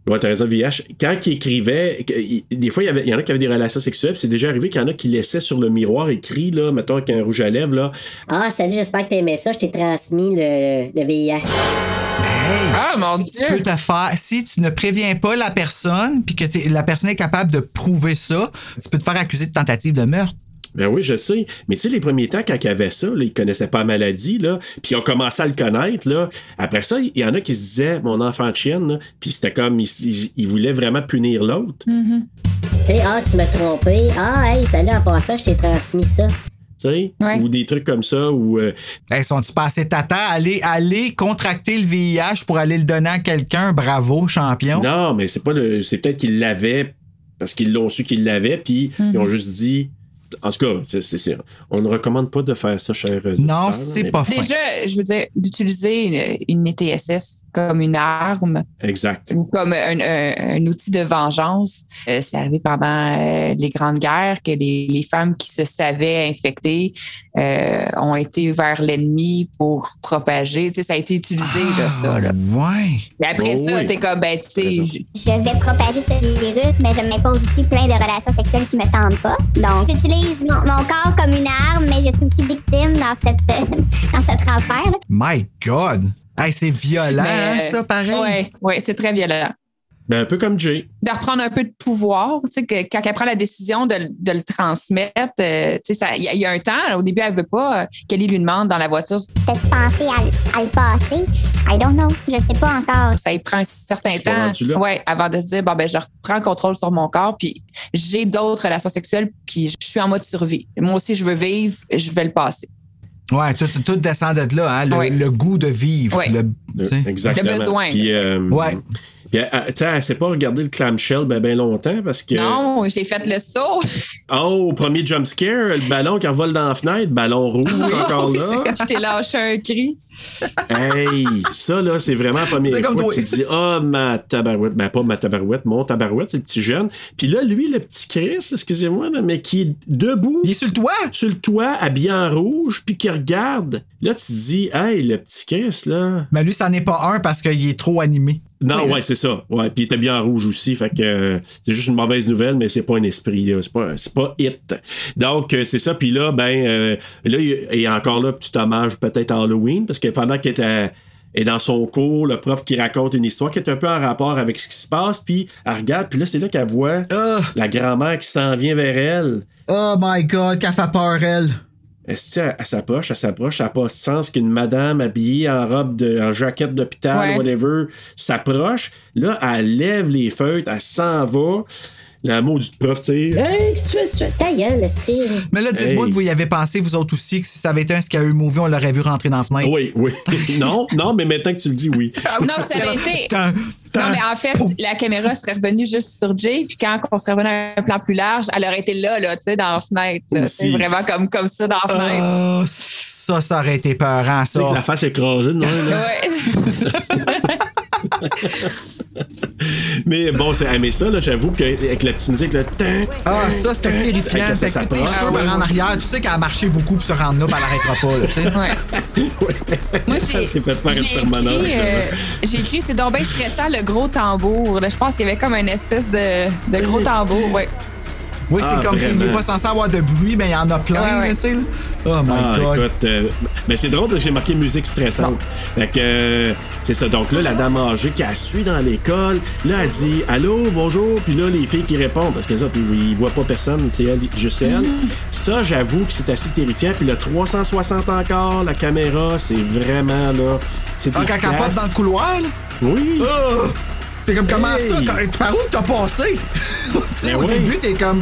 Speaker 2: ouais, t'as raison, le VIH. Quand il écrivait, que- il- des fois, il y, avait- il y en a qui avaient des relations sexuelles, puis c'est déjà arrivé qu'il y en a qui laissaient sur le miroir écrit, là, mettons, avec un rouge à lèvres, là.
Speaker 13: Ah, salut, j'espère que t'aimais ça. Je t'ai transmis le, le VIH.
Speaker 5: Ah, mon
Speaker 3: Ben, Tu peux
Speaker 5: Dieu!
Speaker 3: te faire, si tu ne préviens pas la personne, puis que t'es- la personne est capable de prouver ça, tu peux te faire accuser de tentative de meurtre.
Speaker 2: Ben oui, je sais. Mais tu sais, les premiers temps, quand il y avait ça, là, ils connaissaient pas la maladie, là, puis ils ont commencé à le connaître, là. Après ça, il y en a qui se disaient, mon enfant de chienne, là, puis c'était comme, ils, ils- ils voulaient vraiment punir l'autre.
Speaker 3: Mm.
Speaker 13: Tu sais, ah, tu m'as trompé. Ah, hey, salut, en passant, je t'ai transmis ça.
Speaker 2: tu sais,
Speaker 5: Ouais.
Speaker 2: Ou des trucs comme ça, ou. euh,
Speaker 3: Hey, sont-tu passés tata? Aller, aller contracter le VIH pour aller le donner à quelqu'un, bravo, champion.
Speaker 2: non, mais c'est pas le. C'est peut-être qu'ils l'avaient, parce qu'ils l'ont su qu'ils l'avaient, puis
Speaker 3: Mm.
Speaker 2: ils ont juste dit. En tout cas, c'est- c'est- c'est- on ne recommande pas de faire ça, cher.
Speaker 3: Non, c'est pas fin.
Speaker 5: Déjà, je veux dire, d'utiliser une, E une ETSS comme une arme
Speaker 2: Exact.
Speaker 5: ou comme un, un- un outil de vengeance, euh, c'est arrivé pendant euh, les grandes guerres que les, les femmes qui se savaient infectées euh, ont été vers l'ennemi pour propager. Tu sais, ça a été utilisé, là, ça. Là.
Speaker 3: Ah, Ouais.
Speaker 5: Mais après
Speaker 2: Ah! Oh
Speaker 5: ça,
Speaker 2: oui.
Speaker 5: t'es comme, ben, tu sais,
Speaker 2: Raison.
Speaker 5: j-
Speaker 9: Je vais propager ce virus, mais je m'impose aussi plein de relations sexuelles qui me tentent pas. Donc, j'utilise mon, mon corps comme une arme, mais je suis aussi victime dans, cette, <laughs> dans ce transfert. là.
Speaker 3: My God! Hey, c'est violent,
Speaker 5: Mais,
Speaker 3: hein, ça, pareil.
Speaker 5: ouais, ouais, c'est très violent.
Speaker 2: Ben, un peu comme Jay.
Speaker 5: de reprendre un peu de pouvoir. Tu sais, que, quand elle prend la décision de, le- de le transmettre, euh, tu sais, ça- il y, a- il y a un temps, là, au début, elle veut pas euh, qu'Ellie lui demande dans la voiture.
Speaker 9: T'as-tu pensé à, l- à le passer? I don't know. Je sais pas encore.
Speaker 5: Ça y prend un certain
Speaker 2: Je suis pas
Speaker 5: temps
Speaker 2: rendu là.
Speaker 5: ouais, avant de se dire, bon, ben, je reprends le contrôle sur mon corps, puis j'ai d'autres relations sexuelles, puis je suis en mode survie. Moi aussi, je veux vivre, je vais le passer.
Speaker 3: Ouais, tout, tout descend de là, hein, le,
Speaker 5: Ouais.
Speaker 3: le goût de vivre.
Speaker 5: Ouais.
Speaker 3: le-
Speaker 2: Le-
Speaker 3: tu sais.
Speaker 2: Exactement.
Speaker 5: Le besoin.
Speaker 2: Puis, euh,
Speaker 3: Ouais.
Speaker 2: Puis, elle- elle- tu sais, elle s'est pas regardé le clamshell ben, ben longtemps parce que.
Speaker 5: Non, j'ai fait
Speaker 2: <laughs>
Speaker 5: le saut.
Speaker 2: Oh, premier jump scare, le ballon qui revole dans la fenêtre, ballon rouge
Speaker 5: <laughs>
Speaker 2: encore là.
Speaker 5: Je t'ai lâché un cri.
Speaker 2: Hey, ça là, c'est vraiment la première
Speaker 5: C'est
Speaker 2: fois
Speaker 5: comme
Speaker 2: que
Speaker 5: toi.
Speaker 2: tu te dis Ah, ma tabarouette. Ben, pas ma tabarouette, mon tabarouette, c'est le petit jeune. Puis là, lui, le petit Chris, excusez-moi, là, mais qui est debout. Il est sur le toit. Sur le toit, habillé en rouge, puis qui regarde. Là, tu te dis Hey, le petit Chris, là.
Speaker 3: Mais Ben, lui, ça n'est pas un parce qu'il est trop animé.
Speaker 2: Non, ouais, c'est ça. Ouais, puis il était bien en rouge aussi, fait que euh, c'est juste une mauvaise nouvelle, mais c'est pas un esprit, là. c'est pas, c'est pas hit. Donc euh, c'est ça. Puis là, ben euh, là, il il y a encore là petit hommage peut-être à Halloween, parce que pendant qu'il était est dans son cours, le prof qui raconte une histoire qui est un peu en rapport avec ce qui se passe, puis elle regarde, puis là c'est là qu'elle voit
Speaker 3: Ah!
Speaker 5: Ah,
Speaker 2: la grand-mère qui s'en vient vers elle.
Speaker 3: Oh my god, qu'elle fait peur, elle.
Speaker 2: Est-ce qu'elle elle s'approche, elle s'approche, ça n'a pas de sens qu'une madame habillée en robe de, en jaquette d'hôpital,
Speaker 5: Ouais.
Speaker 2: whatever, s'approche. Là, elle lève les feutres, elle s'en va. La maudite prof, tu sais.
Speaker 13: Hey, qu'est-ce que tu fais? Tu fais ta gueule, esti.
Speaker 3: Mais là, dites-moi
Speaker 2: Hey.
Speaker 3: que vous y avez pensé, vous autres aussi, que si ça avait été un scary movie, on l'aurait vu rentrer dans la fenêtre.
Speaker 2: Oui, oui. <laughs> non, non, mais maintenant que tu le dis, Ah oui.
Speaker 5: Non, ça avait été. Non, mais en fait, la caméra serait revenue juste sur Jay, puis quand on serait revenu à un plan plus large, elle aurait été là, là, tu sais, dans la fenêtre. là.
Speaker 3: Aussi.
Speaker 5: C'est vraiment comme, comme ça dans la fenêtre.
Speaker 3: Ah, ça, ça aurait été peurant,
Speaker 2: Tu sais que
Speaker 3: ça.
Speaker 2: la face écrasée, non? là. <laughs> mais bon, c'est, ah, mais ça, là, j'avoue qu'avec la petite musique, là, tan,
Speaker 3: Ah,
Speaker 2: tan,
Speaker 3: ça, c'était
Speaker 2: tan,
Speaker 3: terrifiant.
Speaker 2: avec
Speaker 3: Fait
Speaker 2: ça,
Speaker 3: que
Speaker 2: ça
Speaker 3: tu sais,
Speaker 2: s'approche.
Speaker 3: je peux me rendre en arrière. Tu sais qu'elle a marché beaucoup pour se rendre là, puis elle n'arrêtera pas, là, tu
Speaker 2: Ah,
Speaker 3: sais.
Speaker 5: Moi,
Speaker 2: Elle
Speaker 5: j'ai.
Speaker 2: s'est fait faire
Speaker 5: j'ai
Speaker 2: une permanente.
Speaker 5: écrit, euh, j'ai écrit, c'est donc bien stressant, le gros tambour. Là, je pense qu'il y avait comme une espèce de, de gros tambour, ouais.
Speaker 3: Oui,
Speaker 2: Ah,
Speaker 3: c'est comme il n'est
Speaker 2: vraiment.
Speaker 3: pas censé avoir de bruit, mais il y en a plein,
Speaker 5: Ouais, ouais.
Speaker 3: là, tu sais. là. Oh my
Speaker 2: Ah,
Speaker 3: god.
Speaker 2: écoute, euh, mais c'est drôle, j'ai marqué musique stressante. Fait que, euh, c'est ça. Donc là, la dame âgée qui a suit dans l'école, là, elle dit Allô, bonjour. Puis là, les filles qui répondent, parce que ça, puis ils voient pas personne, c'est elle, juste elle.
Speaker 3: Mm.
Speaker 2: Ça, j'avoue que c'est assez terrifiant. Puis le 360 encore, la caméra, c'est vraiment là. C'est
Speaker 3: Ah, quand elle
Speaker 2: efficace.
Speaker 3: pop dans le couloir, là.
Speaker 2: Oui.
Speaker 3: Ah! T'es comme, comment
Speaker 2: Hey!
Speaker 3: ça? Quand- Par où t'as passé? <laughs> tu sais,
Speaker 2: Ben
Speaker 3: au
Speaker 2: oui.
Speaker 3: début, t'es comme.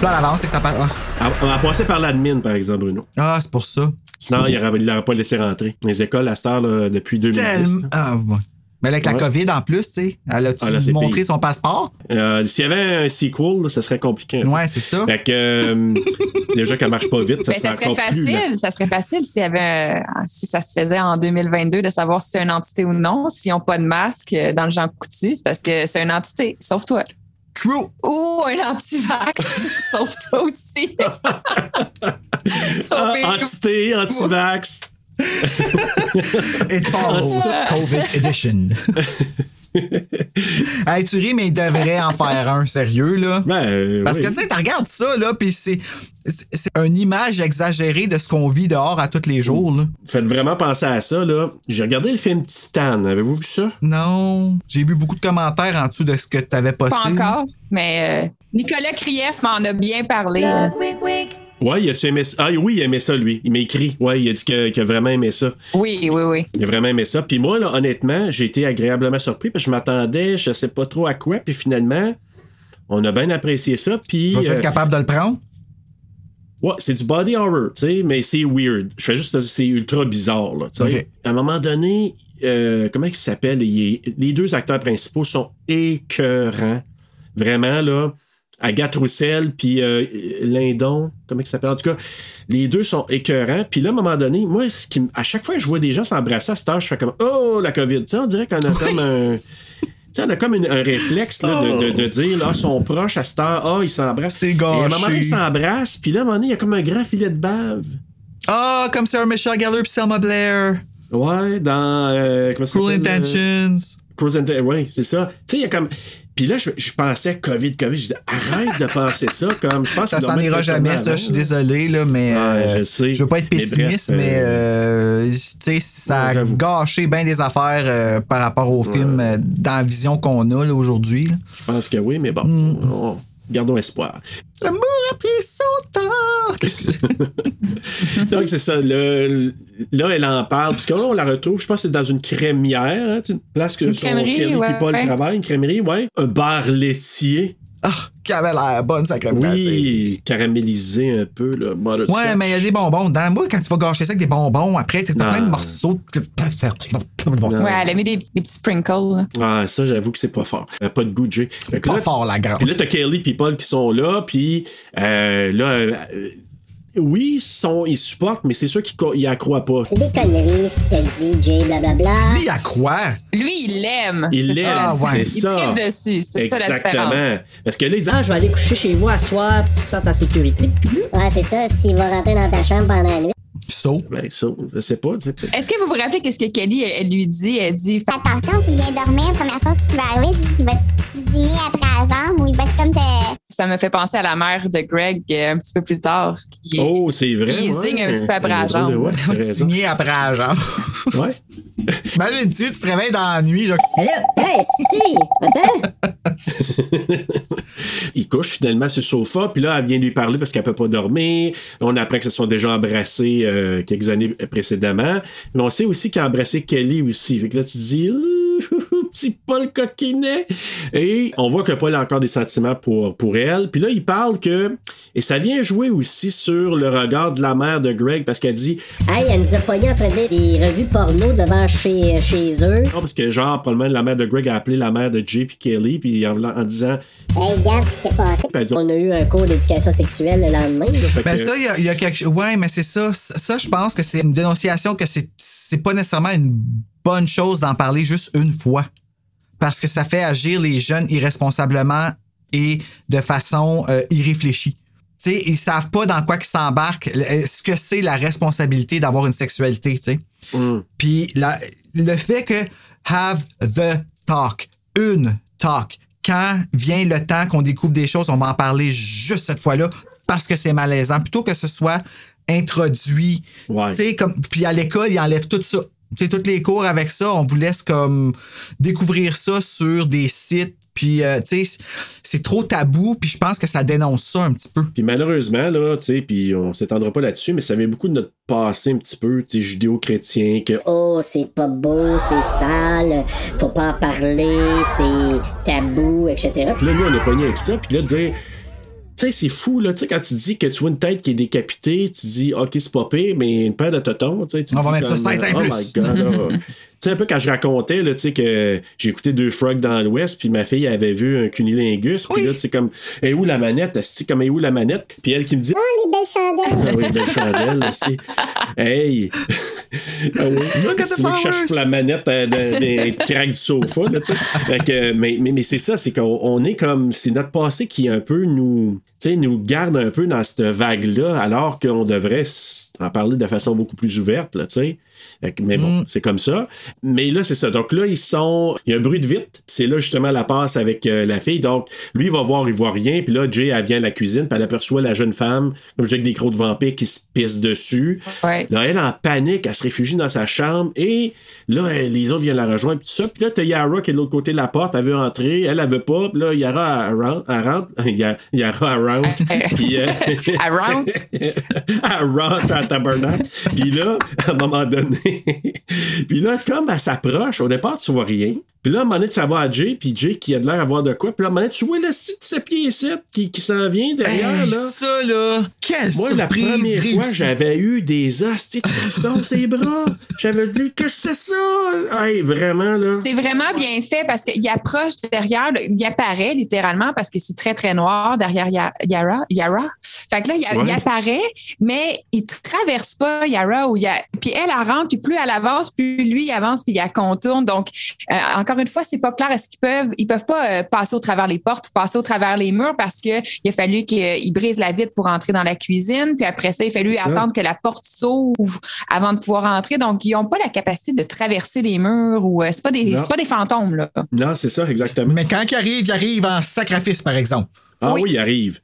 Speaker 3: Là, à l'avance, c'est que ça passe. Ah,
Speaker 2: On va passer par l'admin, par exemple, Bruno.
Speaker 3: Ah, c'est pour ça.
Speaker 2: Sinon, il n'aurait pas laissé rentrer. Les écoles, à cette heure, là, depuis 2010.
Speaker 3: Tellement. Ah, ouais. Mais avec la
Speaker 2: Ouais.
Speaker 3: COVID en plus, tu sais, elle a-tu
Speaker 2: Ah, là, c'est
Speaker 3: montré
Speaker 2: pire.
Speaker 3: son passeport?
Speaker 2: Euh, S'il y avait un sequel, là, ça serait compliqué. hein.
Speaker 3: Ouais, Ben, c'est ça.
Speaker 2: Fait que euh, déjà qu'elle marche pas vite, ça
Speaker 5: Ben,
Speaker 2: serait
Speaker 5: ça serait
Speaker 2: encore plus. lent.
Speaker 5: facile, ça serait facile s'il y avait un- si ça se faisait en 2022 de savoir si c'est une entité ou non, s'ils n'ont pas de masque euh, dans le Jean Coutu, c'est parce que c'est une entité, sauf toi.
Speaker 3: True.
Speaker 5: Ou un anti-vax, <laughs> sauf
Speaker 2: <laughs>
Speaker 5: toi aussi.
Speaker 2: Ah,
Speaker 5: Sauvez-vous.
Speaker 2: Entité, anti-vax.
Speaker 3: It follows <laughs> COVID edition. <laughs> hey, tu ris, mais il devrait en faire un, sérieux, là.
Speaker 2: Ben, euh,
Speaker 3: Parce
Speaker 2: oui.
Speaker 3: que, tu sais, tu regardes ça, là, puis c'est c'est une image exagérée de ce qu'on vit dehors à tous les jours, là.
Speaker 2: Faites vraiment penser à ça, là. J'ai regardé le film Titan. Avez-vous vu ça?
Speaker 3: Non. J'ai vu beaucoup de commentaires en dessous de ce que tu avais posté.
Speaker 5: Pas encore, mais euh, Nicolas Krief m'en a bien parlé.
Speaker 2: Ouais, il a aimé ça. Ah oui, il aimait ça, lui. Il m'a écrit. Ouais, il a dit que- qu'il a vraiment aimé ça.
Speaker 5: Oui, oui, oui.
Speaker 2: Il a vraiment aimé ça. Puis moi, là, honnêtement, j'ai été agréablement surpris parce que je m'attendais, je sais pas trop à quoi. Puis finalement, on a bien apprécié ça. Puis.
Speaker 3: Tu vas
Speaker 2: euh,
Speaker 3: être capable de le prendre?
Speaker 2: Ouais, c'est du body horror, tu sais, mais c'est weird. Je fais juste, c'est ultra bizarre, là, tu sais.
Speaker 3: Ok.
Speaker 2: À un moment donné, euh, comment il s'appelle? il est- Les deux acteurs principaux sont écœurants. Vraiment, là. Agathe Roussel, puis euh, Lindon, comment il s'appelle? En tout cas, les deux sont écœurants. Puis là, à un moment donné, moi, ce qui m- à chaque fois que je vois des gens s'embrasser à cette heure, je fais comme, oh, la COVID. Tu sais, on dirait qu'on a comme un. Tu sais, on a comme une- un réflexe là, de, de- de dire, là, son proche à cette heure, ah, il s'embrasse.
Speaker 3: Oh! C'est
Speaker 2: Et à un
Speaker 3: gâché.
Speaker 2: moment donné, ils s'embrassent, puis là, à un moment donné, il y a comme un grand filet de bave.
Speaker 3: Ah, comme Sarah Michelle Gellar pis Selma Blair.
Speaker 2: Ouais, dans. euh, comment ça
Speaker 3: Cruel
Speaker 2: s'appelle, euh,
Speaker 3: Intentions.
Speaker 2: Cruel Intentions, eh ouais, c'est ça. Tu sais, il y a comme. Puis là, je, je pensais COVID, COVID. Je disais, arrête de penser ça. Comme, je pense
Speaker 3: Ça
Speaker 2: qu'ils
Speaker 3: s'en
Speaker 2: l'ont
Speaker 3: ira
Speaker 2: même
Speaker 3: jamais,
Speaker 2: fait
Speaker 3: ça. Je suis
Speaker 2: avant, là.
Speaker 3: désolé, là, mais.
Speaker 2: Ouais,
Speaker 3: euh,
Speaker 2: je sais.
Speaker 3: Je veux pas être
Speaker 2: Mais bref,
Speaker 3: pessimiste,
Speaker 2: euh,
Speaker 3: mais euh, tu sais, ça a
Speaker 2: Ouais, j'avoue.
Speaker 3: gâché bien des affaires euh, par rapport au film euh, dans la vision qu'on a là, aujourd'hui. là.
Speaker 2: Je pense que oui, mais bon.
Speaker 3: Mm.
Speaker 2: on- gardons espoir.
Speaker 3: Ça m'a rappelé son temps. Qu'est-ce que c'est?
Speaker 2: Donc, <laughs> c'est ça. le- là, elle en parle. Parce que là, on la retrouve, je pense que c'est dans une crémière. hein, tu sais, une place que
Speaker 5: Une
Speaker 2: son
Speaker 5: crèmerie,
Speaker 2: Kelly
Speaker 5: ouais,
Speaker 2: Paul
Speaker 5: ouais.
Speaker 2: travaille, une crémerie, ouais. Un bar laitier.
Speaker 3: Ah, qu'elle avait l'air bonne, sa crème glacée.
Speaker 2: Oui, caramélisé un peu, là. Butterscotch.
Speaker 3: Ouais, mais il y a des bonbons dedans. Moi, quand tu vas gâcher ça avec des bonbons, après, t'as
Speaker 2: Non.
Speaker 3: plein de morceaux.
Speaker 2: Non.
Speaker 5: Ouais, elle a mis des, des petits sprinkles. là.
Speaker 2: Ah, ça, j'avoue que c'est pas fort. Euh, Pas de goût, Jay. Fait que
Speaker 3: Pas
Speaker 2: là,
Speaker 3: fort, la grande.
Speaker 2: Puis là, t'as Kelly puis Paul qui sont là, puis euh, là, euh, euh, oui, ils, sont, ils supportent, mais c'est sûr qu'ils co- ils accroient
Speaker 5: Oh,
Speaker 2: pas.
Speaker 13: C'est des conneries, ce qu'il t'a dit, Jay, blablabla.
Speaker 3: Lui, à quoi?
Speaker 5: Lui, il l'aime.
Speaker 2: Il l'aime,
Speaker 5: ça. Ah,
Speaker 2: c'est
Speaker 5: il
Speaker 2: ça.
Speaker 5: tripe dessus. C'est ça la différence.
Speaker 2: Exactement. Parce que là, ils disent,
Speaker 12: Ah, je vais aller coucher chez vous à soir pour que tu te sentes en sécurité.
Speaker 13: Ouais, c'est ça, s'il va rentrer dans ta chambre pendant la nuit.
Speaker 3: Saut.
Speaker 2: ben, ça, je sais pas, tu sais, peut-être.
Speaker 5: Est-ce que vous vous rappelez qu'est-ce que Kelly, elle, elle lui dit? Elle dit, Fais
Speaker 9: Attention, tu viens dormir, première chose qui va arriver, c'est qu'il va te désigner après la jambe ou il va te comme te.
Speaker 5: ça me fait penser à la mère de Greg euh, un petit peu plus tard. qui-
Speaker 2: Oh, c'est vrai.
Speaker 5: Ils
Speaker 2: ouais.
Speaker 5: zignent un petit peu après la
Speaker 2: Ouais,
Speaker 5: jambe.
Speaker 2: Ouais, t'as
Speaker 5: <laughs>
Speaker 2: raison.
Speaker 3: Signé après la jambe. <laughs>
Speaker 2: Ouais.
Speaker 3: Imagine-tu, tu te réveilles dans la nuit, genre,
Speaker 13: Hé là, hey, si, attends.
Speaker 2: <laughs> Il couche finalement sur le sofa, puis là, elle vient lui parler parce qu'elle peut pas dormir. Là, on apprend que se sont déjà embrassés euh, quelques années précédemment. Mais on sait aussi qu'il a embrassé Kelly aussi. Fait que là, tu te dis, Ouh, <laughs> petit Paul coquinet. Et on voit que Paul a encore des sentiments pour, pour elle. Puis là, il parle que. Et ça vient jouer aussi sur le regard de la mère de Greg parce qu'elle dit,
Speaker 13: Hey, elle nous a pogné en train de lire des revues porno devant chez, chez eux.
Speaker 2: non, parce que genre, probablement, la mère de Greg a appelé la mère de Jay puis Kelly, puis en, en disant,
Speaker 13: Hey, regarde ce qui s'est passé.
Speaker 2: puis elle dit,
Speaker 13: On a eu un cours d'éducation sexuelle le lendemain.
Speaker 2: Fait
Speaker 3: Ben
Speaker 2: que-
Speaker 3: ça, il y a- il y, a quelque chose. Ouais, mais c'est ça. Ça, ça, je pense que c'est une dénonciation que c'est, c'est pas nécessairement une bonne chose d'en parler juste une fois. Parce que ça fait agir les jeunes irresponsablement et de façon euh, irréfléchie. Tu sais, ils savent pas dans quoi qu'ils s'embarquent, le- euh, ce que c'est la responsabilité d'avoir une sexualité, tu sais. Puis la- le fait que have the talk, une talk, quand vient le temps qu'on découvre des choses, on va en parler juste cette fois-là parce que c'est malaisant, plutôt que ce soit introduit.
Speaker 2: Ouais.
Speaker 3: Tu sais, Comme, puis à l'école, ils enlèvent tout ça. Tu sais, tous les cours avec ça, on vous laisse comme découvrir ça sur des sites. Puis, euh, tu sais, c'est trop tabou, puis je pense que ça dénonce ça un petit peu.
Speaker 2: Puis malheureusement, là, tu sais, puis on s'étendra pas là-dessus, mais ça vient beaucoup de notre passé un petit peu, tu sais, judéo-chrétien, que
Speaker 13: Oh, c'est pas beau, c'est sale, faut pas en parler, c'est tabou, etc.
Speaker 2: Puis là, nous, on est pogné avec ça. Puis là, de dire. Tu sais, c'est fou, là. Tu sais, quand tu dis que tu vois une tête qui est décapitée, tu dis, ah, OK, c'est pas pire, mais une paire de totons, tu sais. tu
Speaker 3: On va
Speaker 2: dis
Speaker 3: mettre ça
Speaker 2: comme,
Speaker 3: 16 ans
Speaker 2: Oh
Speaker 3: plus.
Speaker 2: my God,
Speaker 3: <laughs>
Speaker 2: là. Tu sais, un peu quand je racontais, là, tu sais, que j'ai écouté deux frogs dans l'Ouest, puis ma fille avait vu un cunilingus, puis là, tu sais, comme, et où la manette? Elle se dit, comme, et où la manette? Puis elle qui me dit, <laughs>
Speaker 9: Oh, les belles chandelles!
Speaker 2: Ah oui, belle chandelle aussi. Hey! <laughs> Ah oui.
Speaker 3: Look at the
Speaker 2: Si tu veux que je cherche
Speaker 3: flowers.
Speaker 2: pour la manette euh, de- des craques du sofa, là, tu sais. Fait que, mais mais, mais c'est ça, c'est qu'on on est comme. C'est notre passé qui un peu nous. tu sais, nous garde un peu dans cette vague-là, alors qu'on devrait s- en parler de façon beaucoup plus ouverte, là, tu sais. Fait que, Mais bon,
Speaker 3: Mm.
Speaker 2: c'est comme ça. Mais là, c'est ça. Donc là, ils sont. Il y a un bruit de vite. C'est là, justement, la passe avec euh, la fille. Donc, lui, il va voir, il voit rien. Puis là, Jay, elle vient à la cuisine. Puis elle aperçoit la jeune femme, comme je dis, avec des crocs de vampire qui se pissent dessus. <laughs>
Speaker 5: Ouais. <laughs>
Speaker 2: Là, elle, en panique, elle se réfugie dans sa chambre. Et là, elle- les autres viennent la rejoindre. Puis tout ça. Puis là, t'as Yara qui est de l'autre côté de la porte. Elle veut entrer. Elle, elle veut pas. Puis là, Yara, elle rentre. Elle rentre. <laughs> Ya- Yara, elle rentre. <laughs> Puis, euh,
Speaker 5: Elle rentre.
Speaker 2: elle rentre en tabarnak. Puis là, à un moment donné, <laughs> puis là, comme elle s'approche, au départ, tu vois rien. Puis là, à un moment donné, ça va à Jay, puis Jay qui a de l'air à voir de quoi. Puis là, à un moment donné, tu vois le site de ses pieds ici qui, qui s'en vient derrière,
Speaker 3: Hey,
Speaker 2: là.
Speaker 3: Ça, là, quelle
Speaker 2: Moi, la
Speaker 3: surprise
Speaker 2: première fois,
Speaker 3: réussie.
Speaker 2: j'avais eu des hosties de frissons sur ses bras. J'avais dit, que c'est ça? Hey, vraiment, là.
Speaker 5: C'est vraiment bien fait parce qu'il approche derrière, le- il apparaît littéralement parce que c'est très, très noir derrière Ya- Yara. Yara. Fait que là, il, a-
Speaker 2: Ouais.
Speaker 5: il apparaît, mais il traverse pas Yara. Ou il a- puis elle, elle rentre, puis plus elle avance, plus lui, il avance, puis il la contourne. Donc, euh, encore une fois, c'est pas clair. Est-ce qu'ils peuvent, ils peuvent pas euh, passer au travers les portes ou passer au travers les murs parce que il a fallu qu'ils brisent la vitre pour entrer dans la cuisine. Puis après ça, il a fallu
Speaker 2: C'est ça.
Speaker 5: attendre que la porte s'ouvre avant de pouvoir entrer. Donc, ils n'ont pas la capacité de traverser les murs ou euh, c'est pas des
Speaker 2: Non.
Speaker 5: c'est pas des fantômes là.
Speaker 2: Non, c'est ça, exactement.
Speaker 3: Mais quand il arrive, il arrive en sacrifice, par exemple.
Speaker 2: Ah oui,
Speaker 5: Oui.
Speaker 2: il arrive.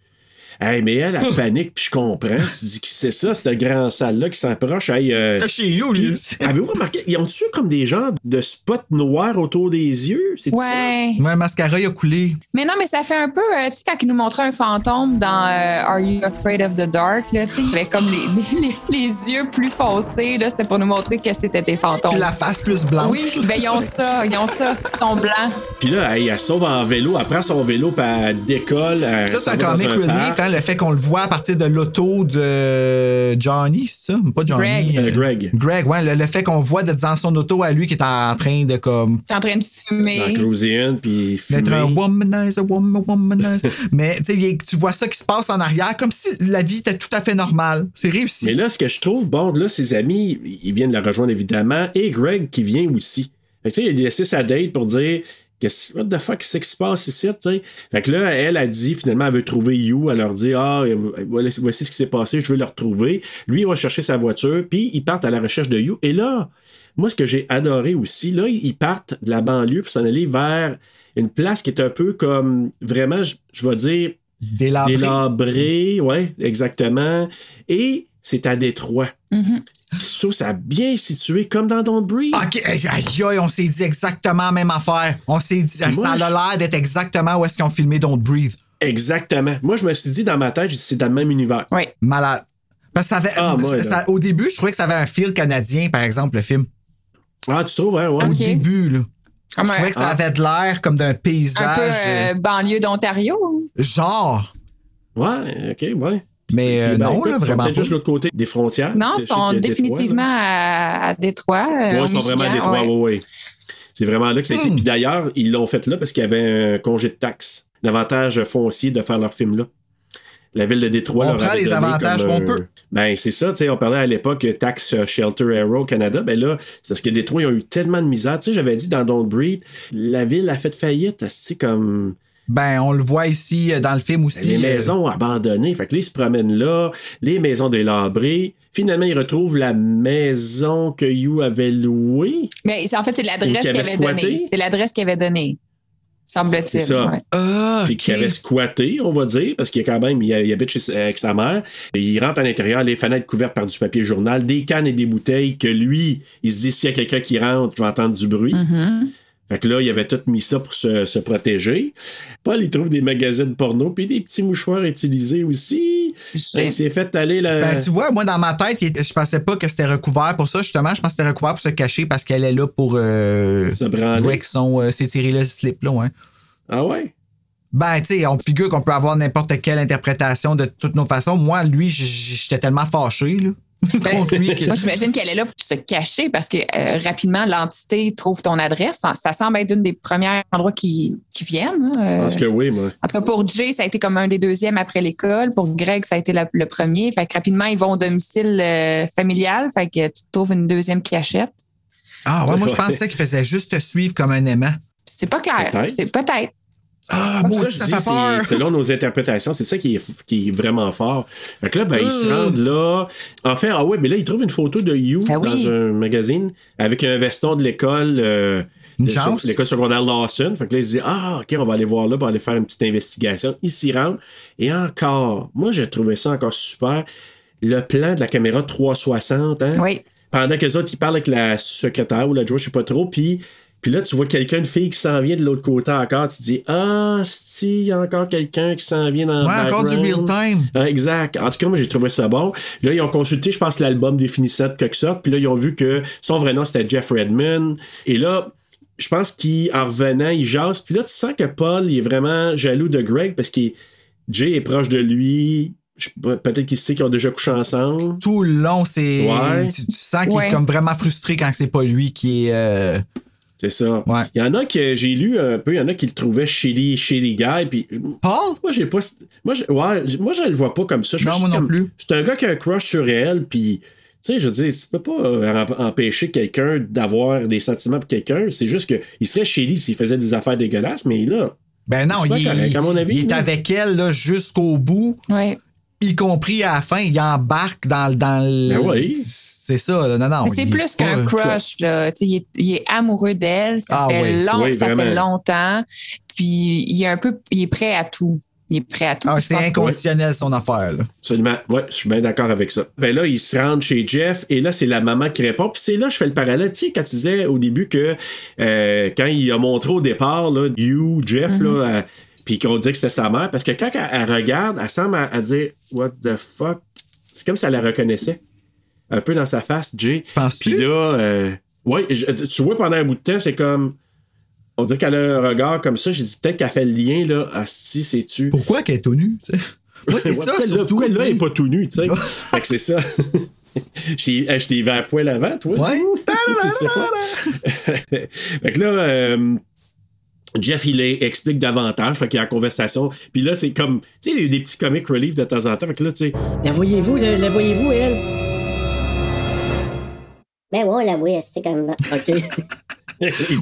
Speaker 2: Hey, mais elle, elle panique, puis je comprends. Tu dis que c'est ça, cette grande salle-là qui s'approche. Hey, euh,
Speaker 3: C'est chez nous,
Speaker 2: puis,
Speaker 3: lui.
Speaker 2: Avez-vous remarqué, ils ont-tu comme des gens de spots noirs autour des yeux? C'est
Speaker 5: Ouais.
Speaker 3: Ouais, mascara, il a coulé.
Speaker 5: Mais non, mais ça fait un peu, euh, tu sais, quand ils nous montraient un fantôme dans euh, Are You Afraid of the Dark, là, tu sais, il avait comme les, <laughs> les, les yeux plus foncés, là, c'était pour nous montrer que c'était des fantômes.
Speaker 3: Puis la face plus blanche.
Speaker 5: Oui, ben ils ont ça, ils ont ça, ils sont blancs.
Speaker 2: Puis là, hey, elle sauve en vélo, elle prend son vélo, puis elle décolle. elle
Speaker 3: Ça, c'est
Speaker 2: s'en
Speaker 3: un
Speaker 2: va dans
Speaker 3: comic relief,
Speaker 2: parc.
Speaker 3: hein, le fait qu'on le voit à partir de l'auto de Johnny, c'est ça? Pas Johnny.
Speaker 5: Greg.
Speaker 3: euh,
Speaker 2: Euh, Greg,
Speaker 3: Greg, ouais, le, le fait qu'on voit de- dans son auto à lui qui est en train de comme
Speaker 5: T'es en train de
Speaker 2: dans
Speaker 5: fumer.
Speaker 2: Cruisin, puis fumer.
Speaker 3: d'être un womanizer, woman, <laughs> womanizer. Mais tu sais, il est- tu vois ça qui se passe en arrière comme si la vie était tout à fait normale. C'est réussi.
Speaker 2: Mais là, ce que je trouve, Bond, là, ses amis, ils viennent la rejoindre évidemment, et Greg qui vient aussi. Fait que, tu sais, il a laissé sa date pour dire. Qu'est-ce, what the fuck, c'est qui se passe ici, tu sais? Fait que là, elle a dit, finalement, elle veut trouver You. Elle leur dit, ah, voilà- voici ce qui s'est passé, je veux le retrouver. Lui, il va chercher sa voiture, puis ils partent à la recherche de You. Et là, moi, ce que j'ai adoré aussi, là, ils partent de la banlieue pour s'en aller vers une place qui est un peu comme, vraiment, je- je vais dire,
Speaker 3: Délabré.
Speaker 2: délabré, ouais, exactement. Et c'est à Détroit.
Speaker 5: Mhm.
Speaker 2: Puis Je trouve ça bien situé, comme dans Don't Breathe.
Speaker 5: Ah.
Speaker 3: Ok, eh, aïe, aïe, on s'est dit exactement la même affaire. On s'est dit,
Speaker 2: Puis moi,
Speaker 3: ça a
Speaker 2: je-
Speaker 3: l'air d'être exactement où est-ce qu'ils ont filmé Don't Breathe.
Speaker 2: Exactement. Moi, je me suis dit dans ma tête, j'ai dit, c'est dans le même univers.
Speaker 5: Oui.
Speaker 3: Malade. Parce que ça avait,
Speaker 2: Ah, moi, là.
Speaker 3: ça- au début, je trouvais que ça avait un feel canadien, par exemple, le film.
Speaker 2: Ah, tu trouves, hein, ouais.
Speaker 5: Ok.
Speaker 3: Au début, là.
Speaker 5: Comme
Speaker 3: je trouvais
Speaker 5: un,
Speaker 3: que
Speaker 2: Ah.
Speaker 3: ça avait de l'air comme d'un
Speaker 5: un peu
Speaker 3: paysage.
Speaker 5: euh,
Speaker 3: euh,
Speaker 5: banlieue d'Ontario.
Speaker 3: Genre.
Speaker 2: Ouais, ok, ouais.
Speaker 3: Mais euh,
Speaker 2: Ben,
Speaker 3: non,
Speaker 2: écoute,
Speaker 3: là,
Speaker 2: ils sont
Speaker 3: vraiment.
Speaker 2: Peut-être
Speaker 3: pas.
Speaker 2: juste l'autre côté des frontières.
Speaker 5: Non,
Speaker 2: Je
Speaker 5: ils
Speaker 2: sais qu'il y a Détroit,
Speaker 5: sont
Speaker 2: là.
Speaker 5: définitivement à, à Détroit. euh,
Speaker 2: Ouais,
Speaker 5: au
Speaker 2: ils sont vraiment à
Speaker 5: Michigan,
Speaker 2: Détroit,
Speaker 5: ouais.
Speaker 2: ouais, ouais. C'est vraiment là que ça a été.
Speaker 3: Hmm.
Speaker 2: Puis d'ailleurs, ils l'ont fait là parce qu'il y avait un congé de taxes. L'avantage foncier de faire leur film là. La ville de Détroit.
Speaker 3: On
Speaker 2: leur
Speaker 3: prend
Speaker 2: avait
Speaker 3: les
Speaker 2: donné
Speaker 3: avantages
Speaker 2: comme
Speaker 3: qu'on
Speaker 2: un-
Speaker 3: peut.
Speaker 2: Ben, c'est ça, tu sais. On parlait à l'époque euh, Tax euh, Shelter Arrow Canada. Ben là, c'est parce que Détroit, ils ont eu tellement de misère. Tu sais, j'avais dit dans Don't Breed, la ville a fait faillite. C'est comme.
Speaker 3: Ben, on le voit ici euh, dans le film aussi.
Speaker 2: Les
Speaker 3: euh,
Speaker 2: maisons abandonnées. Fait que là, ils se promènent là, les maisons délabrées. Finalement, ils retrouvent la maison que You avait louée.
Speaker 5: Mais c'est- en fait, c'est l'adresse
Speaker 2: Ou
Speaker 5: qu'il
Speaker 2: qu'il
Speaker 5: avait
Speaker 2: avait
Speaker 5: donnée.
Speaker 2: squatté.
Speaker 5: C'est l'adresse qu'il avait donnée, semble-t-il.
Speaker 2: C'est ça.
Speaker 5: ouais.
Speaker 3: Ah,
Speaker 2: puis qui
Speaker 3: ok.
Speaker 2: avait squatté, on va dire, parce qu'il y a quand même, il, il habite chez- avec sa mère. Et il rentre à l'intérieur, les fenêtres couvertes par du papier journal, des cannes et des bouteilles que lui, il se dit s'il y a quelqu'un qui rentre, je vais entendre du bruit.
Speaker 5: Mhm.
Speaker 2: Fait que là, il avait tout mis ça pour se, se protéger. Paul, il trouve des magazines porno, puis des petits mouchoirs utilisés aussi.
Speaker 5: Ben,
Speaker 2: Il s'est fait aller la.
Speaker 3: Ben, tu vois, moi, dans ma tête, il était- je pensais pas que c'était recouvert pour ça. Justement, je pense que c'était recouvert pour se cacher parce qu'elle est là pour euh,
Speaker 2: Se branler.
Speaker 3: jouer avec son. euh, s'étirer le slip, là, ouais.
Speaker 2: Ah ouais?
Speaker 3: Ben, tu sais, on figure qu'on peut avoir n'importe quelle interprétation de toutes nos façons. Moi, lui, j- j- j'étais tellement fâché, là. <laughs> contre
Speaker 2: Ben,
Speaker 3: lui que-
Speaker 5: Moi, j'imagine qu'elle est là pour se cacher parce que euh, rapidement, l'entité trouve ton adresse. Ça, ça semble être une des premières endroits qui, qui viennent. hein, euh.
Speaker 2: Parce que oui, moi.
Speaker 5: En tout cas, pour Jay, ça a été comme un des deuxièmes après l'école. Pour Greg, ça a été la- le premier. Fait que rapidement, ils vont au domicile euh, familial. Fait que tu trouves une deuxième cachette.
Speaker 3: Ah, ouais, moi, je
Speaker 2: Ouais.
Speaker 3: pensais qu'il faisait juste te suivre comme un aimant.
Speaker 5: C'est pas clair.
Speaker 2: Peut-être.
Speaker 5: C'est peut-être.
Speaker 3: Ah,
Speaker 2: C'est
Speaker 3: moi,
Speaker 2: ça, je dis, c'est- Selon nos interprétations, c'est ça qui est, f- qui est vraiment fort. Fait que là, ben, ils se
Speaker 3: Euh.
Speaker 2: rendent là. Enfin, ah ouais, mais là, ils trouvent une photo de You
Speaker 5: Ah oui.
Speaker 2: dans un magazine avec un veston de l'école. euh,
Speaker 3: Une
Speaker 2: de-
Speaker 3: chance.
Speaker 2: sur- L'école secondaire Lawson. Fait que là, ils se disent Ah, OK, on va aller voir là pour aller faire une petite investigation. Ils s'y rendent. Et encore, moi, j'ai trouvé ça encore super. Le plan de la caméra 360, hein?
Speaker 5: Oui.
Speaker 2: pendant que les autres ils parlent avec la secrétaire ou la joie, je sais pas trop, puis puis là tu vois quelqu'un une fille qui s'en vient de l'autre côté encore, tu dis ah si il y a encore quelqu'un qui s'en vient dans le
Speaker 3: Ouais, encore du real
Speaker 2: background.
Speaker 3: time.
Speaker 2: Ah, Exact. En tout cas, moi, j'ai trouvé ça bon. Là, ils ont consulté, je pense, l'album définissant de quelque sorte. Puis là, ils ont vu que son vrai nom, c'était Jeff Redman. Et là, je pense qu'en revenant, il jase. Puis là, tu sens que Paul, il est vraiment jaloux de Greg parce que Jay est proche de lui. Je- Peut-être qu'il sait qu'ils ont déjà couché ensemble.
Speaker 3: Tout le long, c'est.
Speaker 2: Ouais.
Speaker 3: Tu, tu sens qu'il
Speaker 5: Ouais.
Speaker 3: est comme vraiment frustré quand c'est pas lui qui est. euh,
Speaker 2: C'est ça.
Speaker 3: Ouais.
Speaker 2: Il y en a que j'ai lu un peu, il y en a qui le trouvaient shitty, shitty guy. Puis
Speaker 3: Paul?
Speaker 2: moi, j'ai pas. Moi, je, ouais, j- moi, je le vois pas comme ça. Je
Speaker 3: Non,
Speaker 2: suis
Speaker 3: moi non
Speaker 2: comme-
Speaker 3: plus.
Speaker 2: C'est un gars qui a un crush sur elle, puis. Tu sais, je veux dire, tu peux pas euh, em- empêcher quelqu'un d'avoir des sentiments pour quelqu'un. C'est juste qu'il serait shitty s'il faisait des affaires dégueulasses, mais là,
Speaker 3: Ben non,
Speaker 2: C'est pas
Speaker 3: il,
Speaker 2: correct, à mon avis,
Speaker 3: il
Speaker 2: oui.
Speaker 3: est avec elle là, jusqu'au bout,
Speaker 5: Oui.
Speaker 3: y compris à la fin. Il embarque dans, le- dans le.
Speaker 2: Ben oui.
Speaker 3: C'est ça, là, non, non.
Speaker 5: Mais c'est
Speaker 3: Ah, il est
Speaker 5: plus
Speaker 3: pas-
Speaker 5: qu'un crush, là. Tu sais, Il est, il est amoureux d'elle.
Speaker 3: Ah
Speaker 5: Ça, fait,
Speaker 3: oui,
Speaker 5: long-
Speaker 2: oui,
Speaker 5: ça fait
Speaker 2: vraiment.
Speaker 5: longtemps. Puis il est un peu il est prêt à tout. Il est prêt à tout.
Speaker 3: Ah, c'est inconditionnel son affaire. là.
Speaker 2: Absolument. Ouais, je suis bien d'accord avec ça. Ben là, ils se rendent chez Jeff et là, c'est la maman qui répond. Puis c'est là, je fais le parallèle. Tu sais, quand tu disais au début que euh, quand il a montré au départ, là, You, Jeff, là, elle- puis qu'on dit que c'était sa mère, parce que quand elle, elle regarde, elle semble à, à dire What the fuck? C'est comme si elle la reconnaissait. Un peu dans sa face, Jay. Puis là, euh, ouais, je- tu vois, pendant un bout de temps, c'est comme. On dirait qu'elle a un regard comme ça. J'ai dit peut-être qu'elle fait le lien, là. Asti, c'est-tu.
Speaker 3: Pourquoi qu'elle est tout nue? tu sais? Moi, c'est
Speaker 2: Ouais,
Speaker 3: ça,
Speaker 2: pourquoi là,
Speaker 3: surtout.
Speaker 2: pourquoi
Speaker 3: tu
Speaker 2: là,
Speaker 3: sais.
Speaker 2: elle est pas tout nu, tu
Speaker 3: <laughs>
Speaker 2: sais. fait que c'est ça. <laughs> Je t'ai- eh, Je t'ai vu à poil avant, toi.
Speaker 3: Ouais.
Speaker 2: <laughs> Tu sais pas. <laughs> fait que là, euh, Jeff, il les explique davantage. Fait qu'il y a la conversation. Puis là, c'est comme, tu sais, des- des petits comic relief de temps en temps. Fait que là, tu sais, <laughs>
Speaker 13: La voyez-vous, la, la voyez-vous, elle?
Speaker 11: Ben ouais, là, oui, c'était comme.
Speaker 13: OK.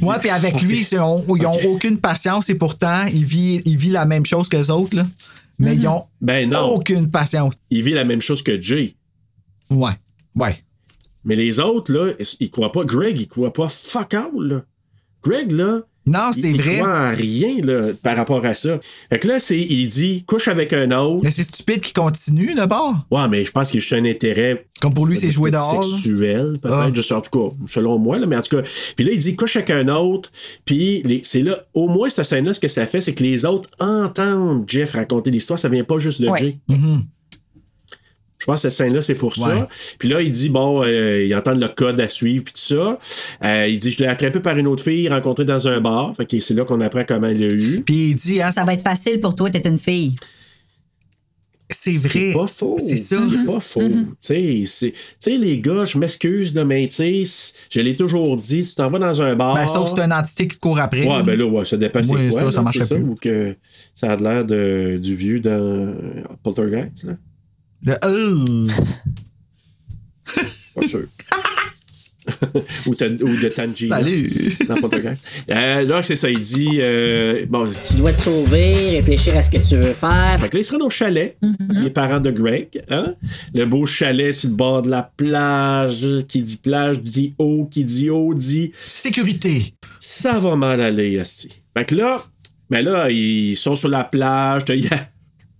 Speaker 3: Ouais, puis avec lui, c'est- on- ils n'ont aucune patience et pourtant, il vit, il vit la même chose que les autres, là. mais
Speaker 11: Mhm.
Speaker 3: ils n'ont
Speaker 2: ben non,
Speaker 3: aucune patience.
Speaker 2: il vit la même chose que Jay.
Speaker 3: Ouais, ouais.
Speaker 2: Mais les autres, là, ils croient pas. Greg, il croit pas fuck all, là. Greg, là. il-
Speaker 3: Non, Ah, c'est
Speaker 2: il
Speaker 3: vrai.
Speaker 2: croit en rien, là, par rapport à ça. Fait que là, c'est, il dit, couche avec un autre.
Speaker 3: Mais c'est stupide qu'il continue d'abord.
Speaker 2: Ouais, mais je pense qu'il y a juste un intérêt.
Speaker 3: Comme pour lui, c'est jouer
Speaker 2: peut-être
Speaker 3: dehors. là.
Speaker 2: Sexuel, peut-être.
Speaker 3: Ah.
Speaker 2: Je sais, en tout cas, selon moi, là, mais en tout cas. Puis là, il dit, couche avec un autre. Puis les- c'est là, au moins, cette scène-là, ce que ça fait, c'est que les autres entendent Jeff raconter l'histoire. Ça vient pas juste de
Speaker 5: Ouais.
Speaker 2: Jay.
Speaker 3: Mhm.
Speaker 2: Je pense que cette scène-là, c'est pour
Speaker 3: Ouais.
Speaker 2: ça. Puis là, il dit, bon, euh, il entend le code à suivre, puis tout ça. Euh, il dit, je l'ai attrapé par une autre fille rencontrée dans un bar. Fait que c'est là qu'on apprend comment il l'a eu.
Speaker 3: Puis il dit, hein,
Speaker 11: Ça va être facile pour toi, t'es une fille.
Speaker 3: c'est
Speaker 2: C'est
Speaker 3: vrai.
Speaker 2: pas faux.
Speaker 3: C'est ça.
Speaker 2: pas faux. Tu sais, c'est- tu sais, les gars, je m'excuse, là, mais tu sais, je l'ai toujours dit, tu t'en vas dans un bar.
Speaker 3: Ben, sauf que c'est une entité qui te court après.
Speaker 2: Ouais, ben là, ouais, ça dépasse
Speaker 3: Ouais,
Speaker 2: quoi,
Speaker 3: ça,
Speaker 2: là,
Speaker 3: ça marchait
Speaker 2: c'est ça,
Speaker 3: plus.
Speaker 2: ou que ça a l'air de- du vieux dans Poltergeist, là?
Speaker 3: Le euh,
Speaker 2: Pas
Speaker 3: <laughs>
Speaker 2: sûr. ou, ta- ou de Tanji.
Speaker 3: Salut.
Speaker 2: Dans Poltergeist. Euh, là, c'est ça, il dit. euh, bon,
Speaker 12: Tu dois te sauver, réfléchir à ce que tu veux faire.
Speaker 2: Fait que là, ils se rendent au chalet,
Speaker 5: Mm-hmm.
Speaker 2: les parents de Greg. Hein? Le beau chalet sur le bord de la plage. Qui dit plage dit eau, qui dit eau dit
Speaker 3: Sécurité.
Speaker 2: ça va mal aller, Esti. Fait que là, ben là, ils sont sur la plage. t'as- Il y a,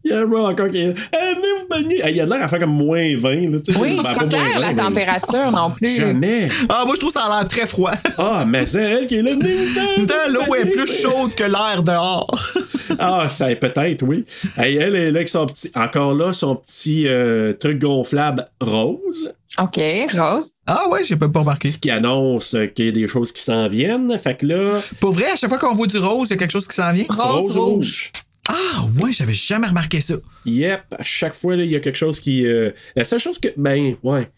Speaker 2: il y a Rock encore qui est là. Eh, venez vous baigner. Eh, Il y a l'air à faire comme moins 20. Là, tu sais.
Speaker 5: Oui,
Speaker 2: Ben,
Speaker 5: c'est
Speaker 2: pas
Speaker 5: pas clair,
Speaker 2: moins
Speaker 5: la
Speaker 2: 20, mais-
Speaker 5: température non plus.
Speaker 2: Jamais.
Speaker 3: Ah, moi, je trouve ça a l'air très froid. <laughs>
Speaker 2: Ah, mais c'est elle qui est là. Venez vous baigner,
Speaker 3: Putain, l'eau est
Speaker 2: venez
Speaker 3: plus
Speaker 2: vous
Speaker 3: chaude que l'air dehors.
Speaker 2: Ah, ça peut-être, oui. Hey, elle est là avec son petit. Encore là, son petit euh, truc gonflable rose
Speaker 5: OK, Rose.
Speaker 3: Ah ouais, j'ai pas pas remarqué.
Speaker 2: qui annonce euh, qu'il y a des choses qui s'en viennent. Fait que là.
Speaker 3: Pour vrai, à chaque fois qu'on voit du rose, il y a quelque chose qui s'en vient.
Speaker 5: Rose, rouge.
Speaker 3: Ah ouais, j'avais jamais remarqué ça.
Speaker 2: Yep. À chaque fois, là, il y a quelque chose qui. euh, La seule chose que. Ben, ouais.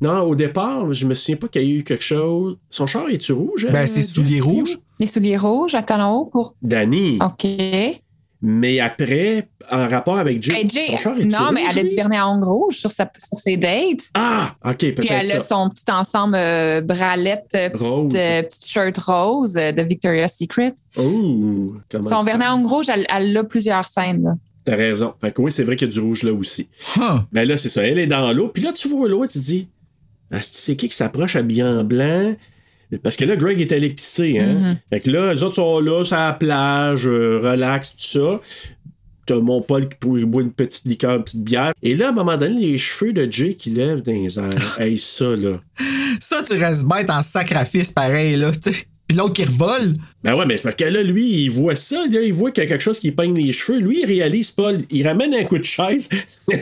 Speaker 2: Non, au départ, je me souviens pas qu'il y a eu quelque chose. Son char est-tu rouge?
Speaker 3: Ben,
Speaker 2: euh,
Speaker 3: c'est souliers
Speaker 2: Jeff?
Speaker 3: rouges.
Speaker 5: Les souliers rouges à talons hauts pour.
Speaker 2: Danny.
Speaker 5: OK. Hey,
Speaker 2: Mais après, en rapport avec Jay.
Speaker 5: Ben, Jay,
Speaker 2: son char est-tu
Speaker 5: non, mais
Speaker 2: rouge,
Speaker 5: elle a
Speaker 2: lui?
Speaker 5: du vernis à ongles rouges sur, sa- sur ses dates.
Speaker 2: Ah! Ok, peut-être.
Speaker 5: Puis elle
Speaker 2: ça.
Speaker 5: a son petit ensemble euh, bralette, euh,
Speaker 2: Rose.
Speaker 5: petite, euh, petite shirt rose euh, de Victoria's Secret.
Speaker 2: Oh! comment
Speaker 5: Son
Speaker 2: tu-
Speaker 5: vernis à ongles rouges, elle, elle a plusieurs scènes. là.
Speaker 2: T'as raison. Fait que oui, c'est vrai qu'il y a du rouge là aussi.
Speaker 3: Huh.
Speaker 2: Ben là, c'est ça. Elle est dans l'eau. Puis là, tu vois l'eau, tu te dis Asti, c'est qui qui s'approche habillé en blanc Parce que là, Greg est allé pisser. Hein? Fait que là, les autres sont là, sur la plage, euh, relax, tout ça. T'as mon Paul qui pou- boit une petite liqueur, une petite bière. Et là, à un moment donné, les cheveux de Jay qui lèvent dans les airs. hey, ça, là.
Speaker 3: Ça, tu restes bête en sacrifice pareil, là, tu sais. Puis l'autre qui revole.
Speaker 2: Ben ouais, mais c'est parce que là, lui, il voit ça, là, il voit qu'il y a quelque chose qui peigne les cheveux. Lui, il réalise pas. Il ramène un coup de chaise. <laughs>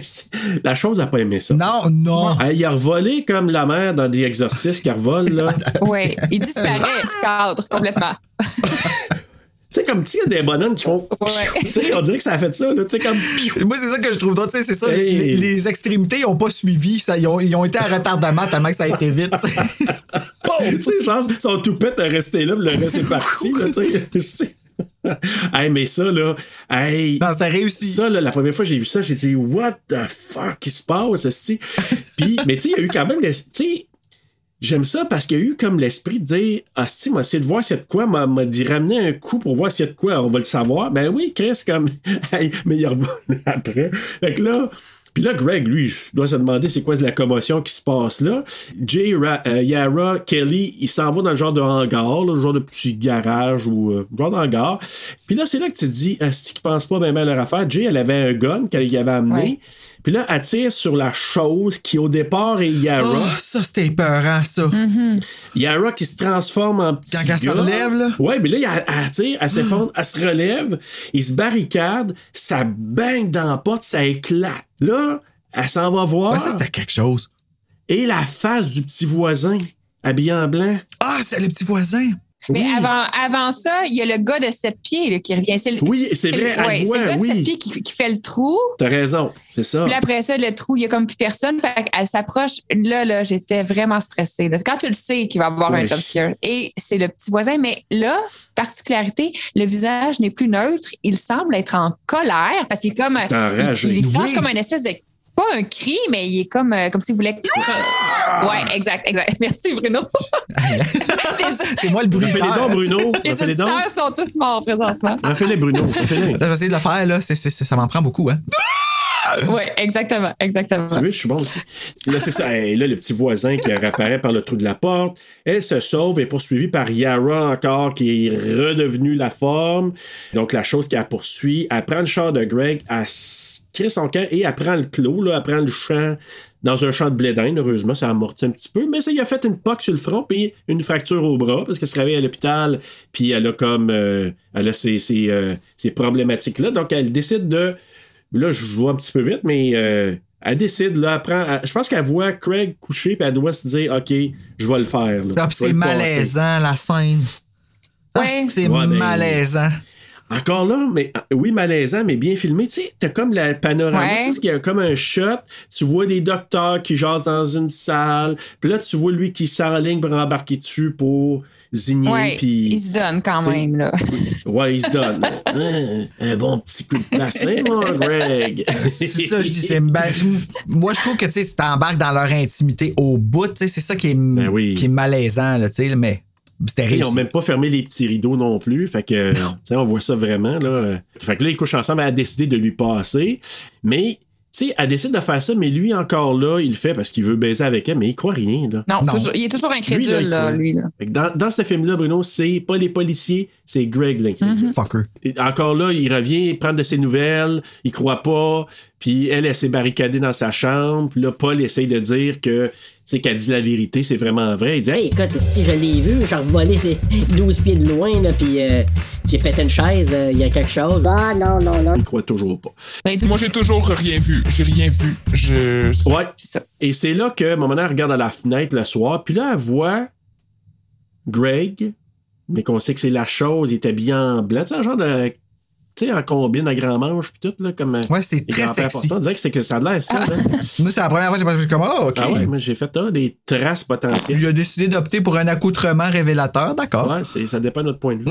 Speaker 2: la chose n'a pas aimé ça.
Speaker 3: Non, non.
Speaker 2: Ah, il a revolé comme la mère dans des exorcistes qui revole, là. tu
Speaker 5: Oui, il disparaît du cadre complètement.
Speaker 2: sais, comme, tu sais, il y a des bonhommes qui font. <laughs>
Speaker 5: Ouais.
Speaker 2: tu sais, on dirait que ça a fait ça, là. Tu sais, comme. piou.
Speaker 3: <laughs> Moi, c'est ça que je trouve drôle. tu sais, C'est ça,
Speaker 2: Hey.
Speaker 3: les, les extrémités n'ont pas suivi. Ça, ils, ont, ils ont été à retardement tellement que ça a été vite. tu <laughs> Oh, sais.
Speaker 2: tu sais, genre, son toupette a resté là, puis le reste est parti, là, tu sais. <laughs> hey, mais ça, là. Hey.
Speaker 3: Non, c'était réussi.
Speaker 2: Ça, là, la première fois que j'ai vu ça, j'ai dit, What the fuck, qui se passe, esti? Puis, mais tu sais, il y a eu quand même. l'es- Tu sais, j'aime ça parce qu'il y a eu comme l'esprit de dire, Asti, moi, c'est de voir s'il y a de quoi, m'a, m'a dit ramener un coup pour voir s'il y a de <laughs> quoi, on va le savoir. Ben oui, Chris, comme, Hey, mais il revole après. Fait que là, Puis là, Greg, lui, doit se demander c'est quoi la commotion qui se passe là. Jay, Ra- euh, Yara, Kelly, ils s'en vont dans le genre de hangar, là, le genre de petit garage ou euh, genre d'hangar. Puis là, c'est là que tu te dis, est-ce qu'ils pensent pas même à leur affaire? Jay, elle avait un gun qu'elle y avait amené.
Speaker 3: Ouais.
Speaker 2: Puis là, elle tire sur la chose qui au départ est Yara.
Speaker 3: Oh, ça, c'était épeurant, ça.
Speaker 2: Yara qui se transforme en petit
Speaker 3: Quand elle se
Speaker 2: gars.
Speaker 3: relève, là. Ah.
Speaker 2: Ouais, mais là, elle, elle tire, elle s'effondre, elle se relève, il se barricade, ça bang dans la porte, ça éclate. Là, elle s'en va voir.
Speaker 3: Ouais, ça, c'était quelque chose.
Speaker 2: Et la face du petit voisin, habillé en blanc.
Speaker 3: Ah, c'est le petit voisin.
Speaker 5: Mais avant, avant ça, il y a le gars de 7 pieds là, qui revient. C'est le-
Speaker 2: Oui, c'est vrai,
Speaker 5: le- ouais,
Speaker 2: elle voit,
Speaker 5: c'est le gars
Speaker 2: oui.
Speaker 5: de 7 pieds qui, qui fait le trou.
Speaker 2: T'as raison, c'est ça.
Speaker 5: Puis là, après ça, le trou, il n'y a comme plus personne. Fait qu'elle s'approche. Là, là, j'étais vraiment stressée. là. Quand tu le sais qu'il va y avoir
Speaker 2: Ouais.
Speaker 5: un jump scare. Et c'est le petit voisin. Mais là, particularité, le visage n'est plus neutre. Il semble être en colère parce qu'il est comme.
Speaker 2: est enragé.
Speaker 5: Il, il lance
Speaker 2: Oui.
Speaker 5: comme une espèce de. Pas un cri, mais il est comme, euh, comme s'il voulait.
Speaker 2: Ah!
Speaker 5: Ouais, exact, exact. <laughs> Merci, Bruno.
Speaker 3: <laughs> C'est moi le bruit.
Speaker 2: Fais les dons, Bruno.
Speaker 5: Les
Speaker 2: Fais les dons.
Speaker 5: auditeurs sont tous morts présentement.
Speaker 2: Fais les Bruno. Fais-les.
Speaker 3: Attends, je vais essayer de le faire, là. C'est- c'est- c'est- ça m'en prend beaucoup, hein.
Speaker 5: Oui, exactement, exactement.
Speaker 2: Tu veux, je suis bon aussi. Là, c'est ça. Et là, le petit voisin qui réapparaît par le trou de la porte. Elle se sauve et est poursuivie par Yara encore, qui est redevenue la forme. Donc, la chose qu'elle poursuit, elle prend le char de Greg, elle s- crée son camp et elle prend le clos, là, elle prend le champ dans un champ de blé d'Inde. Heureusement, ça amortit un petit peu, mais ça lui a fait une poque sur le front et une fracture au bras parce qu'elle se réveille à l'hôpital puis elle a comme, euh, elle a ces, ces, euh, ces problématiques-là. Donc, elle décide de Là, je vois un petit peu vite, mais euh, elle décide, là, elle prend- elle- je pense qu'elle voit Craig couché, puis elle doit se dire, OK, je vais le faire. là.
Speaker 3: Ah, puis
Speaker 2: Je vais
Speaker 3: c'est
Speaker 2: le passer.
Speaker 3: malaisant, la scène. Ah, c'est que c'est
Speaker 2: Ouais, mais-
Speaker 3: malaisant.
Speaker 2: Encore là, mais ah, oui, malaisant, mais bien filmé. Tu sais, t'as comme la panorama,
Speaker 5: Ouais.
Speaker 2: tu sais, qu'il y a comme un shot. Tu vois des docteurs qui jasent dans une salle. Puis là, tu vois lui qui s'enligne pour embarquer dessus pour zigner.
Speaker 5: Ouais,
Speaker 2: puis...
Speaker 5: il se donne quand
Speaker 2: t'sais,
Speaker 5: même. Là.
Speaker 2: Ouais, il se
Speaker 5: <laughs>
Speaker 2: donne. Hein, un bon petit coup de bassin, mon Greg.
Speaker 3: C'est ça, je dis. c'est-
Speaker 2: <laughs>
Speaker 3: ben, moi, je trouve que tu sais, tu t'embarques dans leur intimité au bout. tu sais, C'est ça qui est,
Speaker 2: Ben oui.
Speaker 3: qui est malaisant, là, tu sais, mais c'était
Speaker 2: Ils
Speaker 3: réussi.
Speaker 2: n'ont même pas fermé les petits rideaux non plus. Fait que, tu sais, on voit ça vraiment, là. Fait que là, ils couchent ensemble. Elle a décidé de lui passer. Mais, tu sais, elle décide de faire ça, mais lui, encore là, il le fait parce qu'il veut baiser avec elle, mais il croit rien, là.
Speaker 5: Non, toujours- il est toujours incrédule,
Speaker 2: Lui, là, il
Speaker 5: là,
Speaker 2: croit.
Speaker 5: lui. Là.
Speaker 2: Fait que dans, dans ce film-là, Bruno, c'est pas les policiers, c'est Greg l'incrédule.
Speaker 3: Fucker.
Speaker 2: Et Encore là, il revient prendre de ses nouvelles, il croit pas, puis elle, elle s'est barricadée dans sa chambre, puis là, Paul essaye de dire que, tu sais, qu'elle dit la vérité, c'est vraiment vrai. Il dit,
Speaker 12: Hey, écoute, si je l'ai vu, j'ai revolé <laughs> ses 12 pieds de loin, là, puis euh, j'ai pété une chaise, euh, il y a quelque chose.
Speaker 13: Ah non, non, non.
Speaker 2: il croit toujours pas.
Speaker 14: <laughs>
Speaker 5: Ben,
Speaker 14: Moi, j'ai toujours rien vu. J'ai rien vu. Je.
Speaker 2: Ouais. Et c'est là que mon mère regarde à la fenêtre le soir, puis là, elle voit Greg, mais qu'on sait que c'est la chose, il est habillé en blanc, tu sais, un genre de. Tu sais, en combine à grand manche, puis tout, là, comme. euh,
Speaker 3: Ouais, c'est
Speaker 2: les
Speaker 3: très
Speaker 2: grands-pères
Speaker 3: sexy.
Speaker 2: portants. On dirait que c'est que ça a l'air, ça, là.
Speaker 3: Moi, c'est la première fois que j'ai pas vu comme Ah, ok.
Speaker 2: Ah ouais, moi, j'ai fait ah, des traces potentielles.
Speaker 3: Il a décidé d'opter pour un accoutrement révélateur, d'accord.
Speaker 2: Ouais, c'est- ça dépend de notre point de vue.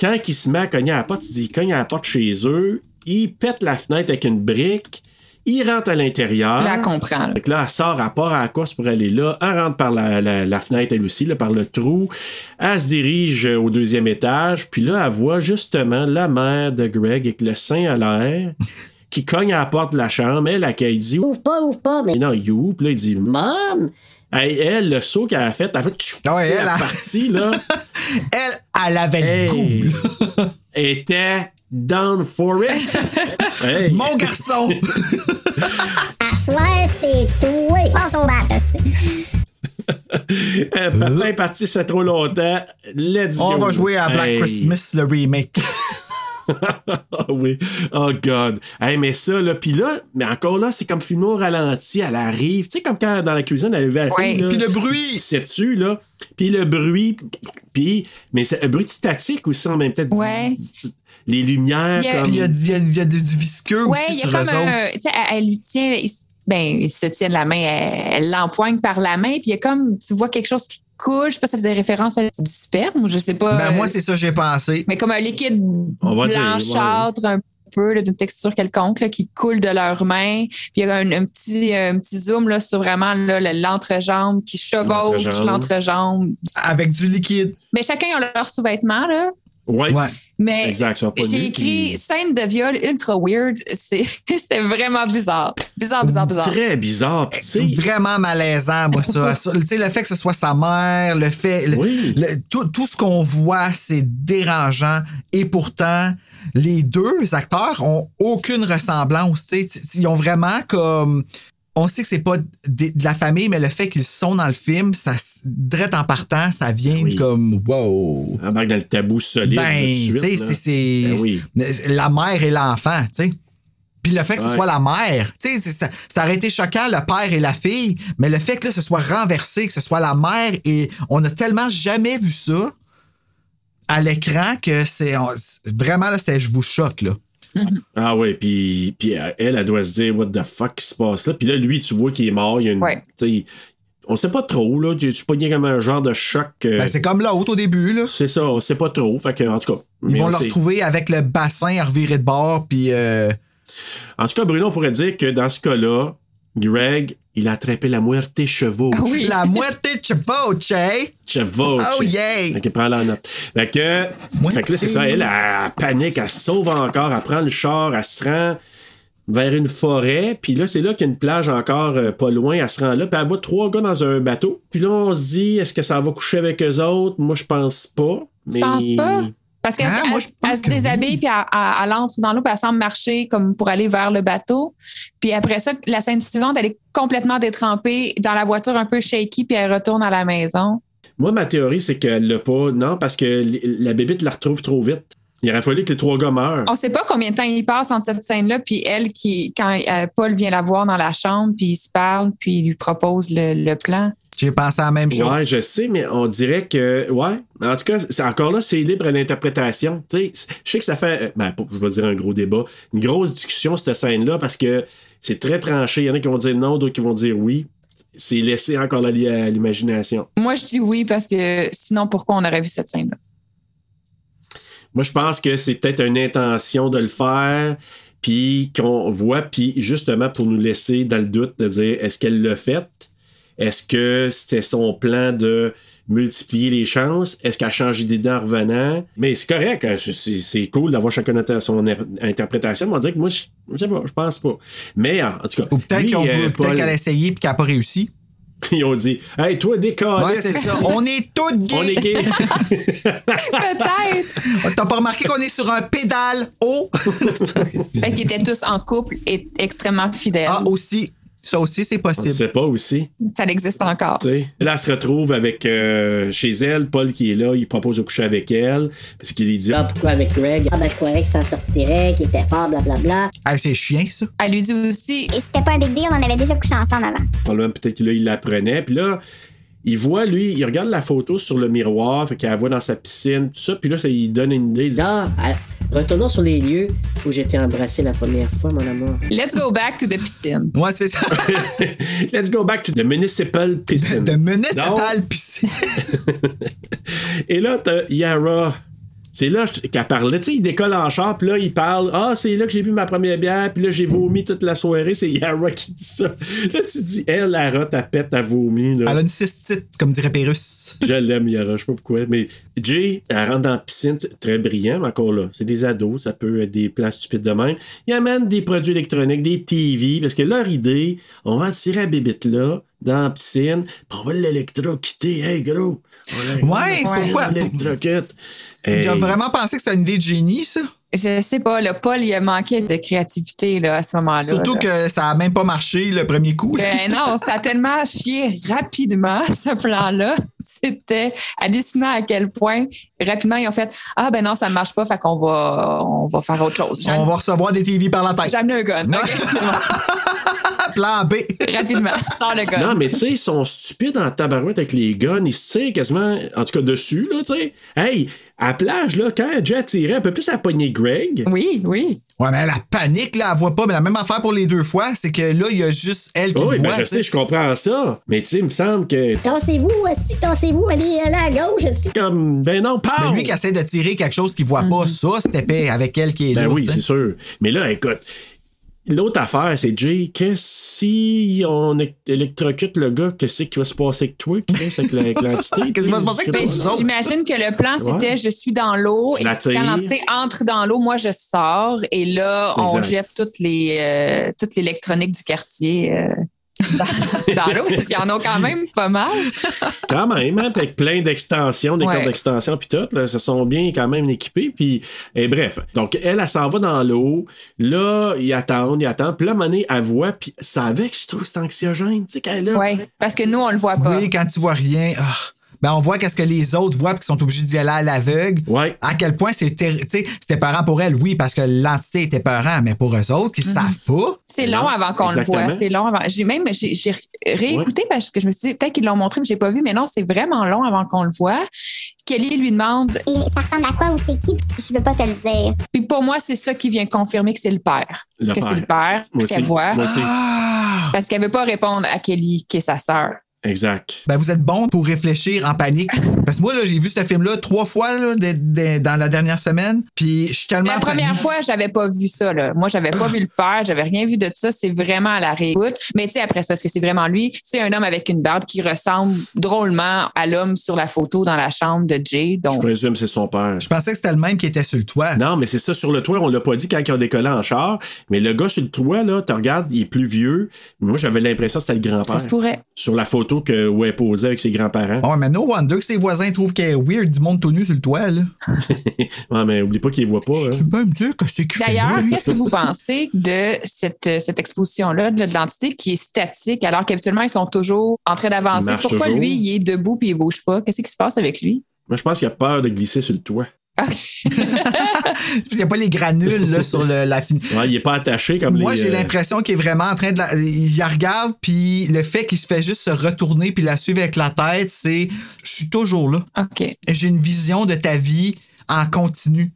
Speaker 2: Quand il se met à cogner à la porte, il dit cogne à la porte chez eux, il pète la fenêtre avec une brique, il rentre à l'intérieur.
Speaker 5: Là, elle comprend, là.
Speaker 2: Fait que là, elle sort, elle part à la course pour aller là. Elle rentre par la, la- la fenêtre, elle aussi, là, par le trou. Elle se dirige au deuxième étage. Puis là, elle voit justement la mère de Greg avec le sein à
Speaker 3: <laughs>
Speaker 2: l'air qui cogne à la porte de la chambre. Elle, elle, elle dit
Speaker 13: Ouvre pas, ouvre pas, mais.
Speaker 2: et non, you. Puis là, il dit Mom! Elle, elle, le saut qu'elle a fait, elle a fait tchou,
Speaker 3: Ah ouais,
Speaker 2: tu sais,
Speaker 3: elle,
Speaker 2: elle est
Speaker 3: elle-
Speaker 2: partie,
Speaker 3: <laughs>
Speaker 2: là.
Speaker 3: Elle, elle avait
Speaker 2: Hey.
Speaker 3: le goût.
Speaker 2: était down for it.
Speaker 3: <laughs>
Speaker 2: Hey. <laughs>
Speaker 3: Mon garçon!
Speaker 13: À soir, c'est toi. Passe au bat.
Speaker 2: Euh, Papa est parti, ça fait trop longtemps. Let's
Speaker 3: On
Speaker 2: go.
Speaker 3: va jouer à Black
Speaker 2: Hey.
Speaker 3: Christmas, le remake.
Speaker 2: Ah <laughs> oui. Oh God. Hey, mais ça, là, puis là, mais encore là, c'est comme filmé au ralenti, elle arrive. Tu sais, comme quand dans la cuisine, elle levait la
Speaker 5: Ouais.
Speaker 2: fille, là.
Speaker 3: Puis le bruit.
Speaker 2: Tu te sais dessus, là. Puis le bruit. Puis, mais c'est un bruit statique aussi en même temps.
Speaker 5: Ouais.
Speaker 2: Les lumières,
Speaker 5: Il y a-
Speaker 2: comme.
Speaker 3: Il y a, il y a- il y a du, du visqueux
Speaker 5: Ouais,
Speaker 3: aussi
Speaker 5: il y a
Speaker 3: sur
Speaker 5: comme
Speaker 3: eux autres.
Speaker 5: un. Tu sais, elle, elle lui tient. il s- ben, ils se tiennent la main, elle elle l'empoigne par la main, puis il y a comme. Tu vois quelque chose qui coule. Je sais pas si ça faisait référence à du sperme, ou je sais pas.
Speaker 3: Ben, moi,
Speaker 5: euh,
Speaker 3: c'est ça que j'ai pensé.
Speaker 5: Mais comme un liquide
Speaker 2: On va dire, ouais.
Speaker 5: blanchâtre, un peu, là, d'une texture quelconque, là, qui coule de leurs mains. Puis il y a un, un petit, euh, un petit zoom là, sur vraiment là, le- l'entrejambe qui chevauche
Speaker 2: L'entrejambe.
Speaker 5: l'entrejambe.
Speaker 3: Avec du liquide.
Speaker 5: Mais chacun a leur sous-vêtement, là.
Speaker 2: Ouais.
Speaker 5: Mais
Speaker 2: Exact, ça va pas
Speaker 5: j'ai
Speaker 2: nu,
Speaker 5: écrit scène de viol ultra weird. C'est <laughs> c'est vraiment bizarre. Bizarre, bizarre, bizarre.
Speaker 2: Très bizarre. Puis, tu sais,
Speaker 3: Vraiment malaisant, moi,
Speaker 5: <laughs>
Speaker 3: ça. Ça, tu sais, le fait que ce soit sa mère, le fait. le- le- tout, tout ce qu'on voit, c'est dérangeant. Et pourtant, les deux acteurs ont aucune ressemblance. tu sais. Tu- tu- ils ont vraiment comme. On sait que c'est pas des- de la famille, mais le fait qu'ils sont dans le film, ça, s- direct en partant, ça vient comme wow.
Speaker 2: Embarque dans le tabou solide.
Speaker 3: Ben,
Speaker 2: tout de suite,
Speaker 3: tu sais,
Speaker 2: là.
Speaker 3: c'est- c'est
Speaker 2: Ben oui.
Speaker 3: la mère et l'enfant, tu sais. Puis le fait que
Speaker 2: Ouais.
Speaker 3: ce soit la mère, tu sais, c'est- ça, ça aurait été choquant, le père et la fille, mais le fait que là, ce soit renversé, que ce soit la mère, et on a tellement jamais vu ça à l'écran que c'est on- c'est- vraiment, là, c'est je vous choque, là.
Speaker 2: Ah ouais, puis, puis elle, elle doit se dire, what the fuck qui se passe là? Puis là, lui, tu vois qu'il est mort. Il y a une,
Speaker 5: Ouais.
Speaker 2: tu sais, on sait pas trop, là. Tu tu pognes comme un genre de choc. euh,
Speaker 3: Ben, c'est comme l'autre au début, là.
Speaker 2: c'est ça, on sait pas trop. Fait que, en tout cas.
Speaker 3: Ils
Speaker 2: mais
Speaker 3: vont
Speaker 2: on
Speaker 3: le
Speaker 2: sait-
Speaker 3: retrouver avec le bassin à revirer de bord, puis euh,
Speaker 2: En tout cas, Bruno, on pourrait dire que dans ce cas-là, Greg, il a attrapé la muerte chevaux.
Speaker 3: la muerte chevauche.
Speaker 2: Chevaux.
Speaker 3: Oh, yeah!
Speaker 2: Fait qu'il prend la note. Fait que, fait que là, c'est ça. Elle, elle, elle panique, elle se sauve encore, elle prend le char, elle se rend vers une forêt. Puis là, c'est là qu'il y a une plage encore euh, pas loin. Elle se rend là, puis elle voit trois gars dans un bateau. Puis là, on se dit, est-ce que ça va coucher avec eux autres? Moi, je pense pas.
Speaker 5: Tu
Speaker 2: Mais...
Speaker 5: penses pas? Parce qu'elle
Speaker 3: Ah,
Speaker 5: elle-
Speaker 3: moi, je
Speaker 5: elle
Speaker 3: pense
Speaker 5: se
Speaker 3: que oui.
Speaker 5: déshabille, puis elle, elle- elle entre dans l'eau, puis elle semble marcher comme pour aller vers le bateau. Puis après ça, la scène suivante, elle est complètement détrempée dans la voiture un peu shaky, puis elle retourne à la maison.
Speaker 2: Moi, ma théorie, c'est qu'elle l'a pas. Non, parce que l- la bébite la retrouve trop vite. Il aurait fallu que les trois gars meurent.
Speaker 5: On sait pas combien de temps il passe entre cette scène-là, puis elle, qui, quand euh, Paul vient la voir dans la chambre, puis il se parle, puis il lui propose le, le plan.
Speaker 3: J'ai pensé à la même chose.
Speaker 2: Ouais, je sais, mais on dirait que. Ouais. En tout cas, c'est encore là, c'est libre à l'interprétation. Tu sais, c- je sais que ça fait. euh, Ben, pas- je vais dire un gros débat. Une grosse discussion, cette scène-là, parce que c'est très tranché. Il y en a qui vont dire non, d'autres qui vont dire oui. C'est laissé encore là li- à l'imagination.
Speaker 5: Moi, je dis oui, parce que sinon, pourquoi on aurait vu
Speaker 3: <laughs>
Speaker 5: cette scène-là?
Speaker 2: Moi, je pense que c'est peut-être une intention de le faire, puis qu'on voit, puis justement pour nous laisser dans le doute de dire est-ce qu'elle l'a fait Est-ce que c'était son plan de multiplier les chances Est-ce qu'elle a changé d'idée en revenant Mais c'est correct, hein, c'est- c'est c'est cool d'avoir chacun inter- son er- interprétation, mais on dirait que moi, je, je sais pas, je pense pas. Mais ah, en en tout cas,
Speaker 3: Ou peut-être
Speaker 2: lui,
Speaker 3: qu'on
Speaker 2: euh,
Speaker 3: veut- peut-être
Speaker 2: Paul,
Speaker 3: qu'elle a essayé, puis qu'elle n'a pas réussi.
Speaker 2: <laughs> ils ont dit Hey, toi, décolle
Speaker 3: Ouais, c'est ça. On est toutes gays.
Speaker 2: On est gay.
Speaker 5: Peut-être!
Speaker 3: T'as pas remarqué qu'on est sur un pédale Oh, haut?
Speaker 5: Fait qu'ils étaient tous en couple et extrêmement fidèles.
Speaker 3: ah, aussi. Ça aussi, <laughs> c'est
Speaker 2: on ne
Speaker 3: possible.
Speaker 2: sait pas aussi.
Speaker 5: Ça existe encore.
Speaker 2: Tu sais, Là, elle se retrouve avec euh, chez elle, Paul qui est là, il propose de coucher avec elle, parce qu'il lui dit
Speaker 12: Ah, pourquoi avec Greg?
Speaker 13: Ah ben, je croyais qu'il s'en sortirait, qu'il était fort, blablabla.
Speaker 3: Ah, c'est chien, ça.
Speaker 5: Elle lui dit aussi,
Speaker 9: Et c'était pas un big deal, on avait déjà couché ensemble avant.
Speaker 2: probablement peut-être que là, il la prenait. Puis là, il voit lui, il regarde la photo sur le miroir, fait qu'elle la voit dans sa piscine, tout ça, puis là, ça lui donne une idée. Il dit, Ah,
Speaker 12: Ah, à- retournons sur les lieux où j'étais embrassé la première fois, mon amour.
Speaker 5: let's go back to the piscine.
Speaker 3: Ouais, c'est ça.
Speaker 2: <laughs> Let's go back to the municipal piscine.
Speaker 3: De menace
Speaker 2: Non.
Speaker 3: pâle, pis c'est-
Speaker 2: <laughs> Et là, t'as Yara. C'est là qu'elle parlait. Tu sais, il décolle en char, puis là, il parle. Ah, c'est là que j'ai bu ma première bière, puis là, j'ai vomi toute la soirée. C'est Yara qui dit ça. <laughs> Là, tu dis, elle, elle rote, elle pète, elle vomit. Là.
Speaker 3: Elle a une cystite, comme dirait Pérus.
Speaker 2: Je l'aime, Yara, je sais pas pourquoi. Mais Jay, elle rentre dans la piscine, t- très brillant, mais encore là, c'est des ados, ça peut être des plans stupides de même. Ils amènent des produits électroniques, des TV, parce que leur idée, on va tirer la bébite là, dans la piscine, puis on va l'électrocuter, hey gros! On la-
Speaker 3: Ouais,
Speaker 2: on la-
Speaker 3: pourquoi?
Speaker 2: on l'électrocute. Hey.
Speaker 3: J'ai vraiment pensé que c'était une idée de génie, ça.
Speaker 5: Je sais pas, le Paul, il manquait de créativité là, à ce moment-là.
Speaker 3: Surtout
Speaker 5: Ah, là.
Speaker 3: que ça a même pas marché le premier coup.
Speaker 5: Ben non, ça a tellement chié rapidement, <laughs> ce plan-là. C'était hallucinant à quel point rapidement ils ont fait Ah ben non, ça ne marche pas, fait qu'on va, on va faire autre chose. J'ai
Speaker 3: On va recevoir des TV par la tête.
Speaker 5: j'ai amené un gun.
Speaker 3: Non.
Speaker 5: Ok,
Speaker 3: Plan B.
Speaker 5: <laughs> rapidement, sors le gun.
Speaker 2: Non, mais tu sais, ils sont stupides en tabarouette avec les guns. Ils se tirent quasiment, en tout cas dessus, là, tu sais. Hey, à la plage, là, quand Jay a tiré, un peu plus à pogner Greg.
Speaker 5: Oui, oui.
Speaker 3: Ouais, mais la panique, là, elle voit pas. Mais la même affaire pour les deux fois, c'est que là, il y a juste elle qui
Speaker 2: oui,
Speaker 3: le
Speaker 2: ben
Speaker 3: voit.
Speaker 2: je
Speaker 3: tu sais.
Speaker 2: sais, je comprends ça. Mais tu sais, il me semble que.
Speaker 13: Tassez-vous, esti, tassez-vous, allez euh, là à gauche, esti.
Speaker 2: Comme, ben non,
Speaker 3: Mais
Speaker 2: parle!
Speaker 3: lui qui essaie de
Speaker 5: Mhm.
Speaker 3: tirer quelque chose qu'il voit pas, ça, c'était épais avec elle qui est
Speaker 2: ben
Speaker 3: là.
Speaker 2: oui,
Speaker 3: tu sais.
Speaker 2: c'est sûr. Mais là, écoute, L'autre affaire, c'est Jay, que si on é- électrocute le gars, qu'est-ce qui va se passer avec toi, Chris, avec la- avec l'entité?
Speaker 3: <laughs> Qu'est-ce qui va se passer avec
Speaker 2: Chris?
Speaker 3: toi, vous autres?
Speaker 5: Ben, J'imagine que le plan, c'était
Speaker 2: Ouais.
Speaker 5: je suis dans l'eau
Speaker 2: Je
Speaker 5: et
Speaker 2: l'attire.
Speaker 5: quand l'entité entre dans l'eau, moi je sors et là, on
Speaker 2: Exact.
Speaker 5: jette toutes les, euh, toute l'électronique du quartier euh, dans, <laughs> dans l'eau parce qu'il y en a quand même pas mal.
Speaker 2: Quand même, hein, avec plein d'extensions, des
Speaker 5: Ouais.
Speaker 2: cordes d'extension, puis tout, là, se sont bien quand même équipés, puis et bref. Donc, elle, elle s'en va dans l'eau, là, ils attendent, ils attendent, puis là, à un moment donné, elle voit, puis ça avec, je trouve, c'est anxiogène, tu sais, qu'elle a...
Speaker 5: Oui, parce que nous, on le voit pas.
Speaker 3: Oui, quand tu vois rien, ah, ben on voit qu'est-ce que les autres voient puis qu'ils sont obligés d'y aller à l'aveugle.
Speaker 2: Ouais.
Speaker 3: À quel point c'est terri- tu sais, c'était peurant pour elle, oui, parce que l'entité était peurant, mais pour eux autres qui
Speaker 5: Mm-hmm.
Speaker 3: savent pas.
Speaker 5: C'est long avant qu'on le
Speaker 3: Exactement.
Speaker 5: voit. C'est long avant. J'ai même j'ai j'ai réécouté parce que je me suis dit peut-être qu'ils l'ont montré mais j'ai pas vu. Mais non, c'est vraiment long avant qu'on le voit. Kelly lui demande. ça ressemble à quoi ou c'est qui Je veux pas te le dire. Puis pour moi, c'est ça qui vient confirmer que c'est le père.
Speaker 2: Le
Speaker 5: que
Speaker 2: père.
Speaker 5: c'est le père
Speaker 2: Moi
Speaker 5: qu'elle
Speaker 2: aussi.
Speaker 5: voit.
Speaker 2: Moi aussi.
Speaker 3: Ah!
Speaker 5: Parce qu'elle veut pas répondre à Kelly qui est sa sœur.
Speaker 2: Exact.
Speaker 3: Ben, vous êtes bon pour réfléchir en panique. Parce que moi, là, j'ai vu ce film-là trois fois là, de- de- dans la dernière semaine. Puis je suis tellement.
Speaker 5: La première
Speaker 3: panique.
Speaker 5: fois, j'avais pas vu ça. Là. Moi, j'avais pas vu le père, j'avais rien vu de ça. C'est vraiment à la réécoute. Mais tu sais, après ça, est-ce que c'est vraiment lui? C'est un homme avec une barbe qui ressemble drôlement à l'homme sur la photo dans la chambre de Jay.
Speaker 2: Je
Speaker 5: Donc,
Speaker 2: présume c'est son père.
Speaker 3: Je pensais que c'était le même qui était sur le toit.
Speaker 2: Non, mais c'est ça, sur le toit, on l'a pas dit quand ils ont décollé en char, mais le gars sur le toit, là, tu regardes, il est plus vieux. Moi, j'avais l'impression que c'était le grand-père.
Speaker 5: ça se Ah. pourrait.
Speaker 2: Sur la photo que où elle posait avec ses grands-parents.
Speaker 3: Bon, Ah mais no wonder que ses voisins trouvent qu'elle est weird du monde tout nu sur le toit, là.
Speaker 2: Ouais, mais oublie pas qu'il les voit pas. hein.
Speaker 3: Tu peux me dire que c'est qu'il fait
Speaker 5: D'ailleurs, <laughs>
Speaker 3: là, lui?
Speaker 5: qu'est-ce que vous pensez de cette, euh, cette exposition-là de l'identité qui est statique alors qu'habituellement, ils sont toujours en train
Speaker 2: Il
Speaker 5: d'avancer?
Speaker 2: marche
Speaker 5: Pourquoi
Speaker 2: toujours.
Speaker 5: lui, il est debout puis il bouge pas? Qu'est-ce qui se passe avec lui?
Speaker 2: Moi, je pense qu'il a peur de glisser sur le toit.
Speaker 3: Il n'y a pas les granules, là, sur le- la fin-
Speaker 2: Ouais, il est pas attaché comme
Speaker 3: Moi,
Speaker 2: les,
Speaker 3: j'ai
Speaker 2: euh,
Speaker 3: l'impression qu'il est vraiment en train de la. Il la regarde, puis le fait qu'il se fait juste se retourner puis la suivre avec la tête, c'est. Je suis toujours là.
Speaker 5: OK.
Speaker 3: J'ai une vision de ta vie en continu.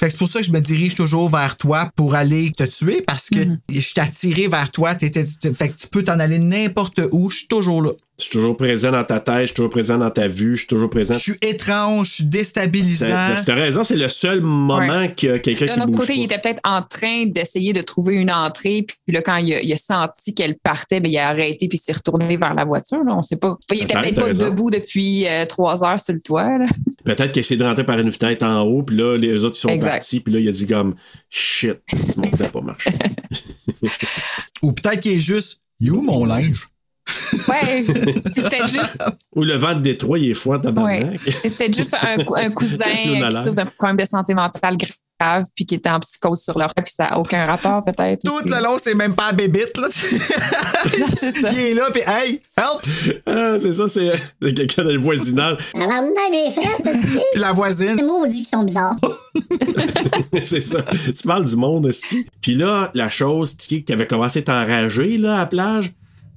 Speaker 3: Fait que c'est pour ça que je me dirige toujours vers toi pour aller te tuer parce que je t'ai attiré vers toi. T'es- t'es- t'es- fait que tu peux t'en aller n'importe où. Je suis toujours là.
Speaker 2: Je suis toujours présent dans ta tête, je suis toujours présent dans ta vue, je suis toujours présent.
Speaker 3: Je suis étrange, je suis déstabilisant.
Speaker 2: T'as t'as raison, c'est le seul moment
Speaker 5: Ouais.
Speaker 2: qu'il y a quelqu'un qui
Speaker 5: D'un autre
Speaker 2: bouge
Speaker 5: côté,
Speaker 2: pas.
Speaker 5: il était peut-être en train d'essayer de trouver une entrée. Puis là, quand il a, il a senti qu'elle partait, bien, il a arrêté puis s'est retourné vers la voiture. là. On ne sait pas. Il était
Speaker 2: Peut-être,
Speaker 5: peut-être
Speaker 2: t'as
Speaker 5: pas
Speaker 2: raison.
Speaker 5: debout depuis euh, trois heures sur le
Speaker 2: <laughs>
Speaker 5: toit. là.
Speaker 2: Peut-être qu'il essaie de rentrer par une fenêtre en haut, puis là, les autres ils sont
Speaker 5: Exact.
Speaker 2: partis, puis là, il a dit comme shit, mon plan a pas marché.
Speaker 3: Ou peut-être qu'il est juste. You, mon linge.
Speaker 5: Ouais, c'est peut-être juste,
Speaker 2: Ou le vent de Détroit, il est froid,
Speaker 5: ouais.
Speaker 2: tabarnak.
Speaker 5: C'est peut-être juste un, cou-
Speaker 2: <laughs>
Speaker 5: un cousin
Speaker 2: Une
Speaker 5: euh, qui
Speaker 2: alarme.
Speaker 5: souffre d'un problème de santé mentale grave puis qui était en psychose sur leur puis ça n'a aucun rapport peut-être.
Speaker 3: Tout
Speaker 5: aussi.
Speaker 3: le long, c'est même pas à
Speaker 2: <laughs>
Speaker 3: bébite, là. <laughs> il est là, puis hey, help!
Speaker 2: <laughs> Ah, c'est ça, c'est c'est quelqu'un dans le voisinage. <laughs>
Speaker 13: Alors, non, les frères,
Speaker 9: <laughs>
Speaker 13: c'est
Speaker 3: Puis la voisine.
Speaker 13: des mots dit qui sont bizarres.
Speaker 2: c'est ça. Tu parles du monde aussi. Puis là, la chose tu sais, qui avait commencé à t'enrager là, à la plage,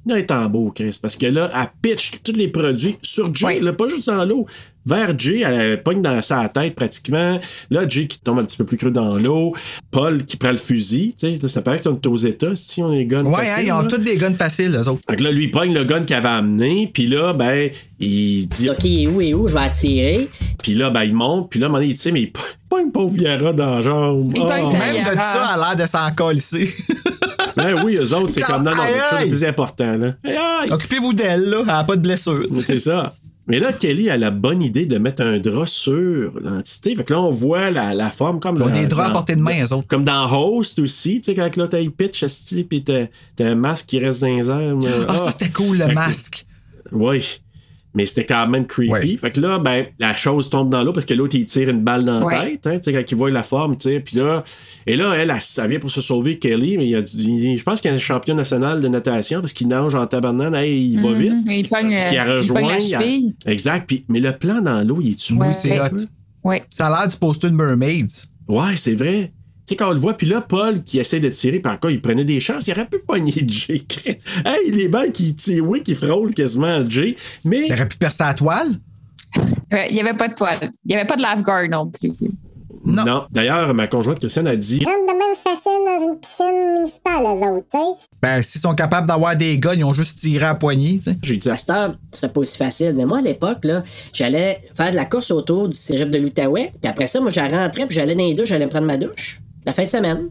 Speaker 2: là, elle est en beau, Chris. Parce que là, elle pitch tous les produits sur Jay, là, pas juste dans l'eau. Vers Jay, elle, elle pogne dans sa tête pratiquement. Là, Jay qui tombe un petit peu plus creux dans l'eau. Paul qui prend le fusil. Tu sais, ça paraît que t'as une aux États si on est gun.
Speaker 3: Ouais, hein,
Speaker 2: facile,
Speaker 3: ils ont
Speaker 2: là.
Speaker 3: toutes des guns faciles, eux autres.
Speaker 2: Fait que là, lui, il pogne le gun qu'il avait amené. Puis là, ben, il dit.
Speaker 12: Ok, il est où, il est où, je vais attirer.
Speaker 2: Puis là, ben, il monte. Puis là, à un moment donné, il tire, mais il pogne pauvre Viara dans la jambe.
Speaker 5: Il pogne
Speaker 2: Ah.
Speaker 5: ta-
Speaker 3: Même de ça a l'air de s'en colisser.
Speaker 2: Ben oui, eux autres, c'est
Speaker 3: Quand-
Speaker 2: comme non, non,
Speaker 3: aïe,
Speaker 2: quelque chose de
Speaker 3: aille.
Speaker 2: plus important, là. Aïe, aïe.
Speaker 3: <laughs> Occupez-vous d'elle, là. Elle n'a pas de blessure. tu sais.
Speaker 2: C'est ça. Mais là, Kelly a la bonne idée de mettre un drap sur l'entité. Fait que là, on voit la, la forme comme
Speaker 3: Ils ont
Speaker 2: dans-
Speaker 3: des draps à
Speaker 2: dans-
Speaker 3: portée de main, eux autres.
Speaker 2: Comme dans Host aussi, tu sais, quand là, t'as le pitch, esti, pis t'as t'as un masque qui reste dans les airs. là.
Speaker 3: Ah, ça, c'était cool, le
Speaker 2: Fait que-
Speaker 3: masque.
Speaker 2: Oui. Mais c'était quand même creepy.
Speaker 3: Ouais.
Speaker 2: Fait que là, ben, la chose tombe dans l'eau parce que l'autre, il tire une balle dans la
Speaker 5: Ouais.
Speaker 2: tête, hein, tu sais, quand il voit la forme, tu sais. Puis là, et là, elle, elle, elle vient pour se sauver, Kelly, mais il a du- il- je pense qu'il est champion national de natation parce qu'il nage en tabarnane, hey, il va vite.
Speaker 5: Mhm. Il pogne,
Speaker 2: Parce qu'il a
Speaker 5: euh, il pogne
Speaker 2: rejoint.
Speaker 5: la cheville.
Speaker 2: il a- Exact. Puis, mais le plan dans l'eau, il est tu
Speaker 3: Oui, c'est hot.
Speaker 5: Ouais.
Speaker 3: Ça a l'air du poster de Mermaids.
Speaker 2: Ouais, c'est vrai. Tu sais, quand on le voit, puis là, Paul qui essaie de tirer, par quoi il prenait des chances, il aurait pu pogner <laughs> Jay. hey, les balles qui tirent, oui, qui frôlent quasiment à Jay. Mais.
Speaker 3: T'aurais pu percer la toile?
Speaker 5: Ouais, Il n'y avait pas de toile. Il n'y avait pas de lifeguard non plus.
Speaker 2: Non. D'ailleurs, ma conjointe Christiane a dit
Speaker 15: Comme de même facile dans une piscine municipale, eux autres, tu sais.
Speaker 3: Ben, s'ils sont capables d'avoir des guns, ils ont juste tiré à poignée, tu sais.
Speaker 2: J'ai dit Ah, à
Speaker 12: Pasteur, c'était pas aussi facile. Mais moi, à l'époque, là, j'allais faire de la course autour du cégep de l'Outaouais. Puis après ça, moi, je rentrais, puis j'allais dans les douches, j'allais me prendre ma douche. La fin de semaine.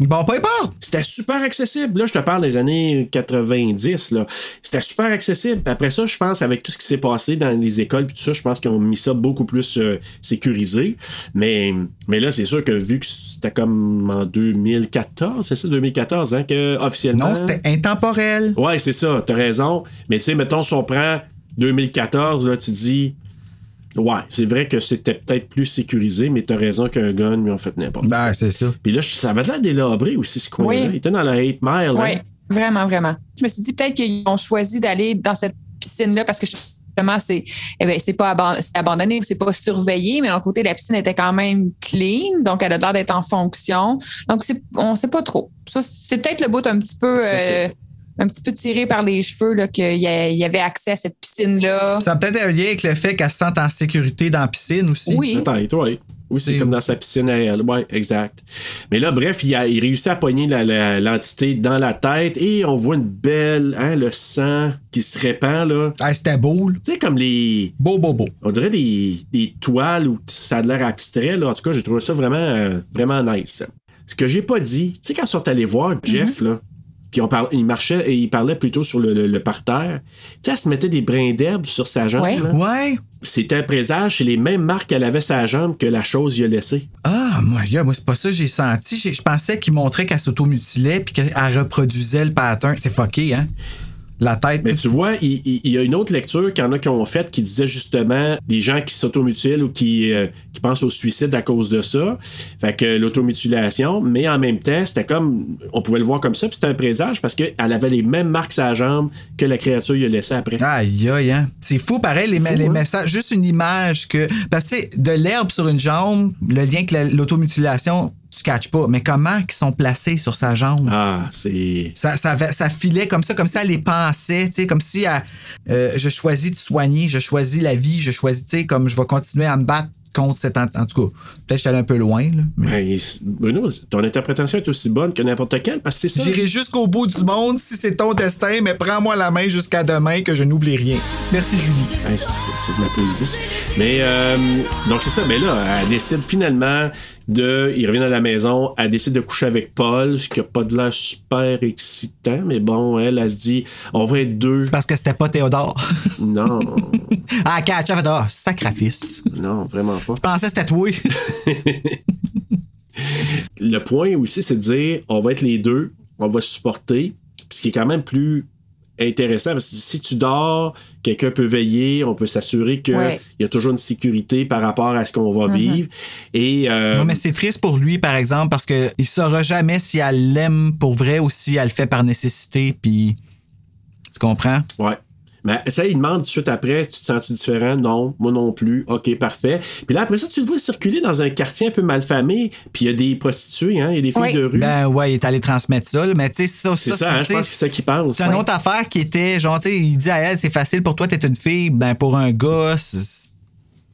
Speaker 3: Bon, peu importe.
Speaker 2: C'était super accessible. Là, je te parle des années 90. Là. C'était super accessible. Puis après ça, je pense, avec tout ce qui s'est passé dans les écoles, puis tout ça, je pense qu'ils ont mis ça beaucoup plus euh, sécurisé. Mais, mais là, c'est sûr que vu que c'était comme en 2014, c'est ça, 2014, hein, que officiellement.
Speaker 3: Non, c'était intemporel.
Speaker 2: Ouais, c'est ça, t'as raison. Mais tu sais, mettons, si on prend 2014, là, tu dis. Ouais, c'est vrai que c'était peut-être plus sécurisé, mais t'as raison qu'un gun, mais on fait n'importe quoi.
Speaker 3: Ben, c'est ça.
Speaker 2: Puis là, je- ça avait l'air délabré aussi, ce coin-là.
Speaker 5: Oui.
Speaker 2: Il était dans la 8 mile.
Speaker 5: Oui,
Speaker 2: hein?
Speaker 5: vraiment, vraiment. Je me suis dit peut-être qu'ils ont choisi d'aller dans cette piscine-là parce que justement, c'est eh ben, c'est pas aban- c'est abandonné ou c'est pas surveillé, mais d'un côté, la piscine était quand même clean, donc elle a l'air d'être en fonction. Donc, c'est- on sait pas trop. Ça, c'est peut-être le bout un petit peu.
Speaker 2: Ça, c'est-
Speaker 5: euh, un petit peu tiré par les cheveux là, qu'il y a- il y avait accès à cette piscine-là.
Speaker 3: Ça a peut-être un lien avec le fait qu'elle se sente en sécurité dans la piscine aussi.
Speaker 5: Oui.
Speaker 2: Peut-être, oui. Ou c'est comme dans sa piscine à elle. Ouais, exact. Mais là, bref, il, a, il réussit à pogner la- la- l'entité dans la tête et on voit une belle, hein, le sang qui se répand, là.
Speaker 3: Ah, c'était beau. là.
Speaker 2: Tu sais, comme les.
Speaker 3: Beau, beau, beau.
Speaker 2: On dirait des, des toiles où ça a l'air abstrait, là. En tout cas, j'ai trouvé ça vraiment, euh, vraiment nice. Ce que j'ai pas dit, tu sais, quand ils sont allés voir
Speaker 5: Mhm.
Speaker 2: Jeff, là, puis on parle, il marchait et il parlait plutôt sur le, le- le parterre, tu sais, elle se mettait des brins d'herbe sur sa jambe,
Speaker 5: Ouais.
Speaker 2: là.
Speaker 3: Ouais.
Speaker 2: C'était un présage chez les mêmes marques qu'elle avait sa jambe que la chose y a laissée.
Speaker 3: Ah, moi, gars, moi c'est pas ça que j'ai senti. J'ai- Je pensais qu'il montrait qu'elle s'automutilait puis qu'elle reproduisait le pattern. C'est fucké, hein? La tête.
Speaker 2: Mais tu vois, il, il- il y a une autre lecture qu'il y en a qui ont faite qui disait justement des gens qui s'automutilent ou qui, euh, qui pensent au suicide à cause de ça. Fait que l'automutilation, mais en même temps, c'était comme. On pouvait le voir comme ça, puis c'était un présage parce qu'elle avait les mêmes marques sa jambe que la créature y a laissée après.
Speaker 3: Aïe, aïe, hein? C'est fou, pareil, les,
Speaker 2: C'est fou,
Speaker 3: les
Speaker 2: hein?
Speaker 3: messages. Juste une image que. Parce que, tu sais, de l'herbe sur une jambe, le lien avec la- l'automutilation, tu catches pas. Mais comment qu'ils sont placés sur sa jambe?
Speaker 2: Ah, c'est.
Speaker 3: Ça, ça, va- ça filait comme ça, comme ça, elle les pensait, tu sais, comme si elle, euh, je choisis de soigner, je choisis la vie, je choisis, tu sais, comme je vais continuer à me battre contre cette. En, en tout cas, peut-être que je suis allé un peu loin, là.
Speaker 2: Ben, Bruno, ton interprétation est aussi bonne que n'importe quelle parce que c'est ça.
Speaker 3: J'irai jusqu'au bout du monde si c'est ton destin, mais prends-moi la main jusqu'à demain que je n'oublie rien. Merci, Julie.
Speaker 2: Hey, Hein, c'est- c'est c'est de la poésie. Mais euh, donc c'est ça, mais là, elle décide finalement de. Il revient à la maison, elle décide de coucher avec Paul, ce qui a pas de l'air super excitant, mais bon, elle, elle se dit on va être deux.
Speaker 3: Parce que c'était pas Théodore. <laughs>
Speaker 2: <laughs> Non,
Speaker 3: ah, catch, elle fait Ah, sacrifice.
Speaker 2: non, vraiment pas.
Speaker 3: Je pensais que c'était toi.
Speaker 2: Euh. Le point aussi, c'est de dire on va être les deux, on va se supporter, ce qui est quand même plus intéressant parce que si tu dors, quelqu'un peut veiller, on peut s'assurer qu'il
Speaker 5: Ouais.
Speaker 2: y a toujours une sécurité par rapport à ce qu'on va vivre. Et euh,
Speaker 3: Non, mais c'est triste pour lui, par exemple, parce que il saura jamais si elle l'aime pour vrai ou si elle le fait par nécessité, puis. Tu comprends?
Speaker 2: Ouais. Mais tu sais, il demande tout de suite après, tu te sens-tu différent? Non, moi non plus. OK, parfait. Puis là, après ça, tu le vois circuler dans un quartier un peu malfamé, puis il y a des prostituées, hein, il y a des filles
Speaker 5: Oui.
Speaker 2: de rue.
Speaker 3: Ben ouais, il est allé transmettre ça, là, mais tu sais, ça,
Speaker 2: c'est
Speaker 3: ça,
Speaker 2: ça, hein, je
Speaker 3: tu sais,
Speaker 2: pense que c'est ça qu'il pense.
Speaker 3: C'est une autre affaire qui était, genre, tu sais, il dit à elle, c'est facile pour toi, t'es une fille, ben pour un gars, c'est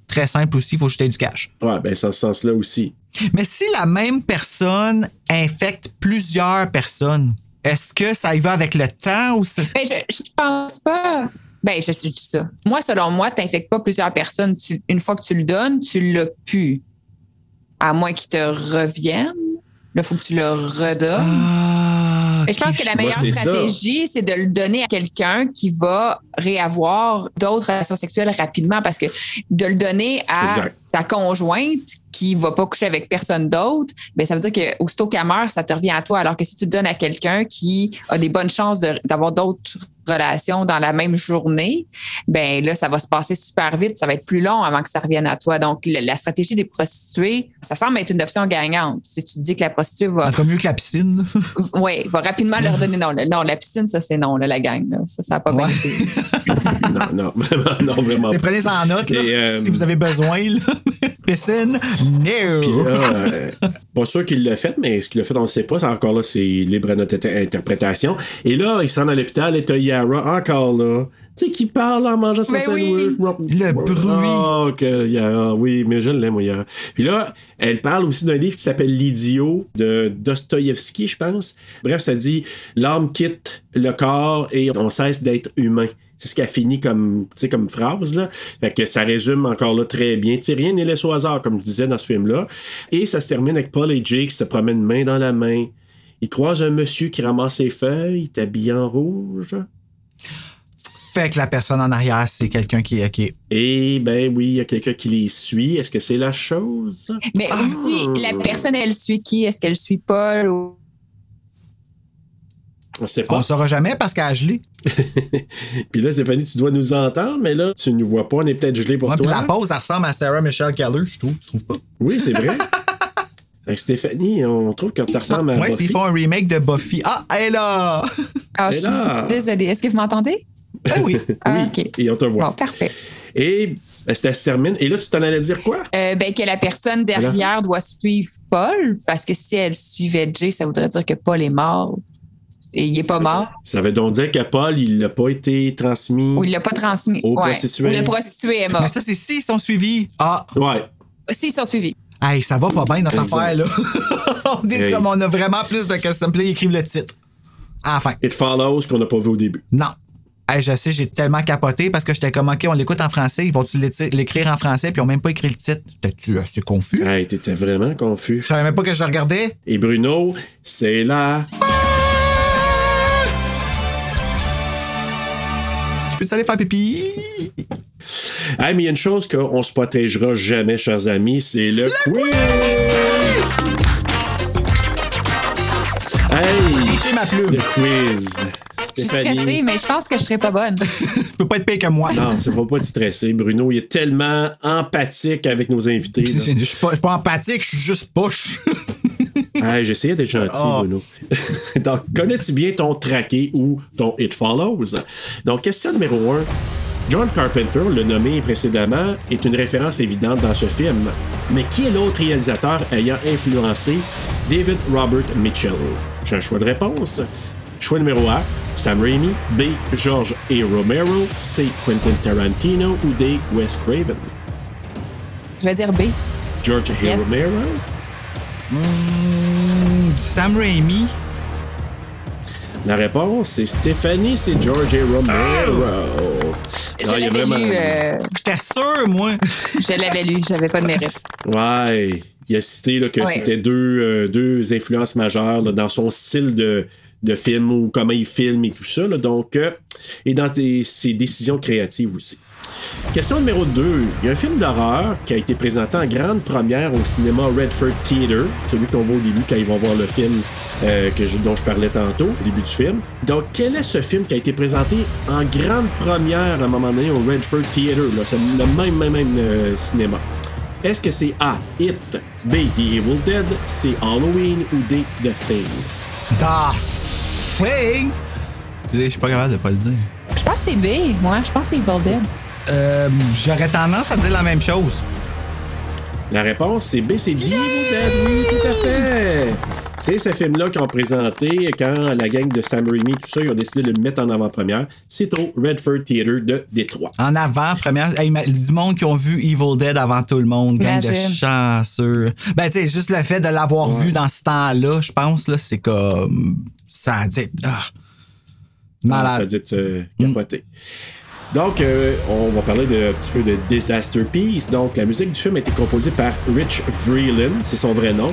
Speaker 3: très simple aussi, il faut jeter du cash.
Speaker 2: Ouais, ben, dans ce sens-là aussi.
Speaker 3: <laughs> Mais si la même personne infecte plusieurs personnes, est-ce que ça y va avec le temps ou c'est.
Speaker 5: Ben, je, je pense pas. Ben, je, je dis ça. Moi, selon moi, tu n'infectes pas plusieurs personnes. Tu- une fois que tu le donnes, tu l'as pu. À moins qu'il te revienne. Là, il faut que tu le redonnes.
Speaker 3: Ah,
Speaker 5: Mais je pense que la
Speaker 2: Moi,
Speaker 5: meilleure
Speaker 2: c'est ça.
Speaker 5: stratégie, c'est de le donner à quelqu'un qui va réavoir d'autres relations sexuelles rapidement parce que de le donner à
Speaker 2: Exact.
Speaker 5: ta conjointe qui va pas coucher avec personne d'autre, ben ça veut dire que aussitôt qu'elle meurt, ça te revient à toi. Alors que si tu le donnes à quelqu'un qui a des bonnes chances de- d'avoir d'autres relations dans la même journée, ben là, ça va se passer super vite, ça va être plus long avant que ça revienne à toi. Donc, le- la stratégie des prostituées, ça semble être une option gagnante. Si tu te dis que la prostituée va
Speaker 3: En tout cas, mieux que la piscine. là.
Speaker 5: oui, va rapidement leur donner non. là. Non, la piscine, ça, c'est non, là, la gang. là. Ça, ça n'a pas
Speaker 3: <laughs>
Speaker 5: bien été.
Speaker 2: non, non, <laughs> vraiment, non, vraiment
Speaker 3: Et
Speaker 2: pas.
Speaker 3: Prenez-en note, là,
Speaker 2: Et, euh,
Speaker 3: si vous avez besoin. là. <laughs> Piscine,
Speaker 2: Puis
Speaker 3: no!
Speaker 2: là, euh, pas sûr qu'il l'a fait, mais ce qu'il a fait, on ne sait pas. Ça, encore là, c'est libre à notre inter- interprétation. Et là, il se rend à l'hôpital et t'as Yara encore là. Tu sais, qui parle en mangeant son
Speaker 5: Mais
Speaker 2: sandwich.
Speaker 5: oui.
Speaker 3: Le bruit.
Speaker 2: Oh, que Yara, oui, mais je l'aime, moi, Yara. Puis là, elle parle aussi d'un livre qui s'appelle L'Idiot de Dostoïevski, je pense. Bref, ça dit L'âme quitte le corps et on cesse d'être humain. C'est ce qu'elle finit comme, tu sais, comme phrase. Là. Fait que ça résume encore là très bien. Tu sais, rien n'est laissé au hasard, comme je disais dans ce film-là. Et ça se termine avec Paul et Jake qui se promènent main dans la main. Il croise un monsieur qui ramasse ses feuilles, il est habillé en rouge.
Speaker 3: Fait que la personne en arrière, c'est quelqu'un qui est. qui est-
Speaker 2: Et ben oui, il y a quelqu'un qui les suit. Est-ce que c'est la chose?
Speaker 5: Mais aussi, la personne, elle suit qui? Est-ce qu'elle suit Paul ou
Speaker 2: On sait pas.
Speaker 3: On saura jamais parce qu'elle a gelé. Ah.
Speaker 2: <laughs> Puis là, Stéphanie, tu dois nous entendre, mais là, tu ne nous vois pas. On est peut-être gelé pour
Speaker 3: Ouais, puis
Speaker 2: toi.
Speaker 3: la pause, elle ressemble à Sarah Michelle Keller, je trouve. Tu trouves pas?
Speaker 2: Oui, c'est
Speaker 3: <laughs>
Speaker 2: vrai. Fait que Stéphanie, on trouve que tu ressembles à
Speaker 3: ouais,
Speaker 2: Buffy.
Speaker 3: s'ils font un remake de Buffy. Ah, elle est <laughs> là!
Speaker 5: Ah,
Speaker 2: Mais
Speaker 5: je
Speaker 2: là-
Speaker 5: suis désolée. Est-ce que vous m'entendez?
Speaker 3: Ben oui.
Speaker 5: Ah, OK.
Speaker 2: Et on te voit.
Speaker 5: Bon, parfait.
Speaker 2: Et ben, ça se termine. Et là, tu t'en allais dire quoi?
Speaker 5: Euh, ben, que la personne derrière doit suivre Paul, parce que si elle suivait Jay, ça voudrait dire que Paul est mort. Et il n'est pas mort.
Speaker 2: Ça veut donc dire que Paul, il n'a pas été transmis.
Speaker 5: Ou il l'a pas transmis.
Speaker 2: Au
Speaker 5: Ouais.
Speaker 2: prostitué.
Speaker 5: Ou le prostitué est mort.
Speaker 3: Mais ça, c'est s'ils sont suivis. Ah!
Speaker 2: Ouais.
Speaker 5: S'ils sont suivis.
Speaker 3: Hey, ça va pas bien notre
Speaker 2: Exact.
Speaker 3: affaire, là. <laughs> on, est
Speaker 2: Hey.
Speaker 3: comme, on a vraiment plus de questions. Puis là, ils écrivent le titre. À la fin.
Speaker 2: It follows qu'on n'a pas vu au début.
Speaker 3: Non. Hey, je sais, j'ai tellement capoté parce que j'étais comme, OK, on l'écoute en français. Ils vont-tu l'éti- l'écrire en français? Puis ils ont même pas écrit le titre. T'es-tu assez confus?
Speaker 2: Hey, t'étais vraiment confus.
Speaker 3: Je savais même pas que je le regardais.
Speaker 2: Et Bruno, c'est là.
Speaker 3: Je peux-tu aller faire pipi?
Speaker 2: Hey, mais il y a une chose qu'on se protégera jamais, chers amis, c'est le, quiz! Hey!
Speaker 3: J'ai ma plume.
Speaker 2: Le quiz.
Speaker 5: Je suis stressée,
Speaker 2: Stéphanie.
Speaker 5: mais je pense que je serais pas bonne.
Speaker 3: tu peux pas être pire que moi.
Speaker 2: Non, ça va pas te stresser. Bruno, il est tellement empathique avec nos invités.
Speaker 3: <laughs> Je je suis pas, je suis pas empathique, je suis juste poche.
Speaker 2: là. Hey, J'essayais d'être gentil,
Speaker 3: Ah.
Speaker 2: Bruno. <laughs> Donc, connais-tu bien ton traqué ou ton It Follows? Donc, question numéro 1. John Carpenter, le nommé précédemment, est une référence évidente dans ce film. Mais qui est l'autre réalisateur ayant influencé David Robert Mitchell? J'ai un choix de réponse. Choix numéro A, Sam Raimi. B, George A. Romero. C, Quentin Tarantino. Ou D, Wes Craven.
Speaker 5: Je vais dire B.
Speaker 2: George A.
Speaker 5: Yes.
Speaker 2: Romero.
Speaker 3: <laughs> Sam Raimi.
Speaker 2: La réponse, c'est Stéphanie, c'est George A. Romero.
Speaker 5: Oh! Je
Speaker 2: Non, Ah, il y a
Speaker 5: l'avais lu. euh,
Speaker 3: J'étais sûr, moi. <laughs>
Speaker 5: je l'avais lu. J'avais pas de mérite.
Speaker 2: Ouais. Il a cité là, que
Speaker 5: euh, Ouais.
Speaker 2: c'était deux, euh, deux influences majeures là, dans son style de, de film ou comment il filme et tout ça. là. donc, euh, et dans tes- ses décisions créatives aussi. Question numéro 2. Il y a un film d'horreur qui a été présenté en grande première au cinéma Redford Theater, celui qu'on voit au début quand ils vont voir le film euh, que je- dont je parlais tantôt, au début du film. Donc, quel est ce film qui a été présenté en grande première à un moment donné au Redford Theater, là, c'est le même, même, même euh, cinéma? Est-ce que c'est A, It, B, The Evil Dead, C, Halloween ou D, The Thing?
Speaker 3: Da Fing! Excusez, je suis pas capable de pas le dire.
Speaker 5: Je pense que c'est B, moi. Je pense que c'est Evil Dead.
Speaker 3: Euh, J'aurais tendance à dire la même chose.
Speaker 2: La réponse, c'est B, c'est The Evil Dead. Oui, tout à fait. C'est ce film-là qu'ils ont présenté quand la gang de Sam Raimi, tout ça, ils ont décidé de le mettre en avant-première. C'est au Redford Theater de Détroit.
Speaker 3: En avant, première. Hey, ma- du monde qui ont vu Evil Dead avant tout le monde. Gang de
Speaker 5: Imagine.
Speaker 3: chanceux. Ben, tu sais, juste le fait de l'avoir vu dans ce temps-là, je pense, là, c'est comme. Ça a dit. ah,
Speaker 2: Ça a
Speaker 3: malade.
Speaker 2: dû te capoter. Donc, euh, on va parler de- un petit peu de Disaster Piece. Donc, la musique du film a été composée par Rich Vreeland, c'est son vrai nom,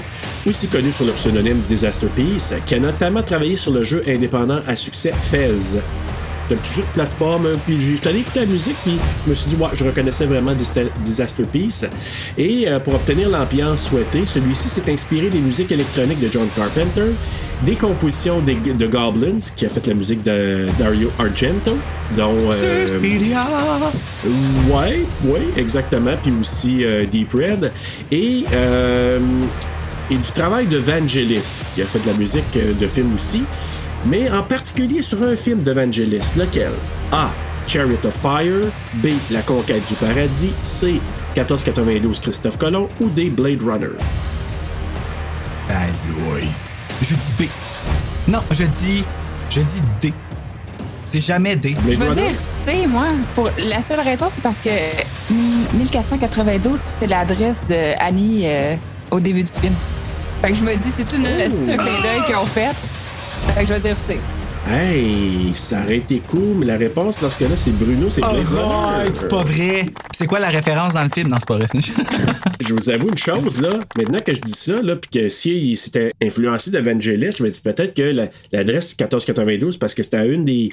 Speaker 2: aussi connu sous le pseudonyme Disaster Piece, qui a notamment travaillé sur le jeu indépendant à succès Fez. C'est un petit jeu de plateforme, hein, puis j'ai- j'étais allé écouter la musique, puis je me suis dit, ouais, je reconnaissais vraiment Dista- Disaster Piece. Et euh, pour obtenir l'ambiance souhaitée, celui-ci s'est inspiré des musiques électroniques de John Carpenter, des compositions des- de Goblins, qui a fait la musique de Dario Argento, dont. euh,
Speaker 3: Suspiria.
Speaker 2: Ouais, ouais, exactement. Puis aussi euh, Deep Red. Et, euh, et du travail de Vangelis, qui a fait de la musique euh, de film aussi. Mais en particulier sur un film de Vangelis, lequel A. Chariot of Fire. B. La conquête du paradis. C. 1492 Christophe Colomb. Ou D. Blade Runner.
Speaker 3: Aïe, aïe. Je dis B. Non, je dis. Je dis D. C'est jamais D.
Speaker 2: Blade
Speaker 5: Je veux
Speaker 2: Runner?
Speaker 5: dire C, moi. Pour la seule raison, c'est parce que mm, 1492, c'est l'adresse de Annie euh, au début du film. Fait que je me dis, c'est-tu une- c'est-tu un clin d'œil qu'ils ont fait? Fait que je vais dire C.
Speaker 2: Hey, ça aurait été cool, mais la réponse, lorsque là, c'est Bruno, c'est Blade Runner.
Speaker 3: Oh, C'est pas vrai. Puis C'est quoi la référence dans le film? Non, c'est pas vrai. <laughs>
Speaker 2: Je vous avoue une chose, là. Maintenant que je dis ça, là, puis que si il s'était influencé d'Evangelist, je me dis peut-être que la- l'adresse 1492, parce que c'était une des,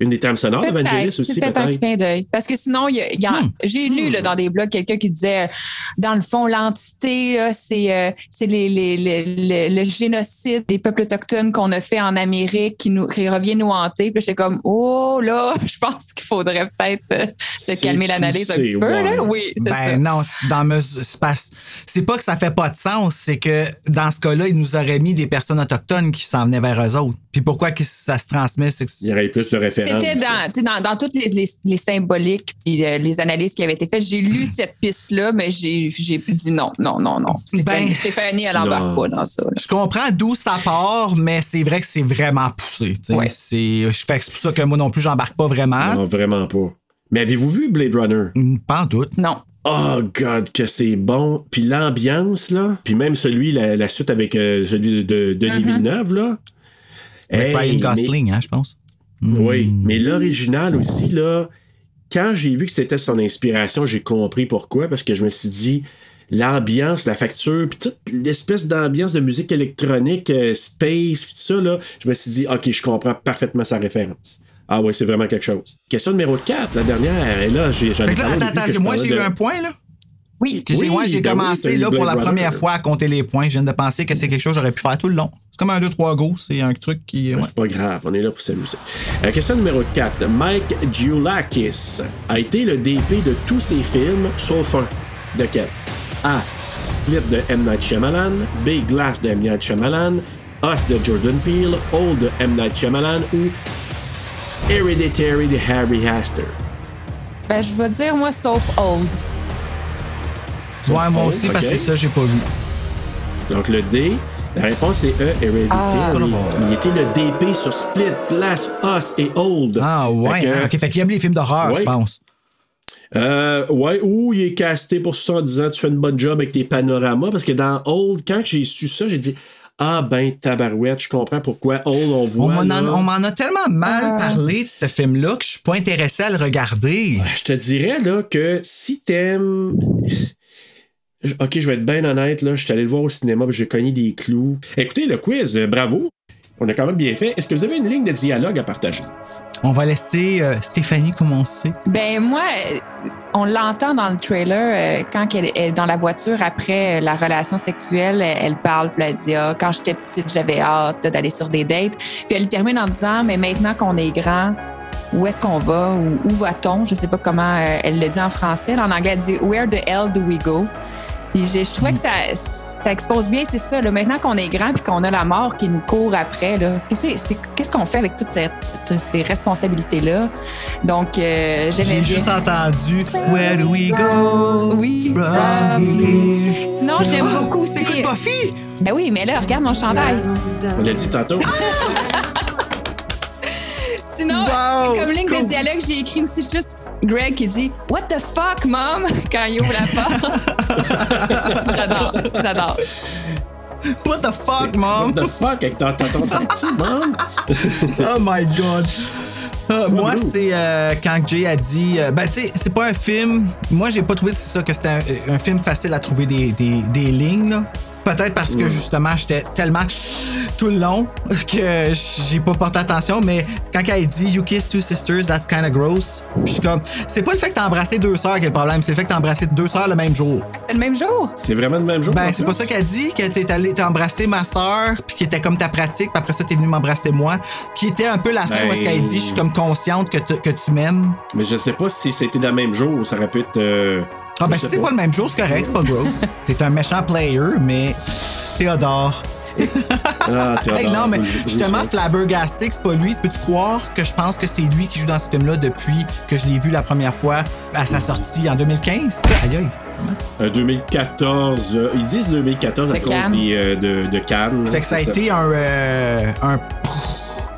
Speaker 2: une des trames sonores d'Evangelist
Speaker 5: Peut-être.
Speaker 2: aussi,
Speaker 5: C'est peut-être un
Speaker 2: peut-être. Hmm.
Speaker 5: clin d'œil. Parce que sinon, il y a- il y a- j'ai lu là, dans des blogs quelqu'un qui disait, euh, dans le fond, l'entité, là, c'est euh, c'est les- les- les- les- le génocide des peuples autochtones qu'on a fait en Amérique qui, nous, qui revient nous hanter. Puis j'étais comme, oh là, <laughs> je pense qu'il faudrait peut-être euh, se calmer l'analyse un petit peu. là. Oui, c'est
Speaker 3: ben
Speaker 5: ça.
Speaker 3: non, c'est dans mesure- c'est pas, c'est pas que ça fait pas de sens, c'est que dans ce cas-là, ils nous auraient mis des personnes autochtones qui s'en venaient vers eux autres. Puis pourquoi que ça se transmet, c'est que
Speaker 2: Il y aurait eu plus de références.
Speaker 5: C'était dans, tu sais, dans, dans toutes les, les, les symboliques puis euh, les analyses qui avaient été faites. J'ai lu cette piste-là, mais j'ai j'ai dit non, non, non, non.
Speaker 3: Ben
Speaker 5: Stéphanie, Stéphanie elle embarque pas dans ça. là.
Speaker 3: Je comprends d'où ça part, mais c'est vrai que c'est vraiment poussé. tu sais.
Speaker 5: Ouais.
Speaker 3: C'est fait que c'est pour ça que moi non plus, j'embarque pas vraiment. Mm,
Speaker 2: Non, vraiment pas. Mais avez-vous vu Blade Runner?
Speaker 3: Pas en doute.
Speaker 5: Non.
Speaker 2: Oh God, que c'est bon. Puis l'ambiance, là. Puis même celui, la, la suite avec euh, celui de, de
Speaker 5: Uh-huh.
Speaker 2: Denis Villeneuve, là.
Speaker 3: Avec Ryan Gosling, hein, je pense. Mm.
Speaker 2: Oui, mais l'original aussi, là. Quand j'ai vu que c'était son inspiration, j'ai compris pourquoi. Parce que je me suis dit, l'ambiance, la facture, puis toute l'espèce d'ambiance de musique électronique, euh, space, puis tout ça, là. Je me suis dit, OK, je comprends parfaitement sa référence. Ah ouais, c'est vraiment quelque chose. Question numéro 4, la dernière. Et là, j'ai- j'en ai
Speaker 3: Fait que
Speaker 2: parlé au
Speaker 3: là, attends,
Speaker 2: début que
Speaker 3: attends,
Speaker 2: je
Speaker 3: moi
Speaker 2: parlais
Speaker 3: j'ai
Speaker 2: de-
Speaker 3: eu un point là.
Speaker 5: Oui.
Speaker 3: Que j'ai- ouais, j'ai
Speaker 2: ben oui,
Speaker 3: commencé
Speaker 2: t'as eu
Speaker 3: là pour
Speaker 2: Blade
Speaker 3: la
Speaker 2: Runner.
Speaker 3: première fois à compter les points. Je viens de penser que c'est quelque chose que j'aurais pu faire tout le long. C'est comme un 2-3 go, c'est un truc qui. ouais.
Speaker 2: C'est pas grave, on est là pour s'amuser. Euh, question numéro 4. Mike Giolakis a été le DP de tous ses films, sauf un. De quel A. Split de M. Night Shyamalan. B. Glass de M. Night Shyamalan. Us de Jordan Peele. Old de M. Night Shyamalan. Ou Hereditary de Harry Astor.
Speaker 5: Ben, je vais dire, moi, sauf old.
Speaker 3: Ouais, moi aussi,
Speaker 2: Ok.
Speaker 3: parce que ça, j'ai pas vu.
Speaker 2: Donc le D. La réponse est E, Hereditary.
Speaker 3: Ah.
Speaker 2: Mais il était le DP sur Split, Glass, Us et Old.
Speaker 3: Ah ouais,
Speaker 2: Fait que-
Speaker 3: hein, ok, fait qu'il aime les films d'horreur,
Speaker 2: Ouais.
Speaker 3: je pense.
Speaker 2: Euh, ouais, ou il est casté pour ça en disant tu fais une bonne job avec tes panoramas. Parce que dans Old, quand j'ai su ça, j'ai dit Ah ben, tabarouette, je comprends pourquoi Old, on voit.
Speaker 3: On m'en
Speaker 2: là.
Speaker 3: a- on m'en a tellement mal
Speaker 5: Ah.
Speaker 3: parlé de ce film-là que je suis pas intéressé à le regarder.
Speaker 2: Je te dirais là que si t'aimes. Je- Ok, je vais être bien honnête, là, je suis allé le voir au cinéma, puis j'ai cogné des clous. Écoutez, le quiz, euh, bravo! On a quand même bien fait. Est-ce que vous avez une ligne de dialogue à partager?
Speaker 3: On va laisser euh, Stéphanie commencer.
Speaker 5: Ben, moi, euh, on l'entend dans le trailer euh, quand elle est dans la voiture après euh, la relation sexuelle. euh, Elle elle parle, puis elle dit Ah, Quand j'étais petite, j'avais hâte d'aller sur des dates. Puis elle termine en disant Mais maintenant qu'on est grand, où est-ce qu'on va Ou où va-t-on Je sais pas comment euh, elle le dit en français. En anglais, elle dit Where the hell do we go Puis j'ai- je trouvais que ça, ça expose bien, c'est ça. là. Maintenant qu'on est grand puis qu'on a la mort qui nous court après, là, qu'est-ce que c'est- qu'est-ce qu'on fait avec toutes ces, ces- ces responsabilités-là? Donc, euh, j'aimais
Speaker 3: J'ai
Speaker 5: bien.
Speaker 3: juste entendu Where do we go?
Speaker 5: Oui,
Speaker 3: from here?
Speaker 5: Sinon, j'aime
Speaker 3: Ah,
Speaker 5: beaucoup aussi.
Speaker 3: t'écoutes Buffy?
Speaker 5: Ben oui, mais là, regarde mon chandail.
Speaker 3: Euh,
Speaker 2: On l'a dit tantôt.
Speaker 5: Sinon,
Speaker 3: Wow,
Speaker 5: comme ligne
Speaker 3: cool.
Speaker 5: de dialogue, j'ai écrit aussi juste Greg qui dit What the fuck, mom? quand il ouvre la porte. <laughs> j'adore, j'adore.
Speaker 3: What the fuck, mom?
Speaker 2: What the fuck avec ton tonton senti, mom?
Speaker 3: oh my god. Euh, moi, c'est euh, quand Jay a dit. euh, ben, tu sais, c'est pas un film. Moi, j'ai pas trouvé c'est ça que c'était un, euh, un film facile à trouver des, des- des lignes, là. Peut-être parce que justement, j'étais tellement tout le long <laughs> que j'ai pas porté attention, mais quand elle dit You kiss two sisters, that's kinda gross, Puis je suis comme, c'est pas le fait que t'as embrassé deux sœurs qui est le problème, c'est le fait que t'as embrassé deux sœurs le même jour.
Speaker 5: C'est le même jour.
Speaker 2: C'est vraiment le même jour? en
Speaker 3: Ben, c'est
Speaker 2: plus?
Speaker 3: pas ça qu'elle dit, que t'es allé t'as embrassé ma soeur, puis qui était comme ta pratique, puis après ça, t'es venu m'embrasser moi, qui était un peu la scène où est-ce
Speaker 2: Ben-
Speaker 3: qu'elle dit, je suis comme consciente que, tu- que tu m'aimes.
Speaker 2: Mais je sais pas si c'était dans le même jour, ça aurait pu être.
Speaker 3: <laughs>
Speaker 2: euh,
Speaker 3: Ah, ben,
Speaker 2: je sais
Speaker 3: si c'est pas le même jour, c'est correct, c'est
Speaker 2: <laughs>
Speaker 3: pas gross. T'es un méchant player, mais Théodore.
Speaker 2: Ah, t'es
Speaker 3: Hey, non,
Speaker 2: adorable.
Speaker 3: mais
Speaker 2: Oui,
Speaker 3: je
Speaker 2: oui,
Speaker 3: suis tellement
Speaker 2: oui.
Speaker 3: flabbergasté que c'est pas lui. Peux-tu croire que je pense que c'est lui qui joue dans ce film-là depuis que je l'ai vu la première fois à sa sortie en 2015? Aïe, aïe.
Speaker 2: Euh, 2014, euh, ils disent 2014 à
Speaker 3: De
Speaker 2: cause
Speaker 3: Cannes.
Speaker 2: des, euh, de, de Cannes.
Speaker 3: Fait que ça a
Speaker 2: C'est
Speaker 3: été un. euh, un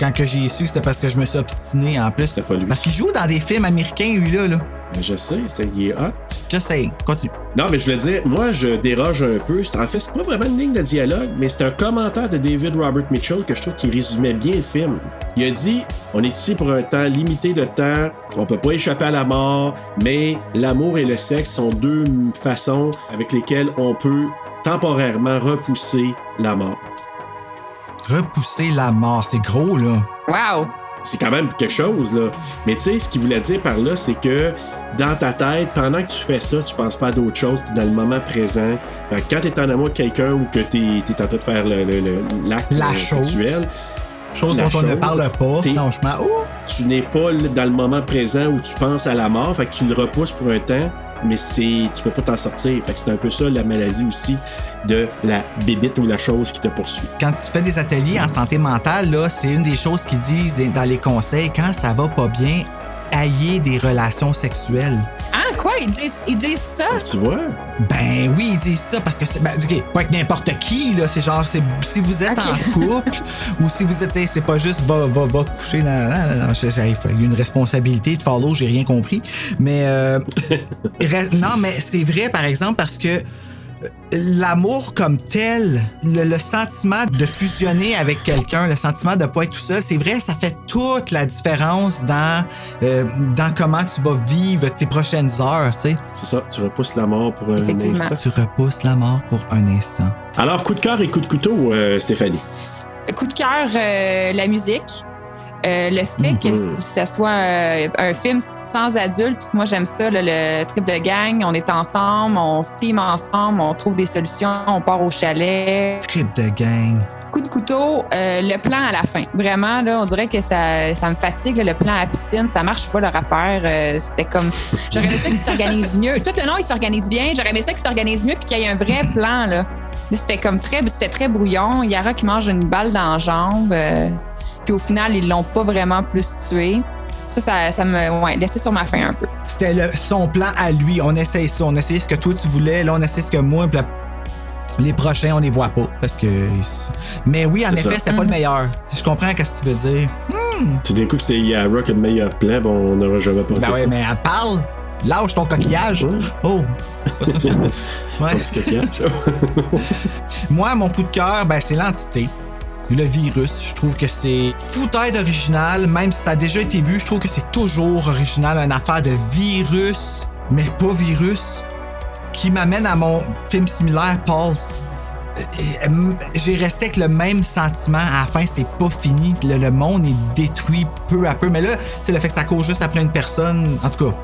Speaker 3: quand que j'ai su, c'était parce que je me suis obstiné en plus.
Speaker 2: C'était pas lui.
Speaker 3: Parce qu'il joue dans des films américains, lui-là. Là.
Speaker 2: Je sais, c'est- il est hot.
Speaker 3: Just saying, continue.
Speaker 2: Non, mais je voulais dire, moi, je déroge un peu. C'est- En fait, c'est pas vraiment une ligne de dialogue, mais c'est un commentaire de David Robert Mitchell que je trouve qui résumait bien le film. Il a dit On est ici pour un temps limité de temps, on peut pas échapper à la mort, mais l'amour et le sexe sont deux façons avec lesquelles on peut temporairement repousser la mort.
Speaker 3: Repousser la mort, c'est gros, là.
Speaker 5: Wow!
Speaker 2: C'est quand même quelque chose, là. Mais tu sais, ce qu'il voulait dire par là, c'est que dans ta tête, pendant que tu fais ça, tu penses pas à d'autres choses, t'es dans le moment présent. Fait que quand t'es en amour avec quelqu'un ou que t'es es en train de faire le- le- le- l'acte
Speaker 3: La
Speaker 2: euh,
Speaker 3: chose.
Speaker 2: sexuel,
Speaker 3: Chose
Speaker 2: la
Speaker 3: dont on ne
Speaker 2: chose,
Speaker 3: parle pas,
Speaker 2: t'es-
Speaker 3: franchement. Oh!
Speaker 2: tu n'es pas l- dans le moment présent où tu penses à la mort, fait que tu le repousses pour un temps, mais c'est tu peux pas t'en sortir. Fait que c'est un peu ça la maladie aussi de la bébite ou la chose qui te poursuit.
Speaker 3: Quand tu fais des ateliers en santé mentale, là, c'est une des choses qu'ils disent des- dans les conseils. Quand ça va pas bien, ayez des relations sexuelles.
Speaker 5: Hein, quoi? Ils disent, ils disent ça?
Speaker 2: Tu vois?
Speaker 3: Ben oui, ils disent ça parce que c'est. Ben, ok, pas avec n'importe qui, là. C'est genre, c'est- si vous êtes en couple ou si vous êtes. hey, C'est pas juste va, va, va coucher dans. dans- dans- je- je- il y a une responsabilité de follow, j'ai rien compris. Mais. euh, reste- non, mais c'est vrai, par exemple, parce que. euh, L'amour comme tel, le, le sentiment de fusionner avec quelqu'un, le sentiment de pas être tout seul, c'est vrai, ça fait toute la différence dans, euh, dans comment tu vas vivre tes prochaines heures, tu sais.
Speaker 2: C'est ça, tu repousses la mort pour un
Speaker 3: Effectivement.
Speaker 2: instant.
Speaker 3: Tu repousses la mort pour un instant.
Speaker 2: Alors coup de cœur et coup de couteau, euh, Stéphanie.
Speaker 5: Coup de cœur, euh, la musique. Euh, le fait que
Speaker 2: Mhm.
Speaker 5: ça soit euh, un film sans adulte, moi j'aime ça, là, le trip de gang, on est ensemble, on se team ensemble, on trouve des solutions, on part au chalet.
Speaker 3: Trip de gang.
Speaker 5: Coup de couteau, euh, le plan à la fin. Vraiment, là, on dirait que ça, ça me fatigue, là, le plan à la piscine, ça marche pas leur affaire. Euh, C'était comme. J'aurais aimé ça qu'ils s'organisent mieux. Tout le long, ils s'organisent bien. J'aurais aimé ça qu'ils s'organisent mieux puis qu'il y ait un vrai plan, là. Mais C'était comme très, c'était très brouillon. Yara qui mange une balle dans la jambe. euh, puis au final, ils l'ont pas vraiment plus tué. Ça, ça, ça me ouais, laissait sur ma faim un peu.
Speaker 3: C'était le- son plan à lui. On essaye ça. On essaye ce que toi tu voulais. Là, on essaye ce que moi. puis la- les prochains, on les voit pas. Parce que. Mais oui, en
Speaker 2: C'est
Speaker 3: effet,
Speaker 2: ça.
Speaker 3: c'était pas le meilleur. Je comprends qu'est-ce que tu veux dire. Ben
Speaker 2: Tout d'un coup que c'est Yara qui a le meilleur plan, bon, on n'aura jamais pensé
Speaker 3: Ben
Speaker 2: ça.
Speaker 3: ouais, mais elle parle. Lâche ton coquillage. <laughs> Oh. Ouais.
Speaker 2: Ton <laughs> petit
Speaker 3: <laughs>
Speaker 2: coquillage.
Speaker 3: Moi, mon coup de cœur, ben, c'est l'entité. Le virus, je trouve que c'est foutaide original, même si ça a déjà été vu, je trouve que c'est toujours original, une affaire de virus, mais pas virus, qui m'amène à mon film similaire, Pulse. Et, euh, J'ai resté avec le même sentiment. À la fin, c'est pas fini. Le, le monde est détruit peu à peu. Mais là, tu sais, le fait que ça court juste après une personne, en tout cas.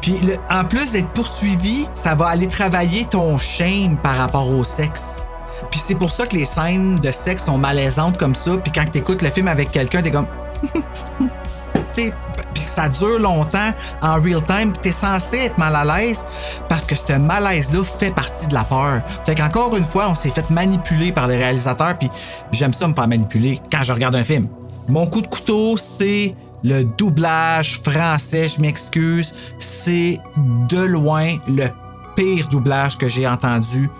Speaker 3: Puis, le- en plus d'être poursuivi, ça va aller travailler ton shame par rapport au sexe. Puis c'est pour ça que les scènes de sexe sont malaisantes comme ça. Puis quand t'écoutes le film avec quelqu'un, t'es comme. Tu sais, Puis que ça dure longtemps en real time. Puis t'es censé être mal à l'aise parce que ce malaise-là fait partie de la peur. Fait qu'encore une fois, on s'est fait manipuler par les réalisateurs. Puis j'aime ça me faire manipuler quand je regarde un film. Mon coup de couteau, c'est le doublage français, je m'excuse. C'est de loin le pire doublage que j'ai entendu.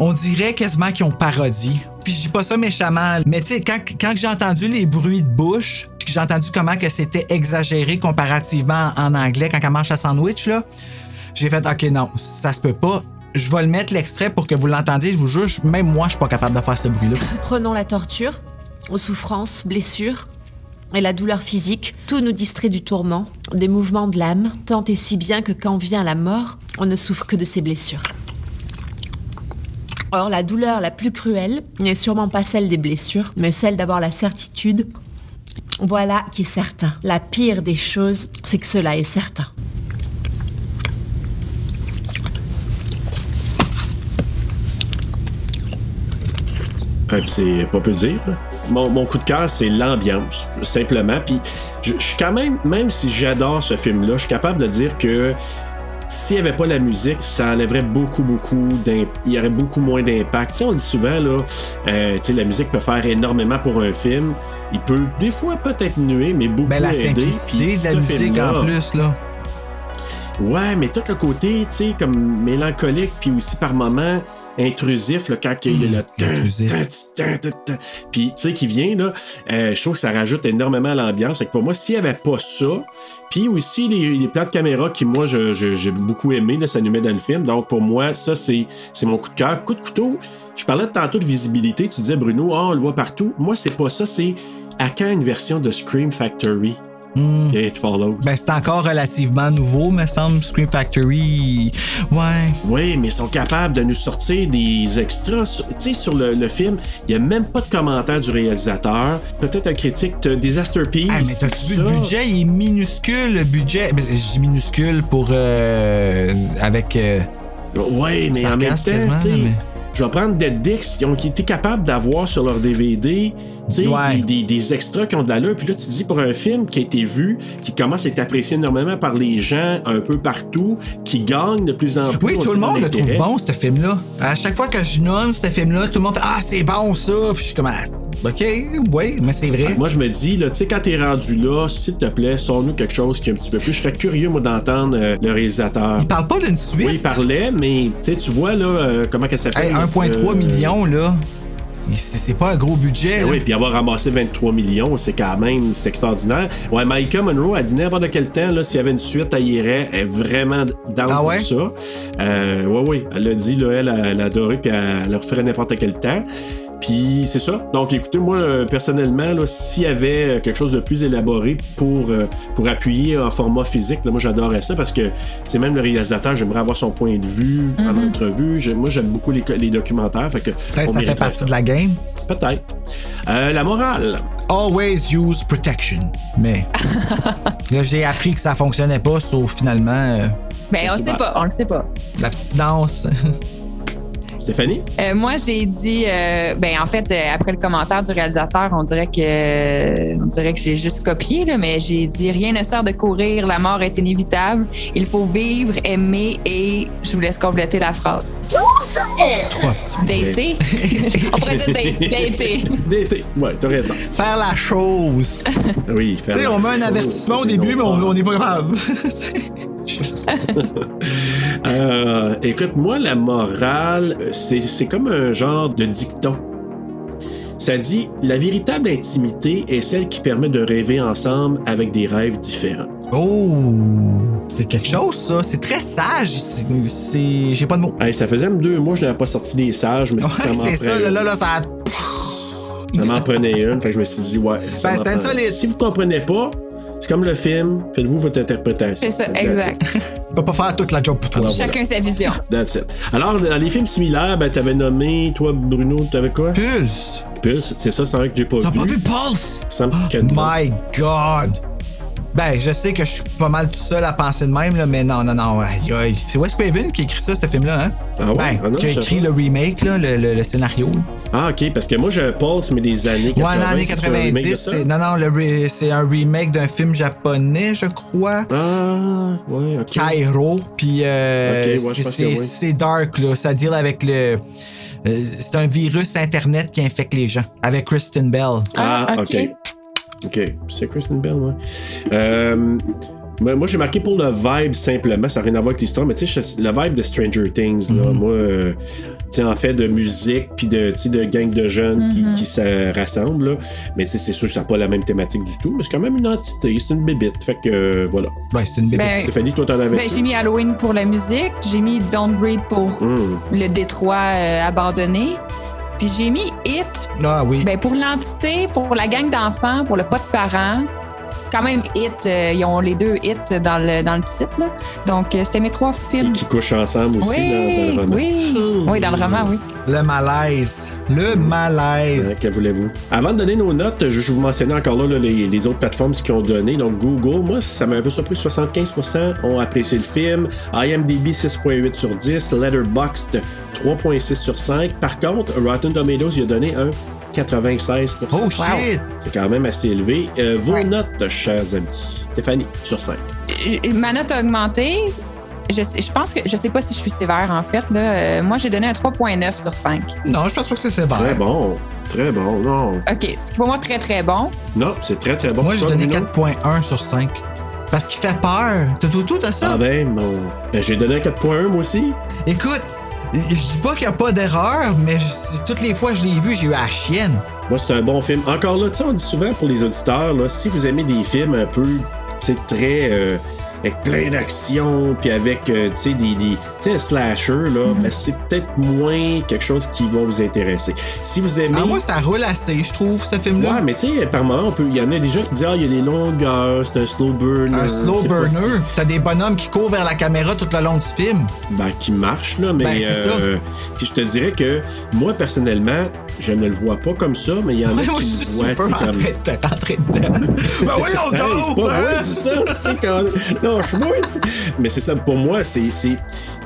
Speaker 3: On dirait quasiment qu'ils ont parodie. Puis je dis pas ça méchamment, mais tu sais, quand, quand j'ai entendu les bruits de bouche, puis que j'ai entendu comment que c'était exagéré comparativement en anglais quand elle mange sa sandwich, là, j'ai fait OK, non, ça se peut pas. Je vais le mettre l'extrait pour que vous l'entendiez, je vous jure, je- même moi, je suis pas capable de faire ce bruit-là.
Speaker 16: Prenons la torture, aux souffrances, blessures et la douleur physique. Tout nous distrait du tourment, des mouvements de l'âme, tant et si bien que quand vient la mort, on ne souffre que de ses blessures. Or, la douleur la plus cruelle n'est sûrement pas celle des blessures, mais celle d'avoir la certitude. Voilà qui est certain. La pire des choses, c'est que cela est certain.
Speaker 2: Ouais, puis Euh, c'est pas peu dire. Mon, mon coup de cœur, c'est l'ambiance, simplement. Puis je je suis quand même, même si j'adore ce film-là, je suis capable de dire que s'il n'y avait pas la musique, ça enlèverait beaucoup, beaucoup d'imp- Il y aurait beaucoup moins d'impact. Tu sais, on le dit souvent, là, euh, tu sais, la musique peut faire énormément pour un film. Il peut, des fois, peut-être nuer, mais beaucoup
Speaker 3: Ben, la
Speaker 2: aider. Puis
Speaker 3: simplicité de la
Speaker 2: ce
Speaker 3: musique en
Speaker 2: film-là-
Speaker 3: plus, là.
Speaker 2: Ouais, mais tout le côté, tu sais, comme mélancolique, puis aussi par moments intrusif, là, quand il y a le...
Speaker 3: <clears throat> intrusif.
Speaker 2: Tin, tin, tin. Puis, tu sais, qui vient, là, euh, je trouve que ça rajoute énormément à l'ambiance. Fait que pour moi, s'il n'y avait pas ça, puis aussi les, les plans de caméra qui, moi, je- je- j'ai beaucoup aimé, là, ça nous met dans le film. Donc, pour moi, ça, c'est c'est mon coup de cœur. Coup de couteau, je parlais tantôt de visibilité. Tu disais, Bruno, Ah, on le voit partout. Moi, c'est pas ça, c'est à quand une version de Scream Factory?
Speaker 3: Hmm.
Speaker 2: Et It Follows.
Speaker 3: Ben, c'est encore relativement nouveau, me semble, Scream Factory. Ouais.
Speaker 2: Oui, mais ils sont capables de nous sortir des extras. sur- Tu sais, sur le, le film, il n'y a même pas de commentaire du réalisateur. Peut-être un critique de Disaster Piece.
Speaker 3: Ah, mais t'as-tu vu
Speaker 2: tout
Speaker 3: le
Speaker 2: ça.
Speaker 3: budget? Il est minuscule, le budget. Ben, Je dis minuscule pour. euh, avec. euh,
Speaker 2: Ouais, mais en même
Speaker 3: Sarcasme
Speaker 2: temps,
Speaker 3: quasiment,
Speaker 2: tu sais,
Speaker 3: mais-
Speaker 2: je vais prendre Dead Dicks qui ont qui été capables d'avoir sur leur DVD tu sais, des, des- des extras qui ont de l'allure. Puis là, tu te dis pour un film qui a été vu, qui commence à être apprécié énormément par les gens un peu partout, qui gagne de plus en plus.
Speaker 3: Oui,
Speaker 2: on
Speaker 3: tout
Speaker 2: dit
Speaker 3: le monde le trouve
Speaker 2: l'intérêt.
Speaker 3: bon, ce film-là. À chaque fois que je nomme ce film-là, tout le monde fait Ah, c'est bon ça. Puis je suis comme Ah, OK, oui, mais c'est vrai.
Speaker 2: Ah, Moi, je me dis, là, tu sais, quand t'es rendu là, s'il te plaît, sors-nous quelque chose qui est un petit peu plus. Je serais curieux, moi, d'entendre euh, le réalisateur. Il
Speaker 3: parle pas d'une suite.
Speaker 2: Oui, il parlait, mais tu sais, tu vois, là, euh, comment qu'elle s'appelle.
Speaker 3: Hey, 1,3
Speaker 2: euh,
Speaker 3: million, là. C'est- C'est c'est pas un gros budget.
Speaker 2: Ben
Speaker 3: là.
Speaker 2: oui, puis avoir ramassé 23 millions, c'est quand même c'est extraordinaire. Ouais, Micah Monroe a dit n'importe quel temps, là, s'il y avait une suite, elle irait. Elle est vraiment down
Speaker 3: Ah ouais?
Speaker 2: pour ça. Euh, ouais, ouais, elle l'a dit, là, elle, elle a adoré, puis elle le referait n'importe quel temps. Puis c'est ça. Donc écoutez, moi, euh, personnellement, là, s'il y avait euh, quelque chose de plus élaboré pour, euh, pour appuyer en format physique, là, moi, j'adorais ça parce que, c'est même le réalisateur, j'aimerais avoir son point de vue en entrevue. J'ai- Moi, j'aime beaucoup les, co- les documentaires. Fait que
Speaker 3: Mm-hmm. Peut-être
Speaker 2: on
Speaker 3: ça fait
Speaker 2: mériterait
Speaker 3: partie de la game.
Speaker 2: Peut-être. Euh, la morale.
Speaker 3: Always use protection.
Speaker 2: <laughs>
Speaker 3: Mais. là, j'ai appris que ça fonctionnait pas, sauf finalement. euh,
Speaker 5: Ben, on
Speaker 3: c'est
Speaker 5: sait
Speaker 3: pas-
Speaker 5: pas, on le sait pas.
Speaker 3: l'abstinence.
Speaker 2: Stéphanie?
Speaker 5: Euh, moi, j'ai dit, euh, ben en fait, euh, après le commentaire du réalisateur, on dirait que, on dirait que j'ai juste copié là, mais j'ai dit rien ne sert de courir, la mort est inévitable, il faut vivre, aimer et je vous laisse compléter la phrase.
Speaker 3: <laughs> Trois petits
Speaker 5: Dater. on pourrait dire date- dater.
Speaker 2: D'été. Ouais, t'as raison.
Speaker 3: Faire
Speaker 2: <laughs>
Speaker 3: la chose.
Speaker 2: Oui,
Speaker 3: Tu sais, on met un avertissement au début, mais on on est pas grave. <laughs>
Speaker 2: Euh, écoute, moi, la morale, euh, c'est c'est comme un genre de dicton. Ça dit La véritable intimité est celle qui permet de rêver ensemble avec des rêves différents.
Speaker 3: Oh, c'est quelque chose, ça. C'est très sage. C'est- C'est. J'ai pas de mots.
Speaker 2: Hey, ça faisait même deux mois que je n'avais pas sorti des sages, mais
Speaker 3: Ouais,
Speaker 2: ça m'en
Speaker 3: c'est
Speaker 2: prenait
Speaker 3: ça, là,
Speaker 2: une.
Speaker 3: là, là, ça.
Speaker 2: Ça m'en prenait une. Fait que je me suis dit, ouais.
Speaker 3: Ben,
Speaker 2: m'en
Speaker 3: c'était
Speaker 2: prend-
Speaker 3: ça, les-
Speaker 2: Si vous comprenez pas, c'est comme le film, faites-vous votre interprétation.
Speaker 5: C'est ça,
Speaker 2: That's
Speaker 5: exact.
Speaker 3: Tu peux pas faire toute la job pour toi.
Speaker 2: Alors, voilà.
Speaker 5: Chacun sa vision.
Speaker 2: That's it. Alors, dans les films similaires, ben, t'avais nommé, toi, Bruno, t'avais quoi?
Speaker 3: Pulse.
Speaker 2: Pulse, c'est ça, c'est un que j'ai pas
Speaker 3: T'as
Speaker 2: vu.
Speaker 3: pas vu Pulse?
Speaker 2: Il semble que non.
Speaker 3: My God! Ben, je sais que je suis pas mal tout seul à penser de même, là, mais non, non, non, aïe, aïe. C'est Wes Craven qui a écrit ça, ce film-là, hein?
Speaker 2: Ah ouais?
Speaker 3: Ben,
Speaker 2: Ah non,
Speaker 3: qui a
Speaker 2: je sais
Speaker 3: écrit le remake, là, le, le- le scénario.
Speaker 2: Ah, ok, parce que moi, j'ai un Pulse, mais des années 80.
Speaker 3: Ouais, dans les années
Speaker 2: c'est un remake de
Speaker 3: 90,
Speaker 2: ça?
Speaker 3: c'est. Non, non, le re- c'est un remake d'un film japonais, je crois.
Speaker 2: Ah, ouais, ok.
Speaker 3: Cairo, puis euh,
Speaker 2: Ok, ouais, je
Speaker 3: c'est-
Speaker 2: pense
Speaker 3: c'est
Speaker 2: que oui.
Speaker 3: c'est dark, là. Ça deal avec le. euh, c'est un virus Internet qui infecte les gens, avec Kristen Bell.
Speaker 2: Ah,
Speaker 5: Ah,
Speaker 2: ok.
Speaker 5: ok.
Speaker 2: Ok, c'est Kristen Bell, ouais. Euh, ben, moi, j'ai marqué pour le vibe simplement, ça n'a rien à voir avec l'histoire, mais tu sais, je- le vibe de Stranger Things,
Speaker 5: Mhm.
Speaker 2: là, moi, euh, tu sais, en fait, de musique, puis de, tu sais, de gang de jeunes
Speaker 5: Mhm.
Speaker 2: qui- qui, se rassemblent, là. mais tu sais, c'est sûr que ça n'a pas la même thématique du tout, mais c'est quand même une entité, c'est une bébite, fait que euh, voilà.
Speaker 3: Ouais, c'est une bébé.
Speaker 5: Ben,
Speaker 2: Stéphanie, toi, t'en avais
Speaker 5: ben, j'ai mis Halloween pour la musique, j'ai mis Don't Breathe pour
Speaker 2: Hmm.
Speaker 5: le Détroit euh, abandonné, puis j'ai mis It
Speaker 3: Ah oui.
Speaker 5: Ben, pour l'entité, pour la gang d'enfants, pour le pas de parents, quand même hit, euh, ils ont les deux hits dans le, dans le titre. là. Donc, euh, c'était mes trois films.
Speaker 2: Qui couchent ensemble aussi
Speaker 5: Oui,
Speaker 2: dans, dans le roman.
Speaker 5: oui, oui, dans le roman, oui.
Speaker 3: Le malaise. Le
Speaker 2: Hein,
Speaker 3: malaise.
Speaker 2: que voulez-vous? Avant de donner nos notes, je je vous mentionnais encore là, là, les, les autres plateformes qui ont donné. Donc Google, moi, ça m'a un peu surpris. 75% ont apprécié le film. IMDb, 6.8 sur 10. Letterboxd, 3.6 sur 5. Par contre, Rotten Tomatoes, il a donné un 96%.
Speaker 3: Oh shit!
Speaker 2: C'est quand même assez élevé. Euh, vos notes, chers amis. Stéphanie, sur 5.
Speaker 5: Euh, Ma note a augmenté. Je, sais- je pense que je sais pas si je suis sévère en fait. Là. Euh, Moi, j'ai donné un 3.9 sur 5.
Speaker 3: Non, je pense pas que c'est
Speaker 2: Très
Speaker 3: sévère.
Speaker 2: bon. Très bon. Non,
Speaker 5: OK, c'est pour moi très très bon.
Speaker 2: non c'est très, très bon.
Speaker 3: Moi, j'ai
Speaker 2: Toi,
Speaker 3: donné
Speaker 2: Bruno?
Speaker 3: 4.1 sur 5. Parce qu'il fait peur. T'as tout, tout, t'as ça?
Speaker 2: Ah ben, mon... ben, j'ai donné un 4.1 moi aussi.
Speaker 3: Écoute, je dis pas qu'il y a pas d'erreur, mais je- toutes les fois que je l'ai vu, j'ai eu à la chienne.
Speaker 2: Moi, c'est un bon film. Encore là, tu sais, on dit souvent pour les auditeurs, là, si vous aimez des films un peu, tu sais, très. euh, avec plein d'actions, puis avec, euh, tu sais, des, des tu sais, un slasher, là,
Speaker 3: Mhm.
Speaker 2: ben, c'est peut-être moins quelque chose qui va vous intéresser. Si vous aimez...
Speaker 3: Ah, moi, ça roule assez, je trouve, ce film-là.
Speaker 2: Ouais, mais tu sais, par moment, on peut- il y en a des gens qui disent, ah, il y a des longueurs, c'est un slow burner.
Speaker 3: Un slow
Speaker 2: c'est euh, pas si-
Speaker 3: burner. T'as des bonhommes qui courent vers la caméra tout le long du film.
Speaker 2: ben, qui marche, là, mais
Speaker 3: Ben, c'est
Speaker 2: euh, puis je te dirais que moi, personnellement, je ne le vois pas comme ça, mais il y en
Speaker 3: Ouais,
Speaker 2: a
Speaker 3: moi,
Speaker 2: qui
Speaker 3: je
Speaker 2: le
Speaker 3: suis
Speaker 2: voient,
Speaker 3: super
Speaker 2: tu sais,
Speaker 3: en
Speaker 2: comme...
Speaker 3: train de te rentrer
Speaker 2: <laughs>
Speaker 3: dedans. ben hein. oui, on
Speaker 2: Hey, c'est
Speaker 3: dort!
Speaker 2: pas vrai,
Speaker 3: <laughs>
Speaker 2: c'est ça, c'est quand Non, je suis moins- Mais c'est ça, pour moi, c'est. c'est-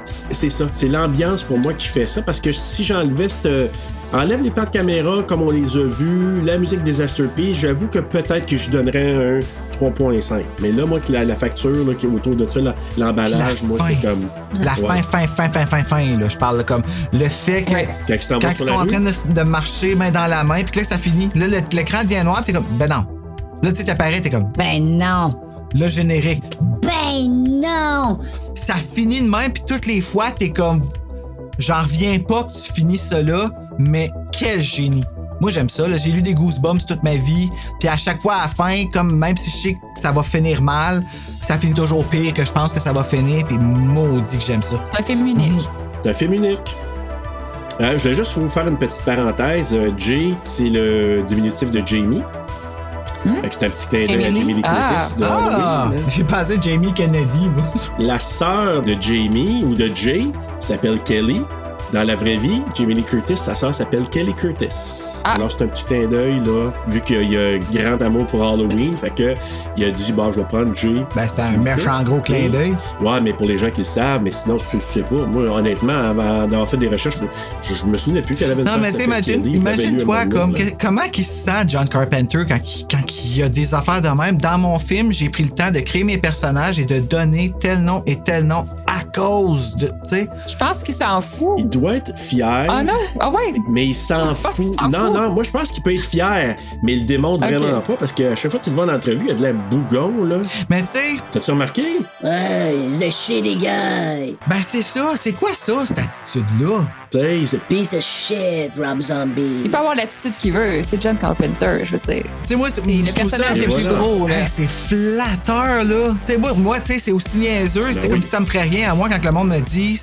Speaker 2: C'est ça, c'est l'ambiance pour moi qui fait ça parce que si j'enlevais cette. euh, Enlève les plans de caméra comme on les a vus, la musique des P, j'avoue que peut-être que je donnerais un 3.5. Mais là, moi, que la, la facture là, qui est autour de ça, la- l'emballage,
Speaker 3: Puis la
Speaker 2: moi,
Speaker 3: fin.
Speaker 2: c'est comme.
Speaker 3: La
Speaker 2: Ouais.
Speaker 3: fin, fin, fin, fin, fin, fin, là. Je parle comme le fait que.
Speaker 2: Quand ils s'en vont sur
Speaker 3: sont
Speaker 2: la
Speaker 3: en
Speaker 2: rue.
Speaker 3: train de, de marcher main dans la main, puis que là, ça finit. Là, le- l'écran devient noir, puis t'es comme, ben non. Là, tu sais, t'apparais, t'es comme,
Speaker 11: ben non.
Speaker 3: Le générique,
Speaker 11: Ben non!
Speaker 3: ça finit de même, puis toutes les fois, t'es comme, j'en reviens pas que tu finis ça là, mais quel génie. Moi, j'aime ça. là. J'ai lu des Goosebumps toute ma vie, puis à chaque fois, à la fin, comme même si je sais que ça va finir mal, ça finit toujours pire que je pense que ça va finir, puis maudit que j'aime ça.
Speaker 5: C'est un film unique.
Speaker 2: C'est un film unique. Euh, je voulais juste vous faire une petite parenthèse. Euh, Jay, c'est le diminutif de Jamie. Fait que C'est un petit clin d'œil à
Speaker 3: Hmm? Jamie
Speaker 2: Jamie Lee
Speaker 3: Lee?
Speaker 2: Curtis de
Speaker 3: Ah,
Speaker 2: Halloween, hein.
Speaker 3: j'ai passé Jamie Kennedy, moi.
Speaker 2: La sœur de Jamie ou de Jay s'appelle Kelly. Dans la vraie vie, Jamie Lee Curtis, sa sœur s'appelle Kelly Curtis.
Speaker 3: Ah!
Speaker 2: Alors c'est un petit clin d'œil là, vu qu'il y a un grand amour pour Halloween, fait que il a dit bon je vais prendre Jay.
Speaker 3: Ben c'était un méchant gros clin d'œil.
Speaker 2: Ouais, mais pour les gens qui le savent, mais sinon si tu le sais pas, moi honnêtement, avant d'avoir fait des recherches, je, je me souvenais plus qu'elle avait une
Speaker 3: Non,
Speaker 2: sœur
Speaker 3: mais
Speaker 2: qui
Speaker 3: tu sais,
Speaker 2: s'appelait
Speaker 3: imagine,
Speaker 2: Kelly. Je l'avais lu à un
Speaker 3: imagine-toi
Speaker 2: moment
Speaker 3: comme,
Speaker 2: donné, là.
Speaker 3: que- comment il se sent, John Carpenter, quand il, quand il y a des affaires de même. Dans mon film, j'ai pris le temps de créer mes personnages et de donner tel nom et tel nom à cause de. Tu sais,
Speaker 5: Je pense qu'il s'en fout.
Speaker 2: Il doit être fier.
Speaker 5: Ah non? Ah ouais?
Speaker 2: Mais il
Speaker 3: Ah,
Speaker 2: s'en fout.
Speaker 5: s'en
Speaker 2: Non,
Speaker 5: fout.
Speaker 2: non, moi je pense qu'il peut être fier, mais il le démontre
Speaker 5: Ok.
Speaker 2: vraiment pas parce qu'à chaque fois que tu le vois en entrevue, il a de la bougon, là.
Speaker 3: Mais tu sais.
Speaker 2: T'as-tu remarqué?
Speaker 13: Ouais, vous êtes chier des gars.
Speaker 3: Ben c'est ça, c'est quoi ça, cette attitude-là?
Speaker 2: Tu sais, il s'est-
Speaker 13: Piece of shit, Rob Zombie.
Speaker 5: Il peut avoir l'attitude qu'il veut. C'est John Carpenter, je veux dire.
Speaker 3: Tu sais, moi,
Speaker 5: C'est le
Speaker 3: je trouve ça-
Speaker 5: personnage le plus
Speaker 3: Voilà.
Speaker 5: gros, là.
Speaker 3: Hey, c'est flatteur, là. Tu sais, moi, moi tu sais, c'est aussi niaiseux.
Speaker 2: Ben
Speaker 3: c'est comme si ça me ferait rien à moi quand le monde me dit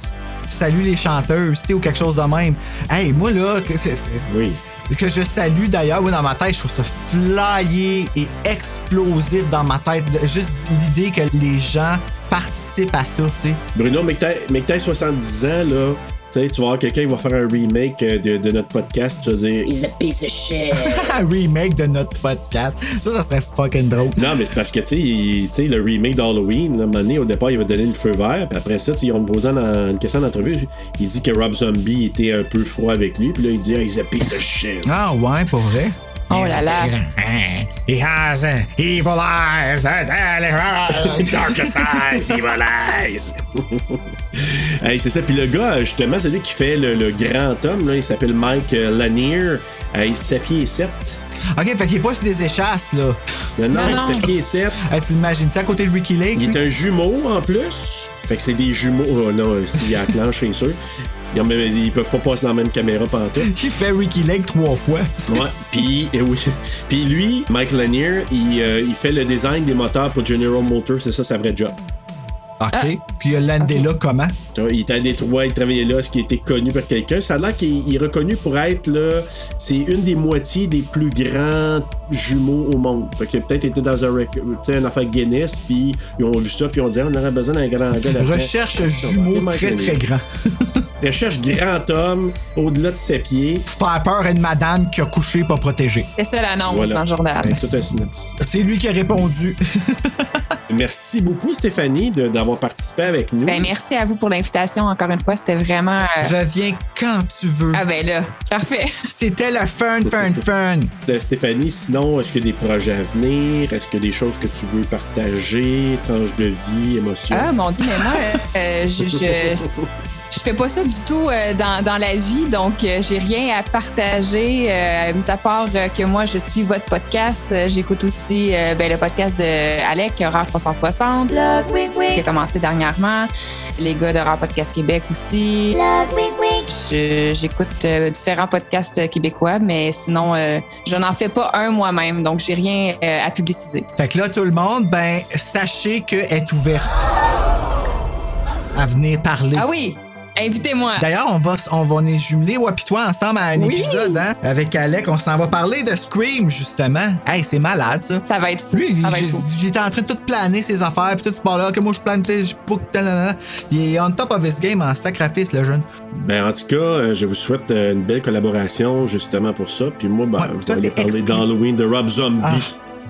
Speaker 3: salut les chanteuses, tu sais, ou quelque chose de même. Hey, moi, là, que c'est. c'est- c'est-
Speaker 2: Oui.
Speaker 3: Que je salue d'ailleurs, oui, dans ma tête, je trouve ça flyé et explosif dans ma tête. Le- Juste l'idée que les gens participent à ça, tu sais. <laughs>
Speaker 2: Bruno, mais que t'aies- mais que t'aies 70 ans, là, tu sais, tu vas voir quelqu'un qui va faire un remake euh, de, de notre podcast, tu vas dire.
Speaker 13: He's a piece of shit.
Speaker 3: Un remake de notre podcast. Ça, ça serait fucking drôle.
Speaker 2: Non, mais c'est parce que, tu sais, il- tu sais, le remake d'Halloween, là, à un moment donné, au départ, il va donner le feu vert, puis après ça, tu sais, ils ont posé dans une question d'entrevue, il dit que Rob Zombie était un peu froid avec lui, puis là, il dit, ah, he's a piece of shit.
Speaker 3: Ah ouais, pour vrai?
Speaker 5: Oh là là.
Speaker 3: <laughs> He has uh, evil eyes, and, <laughs> uh,
Speaker 2: Darkest eyes, evil eyes. <laughs> Hey, c'est ça. Puis le gars, euh, justement, celui qui fait le, le grand homme, là, il s'appelle Mike euh, Lanier. Euh, il est 7 pieds 7.
Speaker 3: Ok, fait qu'il est pas sur des échasses, là.
Speaker 2: Non, non,
Speaker 3: Non,
Speaker 2: il est
Speaker 3: non.
Speaker 2: 7 pieds 7.
Speaker 3: Ah, T'imagines ça à côté de Ricky Lake?
Speaker 2: Il
Speaker 3: lui?
Speaker 2: est un jumeau en plus. Fait que c'est des jumeaux. Oh non, euh, s'il y a la clanche, c'est sûr. Ils, ont même- ils peuvent pas passer dans la même caméra pantoute.
Speaker 3: Qui fait Ricky Lake trois fois? tu sais.
Speaker 2: Ouais, puis eh oui. <laughs> Puis lui, Mike Lanier, il, euh, il fait le design des moteurs pour General Motors, c'est ça sa vraie job.
Speaker 3: Ok. Puis il y a Landela
Speaker 5: Ah.
Speaker 3: comment?
Speaker 2: Tu vois, Il était à Détroit, il travaillait là, ce qui était connu par quelqu'un. Ça a l'air qu'il il est reconnu pour être là. C'est une des moitiés des plus grands jumeaux au monde. Fait qu'il a peut-être été dans un rec- tu sais, une affaire Guinness, puis ils ont vu ça, puis ils ont dit Ah, on aurait besoin d'un grand gars là-dedans.
Speaker 3: Recherche
Speaker 2: Ça va
Speaker 3: jumeaux
Speaker 2: bien
Speaker 3: très
Speaker 2: gagner.
Speaker 3: très grand.
Speaker 2: Recherche grand homme au-delà de ses pieds.
Speaker 3: Faire peur à une madame qui a couché pas protégée.
Speaker 5: C'est ça l'annonce
Speaker 2: Voilà. Ben,
Speaker 5: dans le journal.
Speaker 2: C'est Tout un synopsis.
Speaker 3: C'est lui qui a
Speaker 5: <laughs>
Speaker 3: répondu.
Speaker 2: Merci beaucoup, Stéphanie, de- d'avoir participé avec nous.
Speaker 5: Ben, merci à vous pour l'invitation encore une fois. C'était vraiment. euh,
Speaker 3: Reviens quand tu veux.
Speaker 5: Ah ben là, parfait.
Speaker 3: C'était le fun, fun, fun.
Speaker 2: Euh, Stéphanie, sinon, est-ce qu'il y a des projets à venir? Est-ce qu'il y a des choses que tu veux partager? Tranche de vie, émotion?
Speaker 5: <laughs> Ah mon dieu, mais moi, euh, je, je, je fais pas ça du tout euh, dans, dans la vie, donc euh, j'ai rien à partager, euh, mis à part euh, que moi, je suis votre podcast. Euh, J'écoute aussi euh, ben, le podcast de Alec, Horreur 360,
Speaker 9: Log Wig
Speaker 5: qui a
Speaker 9: Wig.
Speaker 5: commencé dernièrement. Les gars d'Horreur Podcast Québec aussi.
Speaker 9: Log Wig Wig.
Speaker 5: Je- J'écoute euh, différents podcasts euh, québécois, mais sinon, euh, je n'en fais pas un moi-même, donc j'ai rien euh, à publiciser.
Speaker 3: Fait que là, tout le monde, ben, sachez qu'elle est ouverte à venir parler.
Speaker 5: Ah oui, invitez-moi.
Speaker 3: D'ailleurs, on va, on va les jumeler, ouais, puis toi, ensemble à un
Speaker 5: Oui.
Speaker 3: épisode, hein? Avec Alec, on s'en va parler de Scream, justement. Hey, c'est malade, ça.
Speaker 5: Ça va être fou.
Speaker 3: Lui,
Speaker 5: Ça va
Speaker 3: j'ai-
Speaker 5: être fou.
Speaker 3: j'étais en train de tout planer ses affaires, puis tout ce bord-là, que moi je plane, tel, je book, tel, tel, tel. Il est on top of his game en sacrifice, le jeune.
Speaker 2: <laughs> Ben, en tout cas, euh, je vous souhaite euh, une belle collaboration justement pour ça. Puis moi, ben, vous
Speaker 3: toi,
Speaker 2: allez
Speaker 3: t'es
Speaker 2: parler
Speaker 3: exclu.
Speaker 2: d'Halloween de Rob Zombie.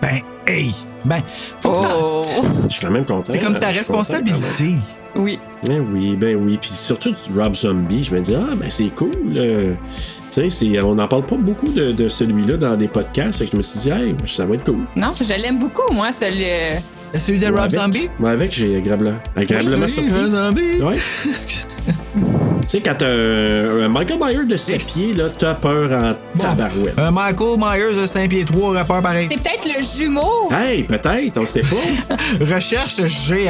Speaker 3: Ben, hey! Ben, faut que t'en-
Speaker 2: Je suis quand même content. hein,
Speaker 3: C'est comme ta
Speaker 2: Oh. Je suis content,
Speaker 3: responsabilité.
Speaker 5: Oh! Oui.
Speaker 2: Ben oui, ben oui. Puis surtout du Rob Zombie, je me dis, ah, ben c'est cool. euh, tu sais, c'est- on n'en parle pas beaucoup de, de celui-là dans des podcasts. Fait que je me suis dit, hey, ça va être cool.
Speaker 5: Non, je l'aime beaucoup, moi, celui. euh,
Speaker 3: Celui de
Speaker 2: Moi,
Speaker 3: Rob
Speaker 2: avec-
Speaker 3: Zombie?
Speaker 2: Moi, avec, j'ai agréablement, agréablement
Speaker 3: Oui,
Speaker 2: surpris.
Speaker 3: Rob Zombie.
Speaker 2: Ouais. tu sais, quand t'as un, un Michael Myers de ses pieds, là, t'as peur en tabarouette.
Speaker 3: Un Euh, Michael Myers de Saint-Pierre-3 aurait peur pareil.
Speaker 5: C'est peut-être le jumeau.
Speaker 2: Hey, peut-être, on sait
Speaker 3: <laughs>
Speaker 2: pas.
Speaker 3: Recherche G,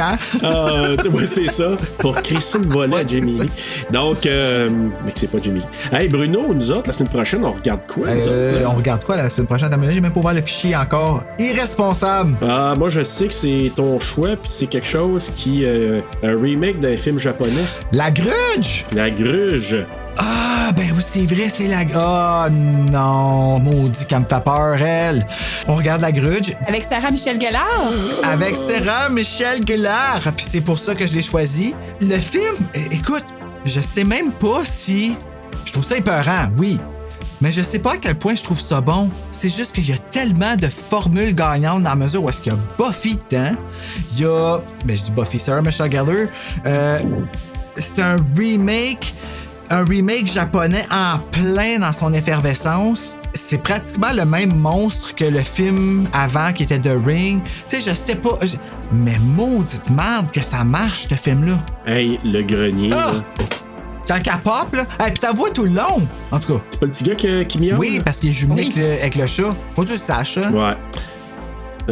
Speaker 2: <laughs>
Speaker 3: hein?
Speaker 2: Euh, ouais, c'est ça, pour Christine Volet à Jimmy. Lee. Donc, euh, mais que c'est pas Jimmy. Lee. Hey, Bruno, nous autres, la semaine prochaine, on regarde quoi, nous
Speaker 3: Euh,
Speaker 2: autres, là?
Speaker 3: on regarde quoi la semaine prochaine? Attends, mais J'ai même pas ouvert le fichier encore. Irresponsable!
Speaker 2: Ah, moi, je sais que c'est ton choix, puis c'est quelque chose qui. euh, un remake d'un film japonais.
Speaker 3: La grudge!
Speaker 2: La gruge.
Speaker 3: Ah, ben oui, c'est vrai, c'est la. Ah, non, maudit, qu'elle me fait peur, elle. On regarde la grudge
Speaker 5: Avec Sarah Michel Gallard.
Speaker 3: avec Sarah Michel Gellar. Puis c'est pour ça que je l'ai choisi. Le film, é- écoute, je sais même pas si. Je trouve ça épeurant, oui. Mais je sais pas à quel point je trouve ça bon. C'est juste qu'il y a tellement de formules gagnantes dans la mesure où est-ce qu'il y a Buffy dedans. Il y a. Ben, je dis Buffy, Sarah Michelle Gellar. Euh, c'est un remake. Un remake japonais en plein dans son effervescence. C'est pratiquement le même monstre que le film avant qui était The Ring. Tu sais, je sais pas. je- Mais maudite merde que ça marche, ce film-là.
Speaker 2: Hey, le grenier,
Speaker 3: Ah!
Speaker 2: là.
Speaker 3: Quand elle pop, là. Et puis ta voix tout le long. En tout cas.
Speaker 2: C'est pas le petit gars qui, qui miaule?
Speaker 3: Oui, parce qu'il est jumelé
Speaker 5: Oui.
Speaker 3: avec, le, avec le chat. Faut que tu le saches, hein.
Speaker 2: Ouais.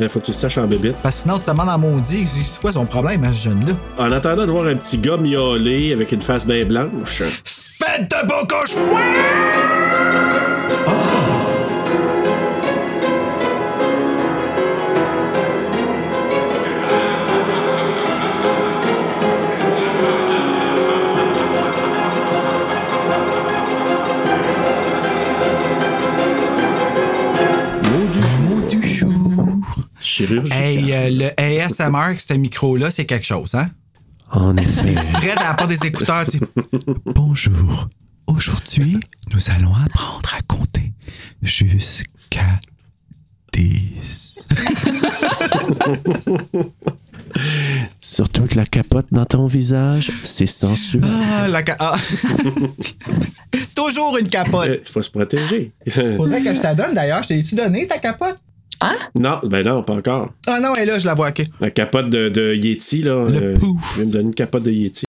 Speaker 2: Euh, faut que tu le saches en bébite.
Speaker 3: Parce que sinon, tu te demandes à maudit, c'est quoi son problème, à ce jeune-là?
Speaker 2: En attendant de voir un petit gars miauler avec une face bien blanche.
Speaker 3: Faites de beaux cauchemars! Mot du jour.
Speaker 2: Chirurgical.
Speaker 3: Hey, euh, le ASMR avec ce micro-là, c'est quelque chose, hein?
Speaker 2: En
Speaker 3: <laughs>
Speaker 2: effet.
Speaker 3: Prêt à part des écouteurs, tu sais. Bonjour. Aujourd'hui, nous allons apprendre à compter jusqu'à 10.
Speaker 17: Surtout que la capote dans ton visage, c'est sensuel.
Speaker 3: Ah, la ca- <laughs> ah. Toujours une capote.
Speaker 2: Euh, faut se protéger.
Speaker 3: Faudrait que je te donne d'ailleurs. Je t'ai-tu donné ta capote?
Speaker 2: non, ben non, pas encore.
Speaker 3: Ah non, elle est là, je la vois, ok.
Speaker 2: La capote de, de Yeti, là.
Speaker 3: Le
Speaker 2: euh, Je vais me donner une capote de Yeti.